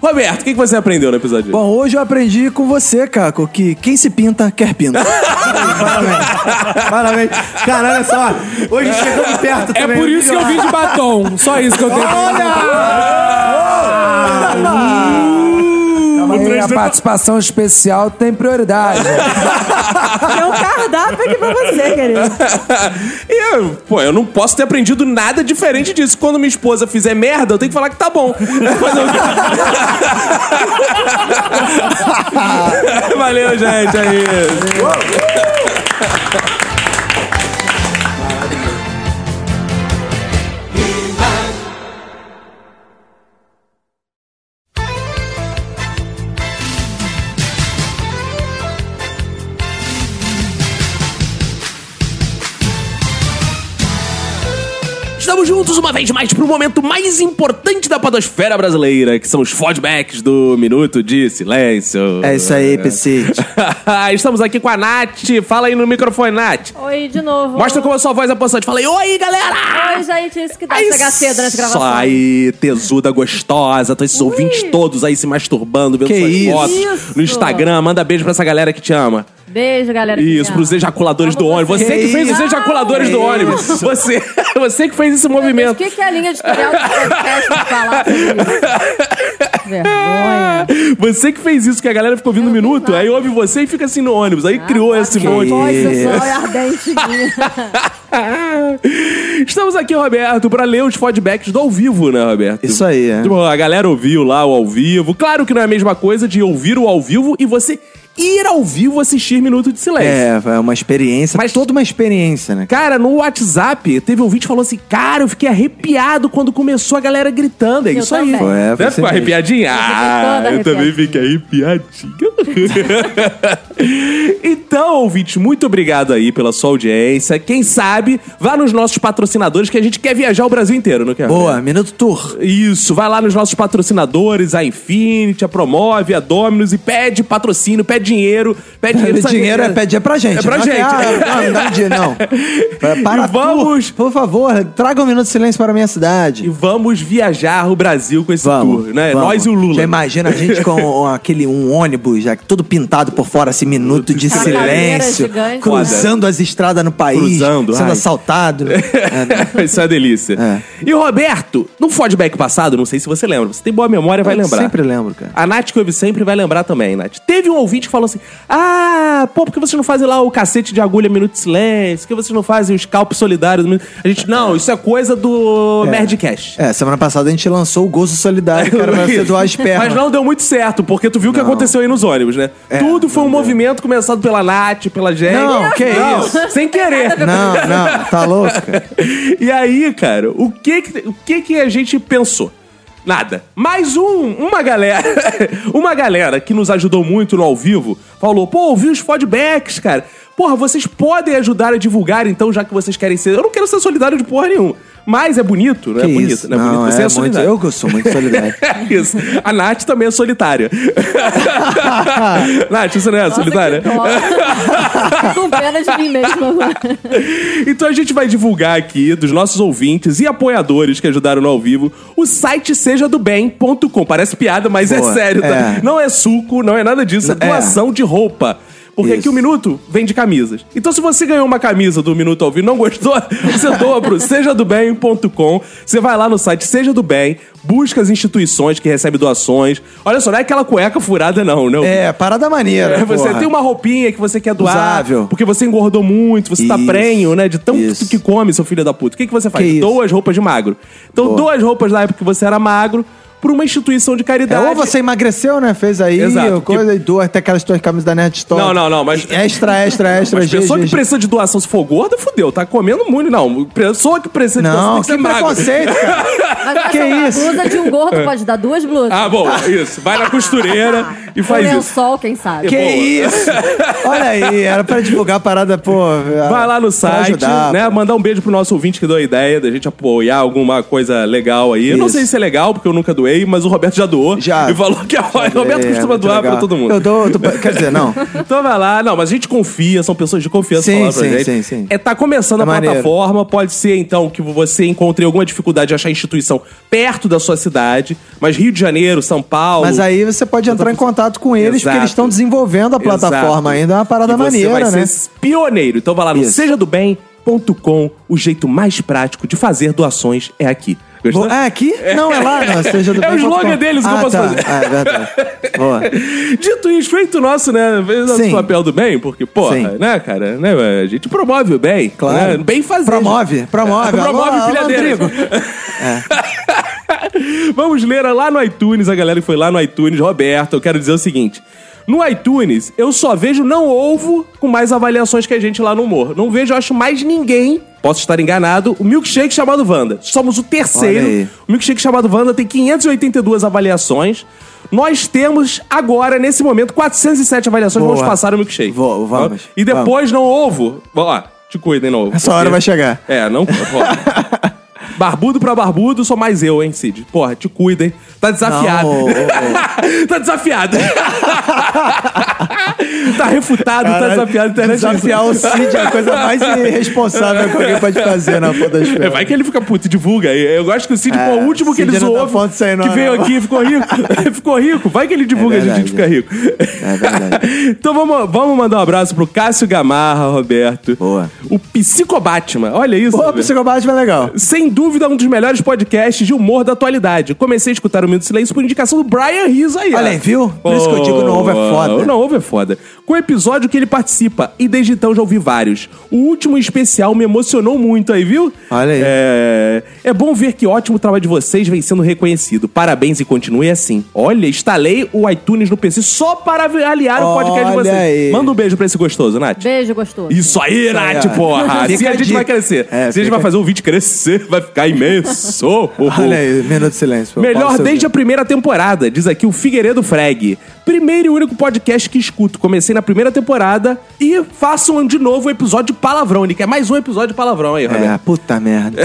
C: Roberto, o que que você aprendeu no episódio? de hoje?
J: Bom, hoje eu aprendi com você, Caco, que quem se pinta, quer pinta.
F: Parabéns. Parabéns. Cara, olha só. Hoje chegamos perto
H: É
F: também.
H: por isso que eu vim de batom. Só isso que eu tenho.
I: Calma aí, é a
G: 3D tá-
I: participação especial tem prioridade.
E: Tem um cardápio aqui pra você, querido.
C: e eu, pô, eu não posso ter aprendido nada diferente disso. Quando minha esposa fizer merda, eu tenho que falar que tá bom. Mas eu- Valeu, gente. É isso. Estamos juntos uma vez mais para o momento mais importante da podosfera brasileira, que são os fodbacks do Minuto de Silêncio.
D: É isso aí, PC.
C: Estamos aqui com a Nath. Fala aí no microfone, Nath.
L: Oi, de novo.
C: Mostra como a sua voz é possante. Fala aí, oi, galera!
L: Oi, gente, isso que dá chegar cedo nas gravações.
C: Sai, tesuda gostosa. Tô esses ouvintes todos aí se masturbando, vendo
D: Que
C: suas
D: isso?
C: fotos
L: Isso.
C: no Instagram. Manda beijo pra essa galera que te ama.
L: Beijo, galera. que
C: Isso,
L: me
C: pros
L: ama.
C: ejaculadores
L: Amo
C: do ônibus. Você
L: vocês.
C: que fez os
L: Não.
C: ejaculadores
L: Ah,
C: do ônibus. Você, você que fez esse
L: Mas O
C: movimento.
L: que, que é a linha editorial do podcast pra falar sobre isso? Vergonha.
C: Você que fez isso, que a galera ficou ouvindo um minuto, aí ouve você e fica assim no ônibus. Aí criou esse monte.
E: Voz sensual e ardente minha.
C: Estamos aqui, Roberto, pra ler os feedbacks do ao vivo, né, Roberto?
D: Isso aí, é.
C: Tipo, a galera ouviu lá o ao vivo. Claro que não é a mesma coisa de ouvir o ao vivo e você ir ao vivo assistir Minuto de Silêncio.
D: É, é uma experiência.
C: Mas-
D: Mas toda uma experiência, né?
C: Cara, no WhatsApp, teve um vídeo que falou assim: Cara, eu fiquei arrepiado quando começou a galera gritando. É
L: Eu
C: isso aí.
L: também. Foi,
D: é, foi
C: Né?
D: assim
C: Ficou
D: mesmo.
C: arrepiadinha? Ah,
L: toda
C: eu também fiquei arrepiadinha. então, ouvintes, muito obrigado aí pela sua audiência. Quem sabe, vá nos nossos patrocinadores que a gente quer viajar o Brasil inteiro, não quer?
D: Boa, Minuto Tour.
C: Isso, vai lá nos nossos patrocinadores, a Infinity, a Promove, a Dominus e pede patrocínio, pede dinheiro, pede dinheiro.
D: Pedir
C: sabe?
D: dinheiro é pedir pra gente.
C: É pra
D: não
C: gente.
D: Ah, não, não dá dinheiro, não. Para,
C: E vamos-
D: Por favor, traga um minuto de silêncio para a minha cidade.
C: E vamos viajar o Brasil com esse
D: Vamos,
C: tour, né?
D: vamos.
C: Nós e o Lula.
D: Já imagina a gente com aquele um ônibus, já todo pintado por fora, assim, minuto de
L: Uma cadeira
D: silêncio,
L: gigante,
D: cruzando as estradas no país,
C: Cruzando,
D: sendo
C: ai.
D: assaltado.
C: Isso é uma delícia.
D: É.
C: E o Roberto, no feedback passado, não sei se você lembra, você tem boa memória, vai
D: Eu
C: lembrar.
D: sempre lembro, cara.
C: A Nath que ouve sempre vai lembrar também, Nath. Teve um ouvinte que falou assim: Ah, pô, por que vocês não fazem lá o cacete de agulha Minuto de Silêncio? Por que vocês não fazem o scalp solidário? do Minuto-" A gente, não, isso é coisa do Nerdcast.
D: É, semana passada a gente lançou o Gozo Solidário, cara, pra você doar as pernas.
C: Mas não deu muito certo, porque tu viu o que aconteceu aí nos ônibus, né? Tudo foi um movimento começado pela Nath, pela gente.
D: É. Não, que
C: isso? Sem querer.
D: Não, não, tá louco? cara?
C: E aí, cara, o que que, o que que a gente pensou? Nada. Mais um, uma galera, uma galera que nos ajudou muito no ao vivo, falou: "Pô, ouvi os feedbacks, cara. Porra, vocês podem ajudar a divulgar então, já que vocês querem ser. Eu não quero ser solidário de porra nenhuma. Mas é bonito, não é
D: Que
C: bonito,
D: isso?
C: não é bonito. Você é,
D: muito-
C: solidário.
D: eu que sou muito solidário.
C: É isso. A Nath também é solitária. Nath, você não é
L: Nossa,
C: solitária?
L: que dó. Fico com pena de mim mesma agora.
C: Então a gente vai divulgar aqui dos nossos ouvintes e apoiadores que ajudaram no ao vivo o site seja do bem.com. Parece piada, mas é
D: Boa,
C: sério, tá?
D: é.
C: Não é suco, não é nada disso, é
D: É.
C: doação de roupa. Porque
D: Isso.
C: aqui o Minuto vende camisas. Então, se você ganhou uma camisa do Minuto ao Vivo e não gostou, você doa pro sejadobem.com. Você vai lá no site Seja do Bem, busca as instituições que recebem doações. Olha só, não é aquela cueca furada, não, né?
D: É, parada maneira.
C: É, você
D: porra.
C: tem uma roupinha que você quer doar,
D: Usável.
C: porque você engordou muito, você tá
D: Isso,
C: prenho, né? De tanto
D: isso.
C: que come, seu filho da puta. O que, que você faz?
D: Que isso.
C: Doa as roupas de magro. Então, doa as roupas da época que você era magro pra uma instituição de
D: É,
C: caridade.
D: ou você emagreceu, né? Fez aí
C: Exato,
D: coisa e duas, até aquelas tuas camisas da Net Store.
C: Não, não, não, mas-
D: É, Extra, extra, extra.
C: Mas
D: G,
C: pessoa
D: G,
C: que
D: G.
C: precisa de doação, se for gorda, fudeu. Tá comendo muito, não. Pessoa que precisa de doação tem
D: Não,
C: que
D: que
C: ser magro.
D: preconceito, cara.
L: Mas olha
D: Que
L: só, uma
D: isso?
L: blusa de um gordo pode dar duas blusas.
C: Ah, bom, isso. Vai na costureira, e faz
E: um
C: isso.
E: lençol, quem sabe.
C: Que
D: isso? Olha aí, era pra divulgar a parada, pô. é,
C: Vai lá no site,
D: ajudar,
C: né? Mandar um beijo pro nosso ouvinte que deu a ideia da gente apoiar alguma coisa legal aí. Eu não sei se é legal, porque eu nunca doei, mas o Roberto já doou.
D: Já.
C: E falou que a... o Roberto
D: É,
C: costuma
D: muito
C: doar
D: legal.
C: pra todo mundo.
D: Eu dou, eu dou- quer dizer, não.
C: Então vai lá, não, mas a gente confia, são pessoas de confiança
D: Sim,
C: falando pra
D: sim,
C: gente.
D: sim, sim.
C: É, tá começando a
D: maneiro.
C: plataforma, pode ser então que você encontre alguma dificuldade de achar instituição perto da sua cidade, mas Rio de Janeiro, São Paulo.
D: Mas aí você pode entrar em contato com eles, porque eles
C: Exato.
D: estão desenvolvendo a plataforma
C: Exato.
D: ainda, é uma parada
C: E
D: maneira,
C: você vai
D: né?
C: ser pioneiro. Então vai lá no
D: Isso.
C: sejadobem.com, o jeito mais prático de fazer doações é aqui. Gostou?
D: Bo- Ah, aqui? Não, é lá, não. Seja do
C: É o
D: bem ponto com.
C: slogan deles, o
D: ah,
C: que eu posso
D: tá.
C: fazer.
D: Ah, é verdade. Boa.
C: Dito isso, feito nosso, né? Fez nosso
D: Sim.
C: papel do bem, porque, porra,
D: Sim.
C: né, cara? Né, a gente promove o bem. Né?
D: Claro.
C: Bem fazer.
D: Promove, promove.
C: Promove
D: Alô, alô,
C: pilhadeiras.
D: Rodrigo.
C: Vamos ler lá no iTunes, a galera que foi lá no iTunes. Roberto, eu quero dizer o seguinte. No iTunes, eu só vejo não ovo com mais avaliações que a gente lá no humor. Não vejo, eu acho, mais ninguém. Posso estar enganado. O milkshake chamado Wanda. Somos o
D: Olha aí.
C: terceiro. O milkshake chamado Wanda tem 582 avaliações. Nós temos agora, nesse momento, 407 avaliações.
D: Boa.
C: Vamos passar o milkshake.
D: Vou- vamos,
C: E depois não ovo. Vamos lá, te cuidem, não ovo.
D: Essa hora
C: Porque-
D: vai chegar.
C: é, não. Ó. Barbudo pra barbudo, sou mais eu, hein, Cid? Porra, te cuida, hein? Tá desafiado.
D: Não, ô, ô,
C: tá desafiado. tá refutado, tá desafiado. Internet
D: Desafiar o Cid é a coisa mais irresponsável que alguém pode fazer na
C: É,
D: podosfera.
C: vai que ele fica puto e divulga. Eu gosto que o Cid
D: É,
C: foi o último que
D: Cid
C: ele
D: não dá
C: zoou.
D: ponto isso aí, não,
C: que veio
D: não.
C: aqui e ficou rico. ficou rico. Vai que ele divulga
D: É
C: e a gente fica
D: verdade.
C: rico.
D: É verdade.
C: então vamos, vamos mandar um abraço pro Cássio Gamarra, Roberto.
D: Boa.
C: O Psicobatman. Olha isso.
D: Pô,
C: Roberto.
D: psicobate é legal.
C: Sem dúvida, um dos melhores podcasts de humor da atualidade. Comecei a escutar o Minuto de Silêncio por indicação do Brian Riz aí. ó.
D: Olha aí, viu? Por isso que eu digo, não
C: Oh,
D: ovo é foda.
C: Não ovo é foda. Com o episódio que ele participa. E desde então já ouvi vários. O último em especial me emocionou muito aí, viu?
D: Olha aí.
C: É, é bom ver que ótimo trabalho de vocês vem sendo reconhecido. Parabéns e continue assim. Olha, instalei o iTunes no PC só para aliar o podcast de
D: Olha
C: vocês.
D: aí.
C: Manda um beijo pra esse gostoso, Nath.
E: Beijo gostoso.
C: Isso aí, Nath,
D: ó.
C: porra!
D: né? Tipo, Fica
C: Assim a
D: a
C: gente
D: dica.
C: vai crescer. Se
D: É,
C: a gente
D: fica-
C: vai fazer o vídeo crescer, vai ficar imenso.
D: Olha aí, minuto de silêncio.
C: Melhor desde a primeira temporada, diz aqui o Figueiredo Freg. Primeiro e único podcast que escuto. Comecei na primeira temporada e façam de novo o episódio de palavrão. Ele quer mais um episódio de palavrão aí, Roberto.
D: É, puta merda.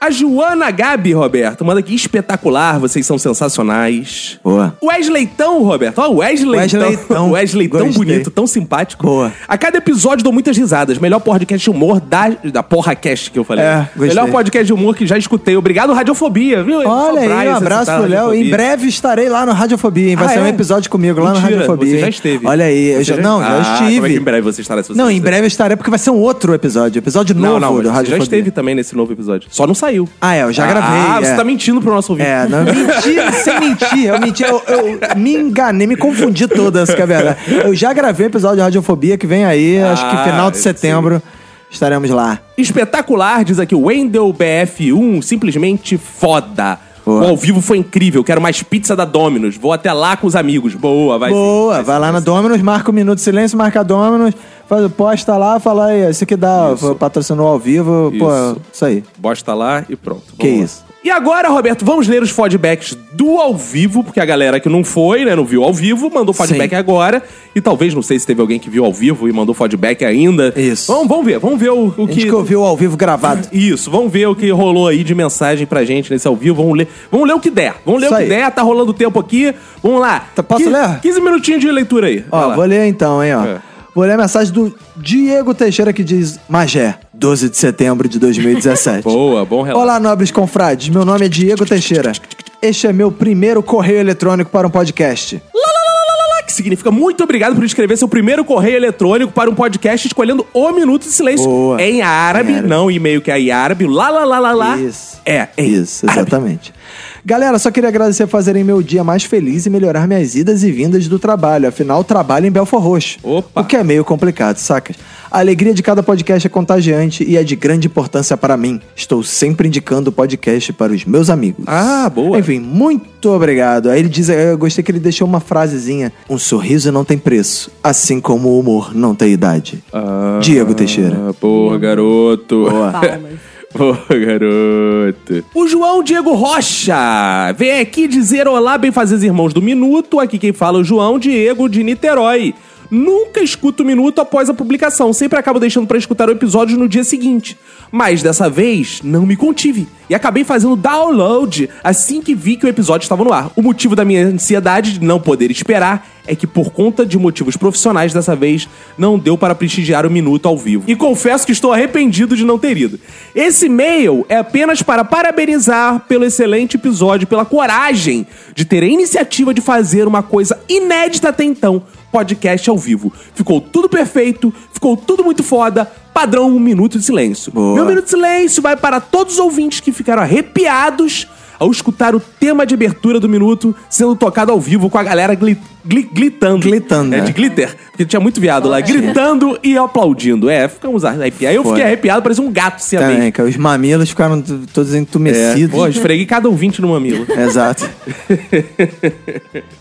C: A Joana Gabi, Roberto, manda aqui espetacular, vocês são sensacionais.
D: Boa.
C: Wesleitão, Roberto. Ó, o Wesley
D: Wesley
C: Leitão.
D: Leitão.
C: Wesley tão
D: Gostei.
C: bonito, tão simpático.
D: Boa.
C: A cada episódio dou muitas risadas. Melhor podcast de humor da, da porra cast que eu falei.
D: É, gostei.
C: Melhor podcast de humor que já escutei. Obrigado, Radiofobia, viu?
D: Olha
C: Só pra
D: aí, um
C: isso,
D: abraço
C: citar
D: pro Léo.
C: Radiofobia.
D: Em breve estarei lá no Radiofobia, hein? Vai
C: Ah,
D: ser um
C: é?
D: episódio comigo lá no
C: Mentira,
D: Radiofobia.
C: Você já
D: hein?
C: esteve.
D: Olha aí, eu
C: Você
D: já, não,
C: ah,
D: já
C: Como é
D: estive.
C: que em breve você estará? se você
D: não, em
C: estiver?
D: breve estarei porque vai ser um outro episódio, episódio novo
C: não, não, mas
D: do
C: você
D: Radiofobia.
C: já esteve também nesse novo episódio. Só não saiu.
D: Ah, é, eu já gravei.
C: Ah,
D: é.
C: você tá mentindo pro nosso ouvinte.
D: É, não, mentira, sem mentir. Eu menti, eu, eu me enganei, me confundi toda essa caverna. Eu já gravei o episódio de Radiofobia que vem aí, acho que
C: Ah,
D: final de
C: sim.
D: setembro estaremos lá.
C: Espetacular, diz aqui o Wendel BF1, simplesmente foda.
D: Boa.
C: O ao vivo foi incrível, quero mais pizza da Dominus. Vou até lá com os amigos. Boa, vai. sim.
D: Boa, vai, lá na Dominus, marca o Minuto de Silêncio, marca a Dominus, faz, posta lá, fala aí, isso que dá, patrocinou ao vivo, pô,
C: Isso.
D: isso aí.
C: Bosta lá e pronto.
D: Que
C: Vamos lá.
D: isso.
C: E agora, Roberto, vamos ler os feedbacks do ao vivo, porque a galera que não foi, né, não viu ao vivo, mandou feedback
D: Sim.
C: agora. E talvez, não sei se teve alguém que viu ao vivo e mandou feedback ainda.
D: Isso.
C: Vamos, vamos ver, vamos ver o, o
D: A gente
C: que...
D: que ouviu ao vivo gravado.
C: Isso, vamos ver o que rolou aí de mensagem pra gente nesse ao vivo. Vamos ler, vamos ler o que der. Vamos ler
D: Isso
C: o que
D: aí.
C: der, tá rolando tempo aqui. Vamos lá.
D: Tá, posso
C: Qui-
D: ler?
C: 15 minutinhos de leitura aí. Vai
D: Ó,
C: lá.
D: vou ler então, hein, ó.
C: É.
D: Vou ler a mensagem do Diego Teixeira que diz: Magé, 12 de setembro de 2017.
C: Boa, bom relato.
D: Olá, nobres confrades. Meu nome é Diego Teixeira. Este é meu primeiro correio eletrônico para um podcast.
C: Ah, Que significa muito obrigado por escrever seu primeiro correio eletrônico para um podcast escolhendo o Minuto de Silêncio.
D: Boa.
C: Em árabe,
D: Em árabe.
C: não e-mail que é em árabe. Lá, lá, lá, lá, lá.
D: Isso.
C: É, é
D: Isso, exatamente. Galera, só queria agradecer por fazerem meu dia mais feliz e melhorar minhas idas e vindas do trabalho. Afinal, trabalho em Belfort Roxo.
C: Opa.
D: O que é meio complicado, saca? A alegria de cada podcast é contagiante e é de grande importância para mim. Estou sempre indicando o podcast para os meus amigos.
C: Ah, boa.
D: Enfim, muito obrigado. Aí ele diz, eu gostei que ele deixou uma frasezinha. Um sorriso não tem preço, assim como o humor não tem idade. Diego Teixeira.
C: Ah, porra, garoto.
D: Boa.
E: Palmas.
C: Ô, garoto. O João Diego Rocha vem aqui dizer olá, bem irmãos do Minuto. Aqui quem fala é o João Diego de Niterói. Nunca escuto o minuto após a publicação, sempre acabo deixando pra escutar o episódio no dia seguinte. Mas dessa vez, não me contive e acabei fazendo download assim que vi que o episódio estava no ar. O motivo da minha ansiedade de não poder esperar é que por conta de motivos profissionais dessa vez não deu para prestigiar o minuto ao vivo. E confesso que estou arrependido de não ter ido. Esse e-mail é apenas para parabenizar pelo excelente episódio, pela coragem de ter a iniciativa de fazer uma coisa inédita até então, podcast ao vivo. Ficou tudo perfeito, ficou tudo muito foda. Padrão um minuto de silêncio. Meu minuto de silêncio vai para todos os ouvintes que ficaram arrepiados ao escutar o tema de abertura do minuto sendo tocado ao vivo com a galera gli- gli- glitando.
D: Glitando,
C: É,
D: né?
C: de glitter. Porque tinha muito viado lá, gritando e aplaudindo. É, ficamos arrepiados. Eu fiquei arrepiado, parecia um gato se
D: Também, cara, É, os mamilos ficaram t- todos
C: É,
D: entumecidos.
C: Pô, esfreguei cada ouvinte no mamilo.
D: Exato.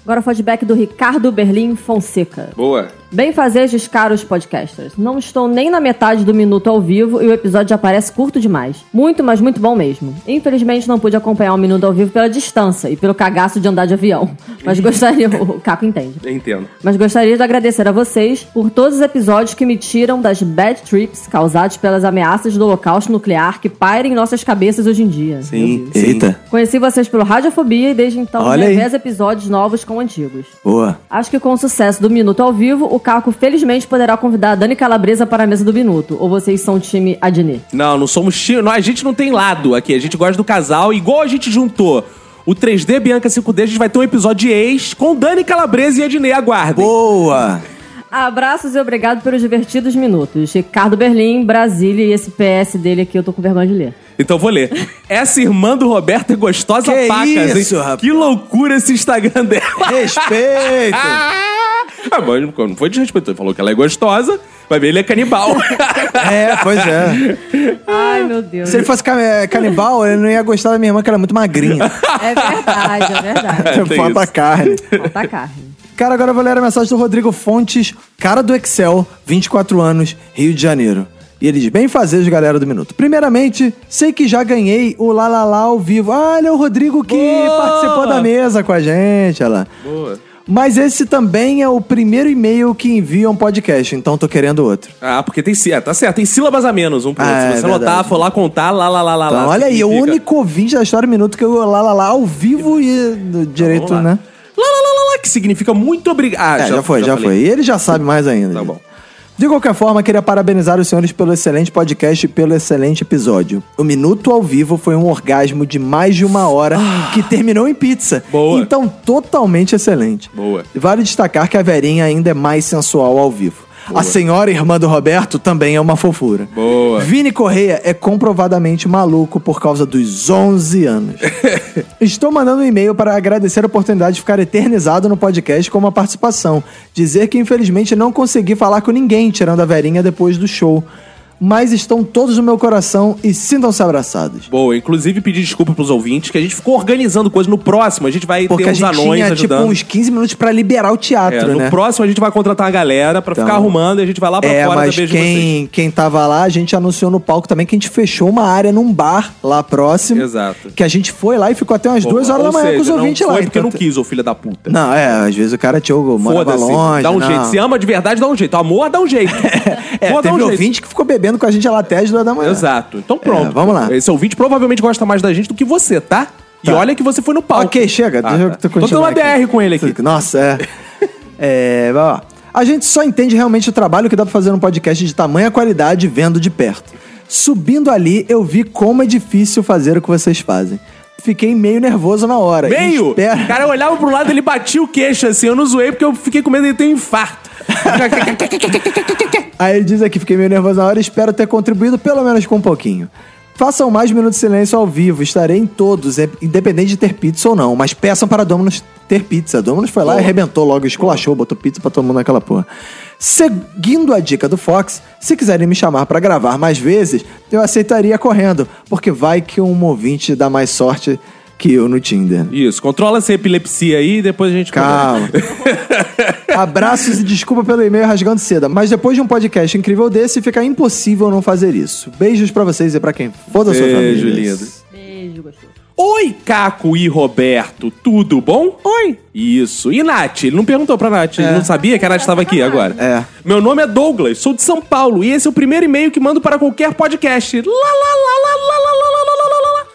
L: Agora o feedback do Ricardo Berlim Fonseca.
C: Boa.
L: Bem fazer caros podcasters. Não estou nem na metade do minuto ao vivo e o episódio já parece curto demais. Muito, mas muito bom mesmo. Infelizmente não pude acompanhar o minuto ao vivo pela distância e pelo cagaço de andar de avião. Mas gostaria, o Caco entende.
C: Entendo.
L: Mas gostaria de agradecer a vocês por todos os episódios que me tiram das bad trips causados pelas ameaças do holocausto nuclear que paira em nossas cabeças hoje em dia. Meu Deus.
D: Eita.
L: Conheci vocês pelo Radiofobia e desde então
D: Olha aí.
L: revezo episódios novos com antigos.
D: Boa.
L: Acho que com o sucesso do Minuto ao Vivo, o Caco felizmente poderá convidar a Dani Calabresa para a mesa do Minuto. Ou vocês são o time Adnet?
C: Não, não somos chi- não, A gente não tem lado aqui. A gente gosta do casal. Igual a gente juntou o 3D Bianca 5D, a gente vai ter um episódio de ex com Dani Calabresa e Ednei Aguardem.
D: Boa.
L: Abraços e obrigado pelos divertidos minutos. Ricardo Berlim, Brasília e esse PS dele aqui eu tô com vergonha de ler.
C: Então vou ler. Essa irmã do Roberto é gostosa
D: Que
C: pacas,
D: isso,
C: hein?
D: rapaz. É.
C: Que loucura esse Instagram dela.
D: Respeito.
C: Ah, mas não foi desrespeito. Ele falou que ela é gostosa, vai ver, ele é canibal.
D: é, pois é.
L: Ai, meu Deus.
D: Se ele fosse ca- eh, canibal, ele não ia gostar da minha irmã, que era muito magrinha.
L: É verdade, é verdade.
C: tem
D: Falta
C: isso.
D: carne.
L: Falta carne.
D: Cara, agora eu vou ler a mensagem do Rodrigo Fontes, cara do Excel, 24 anos, Rio de Janeiro. E ele diz, bem fazer galera do Minuto. Primeiramente, sei que já ganhei o Lá Lá Lá ao vivo. Ah, ele é o Rodrigo que participou da mesa com a gente, olha lá. Boa. Mas esse também é o primeiro e-mail que envia um podcast, então tô querendo outro.
C: ah, porque tem sílabas. Tá certo, tem sílabas a menos um pro
D: Ah,
C: outro. Se
D: é
C: você
D: verdade.
C: anotar, for lá contar, lá, lá, lá, lá,
D: Então,
C: Tá lá.
D: olha aí, é o
C: significa-
D: único ouvinte da história do Minuto que eu Lá Lá Lá ao vivo e do direito,
C: Tá, Vamos lá.
D: né?
C: Lá, lá, lá, lá, lá, que significa muito obrigado. Ah,
D: É, já, foi, já,
C: falei.
D: foi. E ele já sabe mais ainda.
C: Tá
D: gente.
C: bom.
D: De qualquer forma, queria parabenizar os senhores pelo excelente podcast e pelo excelente episódio. O Minuto ao Vivo foi um orgasmo de mais de uma hora que terminou em pizza.
C: Ah. Boa.
D: Então, totalmente excelente.
C: Boa.
D: Vale destacar que a Verinha ainda é mais sensual ao vivo. A senhora irmã do Roberto também é uma fofura.
C: Boa.
D: Vini Correia é comprovadamente maluco por causa dos 11 anos. Estou mandando um e-mail para agradecer a oportunidade de ficar eternizado no podcast com uma participação. Dizer que infelizmente não consegui falar com ninguém, tirando a Verinha depois do show. Mas estão todos no meu coração e sintam-se abraçados.
C: Boa, inclusive pedir desculpa pros ouvintes, que a gente ficou organizando coisas. No próximo, a gente vai
D: Porque
C: ter
D: a
C: uns
D: gente
C: anões
D: tinha tipo
C: ajudando.
D: uns 15 minutos para liberar o
C: É,
D: teatro,
C: no
D: né?
C: próximo a gente vai contratar uma galera pra
D: Então,
C: ficar arrumando e a gente vai lá pra
D: É,
C: fora
D: mas
C: dar beijo em vocês.
D: quem, quem tava lá, a gente anunciou no palco também que a gente fechou uma área num bar lá próximo.
C: Exato.
D: Que a gente foi lá e ficou até umas
C: Boa,
D: duas horas da
C: ou
D: manhã com os
C: seja,
D: ouvintes
C: não
D: lá.
C: Foi porque
D: então-
C: não quis, ô filha da puta.
D: Não, é, às vezes o cara tinha o morava longe.
C: Dá um
D: não.
C: jeito. Se ama de verdade, dá um jeito. Amor, dá um jeito.
D: É,
C: Pô, dá
D: teve
C: um jeito.
D: ouvinte que ficou bebendo com a gente lá até as duas da manhã.
C: Exato. Então pronto.
D: É, vamos lá.
C: Esse ouvinte provavelmente gosta mais da gente do que você, tá? E
D: Tá.
C: olha que você foi no palco.
D: Ok, chega.
C: Ah,
D: deixa eu
C: tá.
D: continuar
C: Tô dando uma
D: aqui.
C: DR com ele aqui.
D: Nossa, é. é, vai lá. A gente só entende realmente o trabalho que dá pra fazer num podcast de tamanha qualidade vendo de perto. Subindo ali, eu vi como é difícil fazer o que vocês fazem. Fiquei meio nervoso na hora.
C: Meio!
D: Espera-
C: O cara olhava pro lado, ele batia o queixo assim. Eu não zoei porque eu fiquei com medo de ele ter um infarto.
D: Aí ele diz aqui, fiquei meio nervoso na hora e espero ter contribuído pelo menos com um pouquinho. Façam mais Minuto de Silêncio ao vivo, estarei em todos, é- independente de ter pizza ou não, mas peçam para a Domino's ter pizza. A Domino's foi lá e arrebentou logo, esculachou, botou pizza pra todo mundo naquela porra. Seguindo a dica do Fox, se quiserem me chamar para gravar mais vezes, eu aceitaria correndo, porque vai que um ouvinte dá mais sorte
I: que eu no Tinder.
C: Isso, controla essa epilepsia aí e depois a gente...
I: Calma. Abraços e desculpa pelo e-mail rasgando seda, mas depois de um podcast incrível desse, fica impossível não fazer isso. Beijos pra vocês e pra quem for da sua família.
C: Beijo, lindo.
D: Beijo, gostoso.
C: Oi, Caco e Roberto, tudo bom? Oi. Isso. E Nath? Ele não perguntou pra Nath, ele não sabia que a Nath estava aqui agora.
I: É.
C: Meu nome é Douglas, sou de São Paulo e esse é o primeiro e-mail que mando para qualquer podcast. Lá, lá, lá, lá, lá, lá, lá, lá, lá, lá, lá, lá.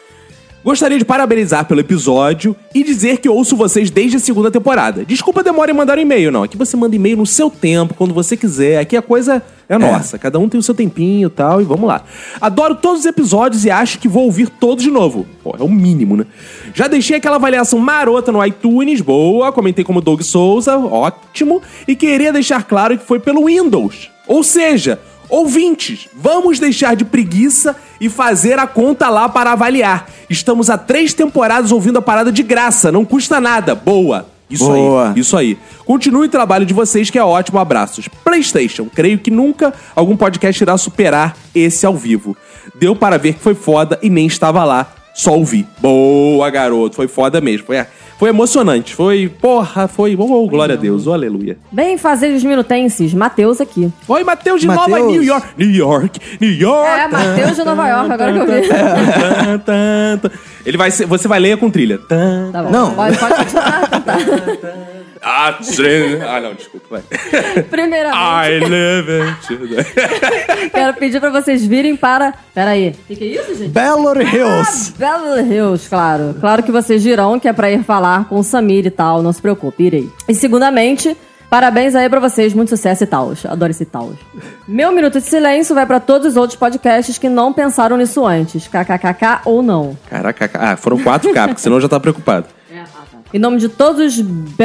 C: Gostaria de parabenizar pelo episódio e dizer que ouço vocês desde a segunda temporada. Desculpa a demora em mandar um e-mail, não. Aqui você manda e-mail no seu tempo, quando você quiser. Aqui a coisa é nossa. Cada um tem o seu tempinho e tal, e vamos lá. Adoro todos os episódios e acho que vou ouvir todos de novo. Pô, é o mínimo, né? Já deixei aquela avaliação marota no iTunes, boa. Comentei como Doug Souza, ótimo. E queria deixar claro que foi pelo Windows. Ou seja, Ouvintes, vamos deixar de preguiça e fazer a conta lá para avaliar. Estamos há três temporadas ouvindo a parada de graça, não custa nada. Boa! Isso
I: Boa.
C: aí, isso aí. Continue o trabalho de vocês, que é ótimo. Abraços. PlayStation, creio que nunca algum podcast irá superar esse ao vivo. Deu para ver que foi foda e nem estava lá, só ouvi. Boa, garoto, foi foda mesmo. Foi, foi emocionante, foi. Porra, foi. Oh, glória a Deus, oh, aleluia.
D: Bem fazer os minutenses, Matheus aqui.
C: Oi, Matheus de
I: Mateus.
C: Nova New York. New York, New York.
D: É, Matheus de Nova York, agora que eu vi.
I: É.
C: Tan, tan, tan. Ele vai ser, você vai ler com trilha. Tan.
D: Tá bom. Pode, pode continuar. Tá.
C: Ah, trin- ah, não, desculpa. Vai. I
D: Primeiramente,
C: love it.
D: quero pedir pra vocês virem para. Peraí. O que, que é isso, gente?
I: Belo Hills.
D: Belo Hills, claro. Claro que vocês dirão que é pra ir falar com o Samir e tal, não se preocupe, irei. E segundamente, parabéns aí pra vocês, muito sucesso e tal. Adoro esse tal. Meu minuto de silêncio vai pra todos os outros podcasts que não pensaram nisso antes, kkkk ou não.
C: Caraca, ca- ah, foram 4K, porque senão eu já tava preocupado.
D: Em nome de todos os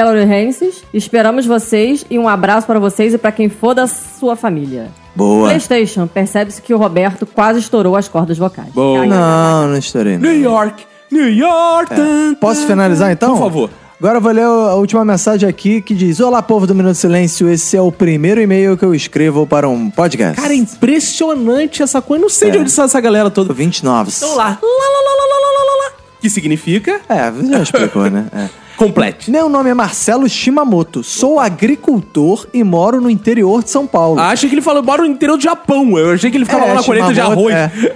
D: belorenses, esperamos vocês e um abraço pra vocês e pra quem for da sua família.
I: Boa.
D: PlayStation, percebe-se que o Roberto quase estourou as cordas vocais.
C: Boa.
I: Não, não estourei. não.
C: New York, New York. tan,
I: É. Posso
C: tan.
I: finalizar então?
C: Por favor.
I: Agora eu vou ler a última mensagem aqui que diz: Olá, povo do Minuto de Silêncio. Esse é o primeiro e-mail que eu escrevo para um podcast.
C: Cara, é impressionante essa coisa. Eu Não
I: É.
C: sei de onde saiu essa galera toda.
I: 29.
C: Então lá. Lá, lá, lá, lá, lá, lá, lá, lá. Que significa
I: É, você já explicou, né? É.
C: complete.
I: Meu nome é Marcelo Shimamoto, sou agricultor e moro no interior de São Paulo.
C: Ah, achei que ele falou, bora no interior do Japão. Eu achei que ele ficava
I: É,
C: lá na colheita de
I: Shimamoto,
C: arroz.
I: é,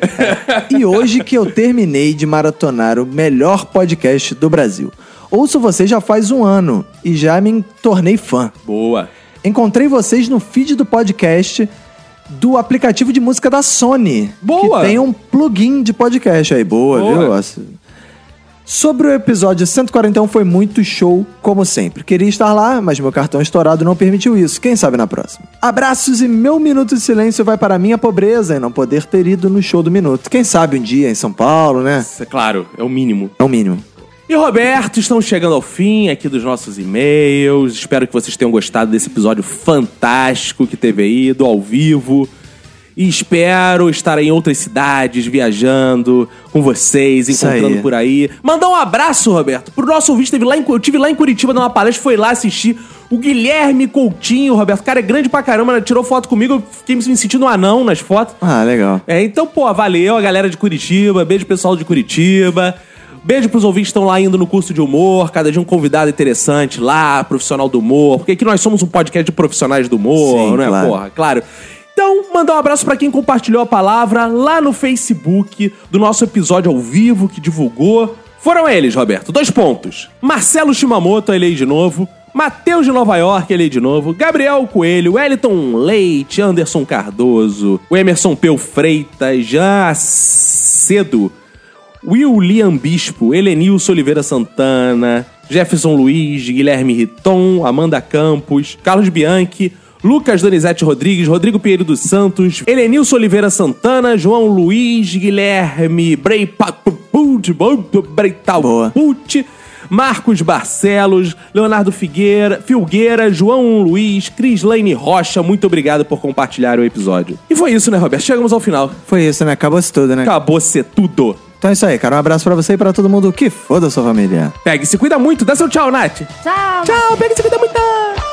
I: é. E hoje que eu terminei de maratonar o melhor podcast do Brasil. Ouço você já faz um ano e já me tornei fã.
C: Boa.
I: Encontrei vocês no feed do podcast do aplicativo de música da Sony.
C: Boa!
I: Que tem um plugin de podcast aí. Boa,
C: Boa.
I: viu? Sobre o episódio 141 foi muito show, como sempre. Queria estar lá, mas meu cartão estourado não permitiu isso. Quem sabe na próxima. Abraços e meu minuto de silêncio vai para a minha pobreza em não poder ter ido no show do minuto. Quem sabe um dia em São Paulo, né?
C: Isso é claro, é o mínimo.
I: É o mínimo.
C: E Roberto, estamos chegando ao fim aqui dos nossos e-mails. Espero que vocês tenham gostado desse episódio fantástico que teve aí, do ao vivo. E espero estar em outras cidades, viajando com vocês,
I: Isso
C: encontrando
I: aí.
C: por aí. Mandar um abraço, Roberto, pro nosso ouvinte. Teve lá em, Cu- eu tive lá em Curitiba dar uma palestra, foi lá assistir. O Guilherme Coutinho, Roberto, cara é grande pra caramba, né? tirou foto comigo, eu fiquei me sentindo um anão nas fotos.
I: Ah, legal.
C: É, então, pô, valeu a galera de Curitiba, beijo pessoal de Curitiba. Beijo pros ouvintes que estão lá indo no curso de humor, cada dia um convidado interessante lá, profissional do humor, porque aqui nós somos um podcast de profissionais do humor,
I: Sim,
C: né,
I: claro.
C: porra? Claro. Então, mandar um abraço pra quem compartilhou a palavra lá no Facebook do nosso episódio ao vivo que divulgou. Foram eles, Roberto. Dois pontos. Marcelo Shimamoto, ele aí de novo. Matheus de Nova York, ele aí de novo. Gabriel Coelho, Wellington Leite, Anderson Cardoso, o Emerson Peu Freitas, já cedo. Will Liam Bispo, Helenilson Oliveira Santana, Jefferson Luiz, Guilherme Riton, Amanda Campos, Carlos Bianchi, Lucas Donizete Rodrigues, Rodrigo Pinheiro dos Santos, Helenilson Oliveira Santana, João Luiz, Guilherme Breitaput, Breitaput, Marcos Barcelos, Leonardo Figueira, Filgueira, João Luiz, Crislaine Rocha, muito obrigado por compartilhar o episódio. E foi isso, né, Roberto? Chegamos ao final.
I: Foi isso, né? Acabou-se tudo, né?
C: Acabou ser tudo.
I: Então é isso aí, cara. Um abraço pra você e pra todo mundo que foda sua família.
C: Pegue, se cuida muito. Dá seu tchau, Nath.
D: Tchau,
C: Tchau, pegue, se cuida muito.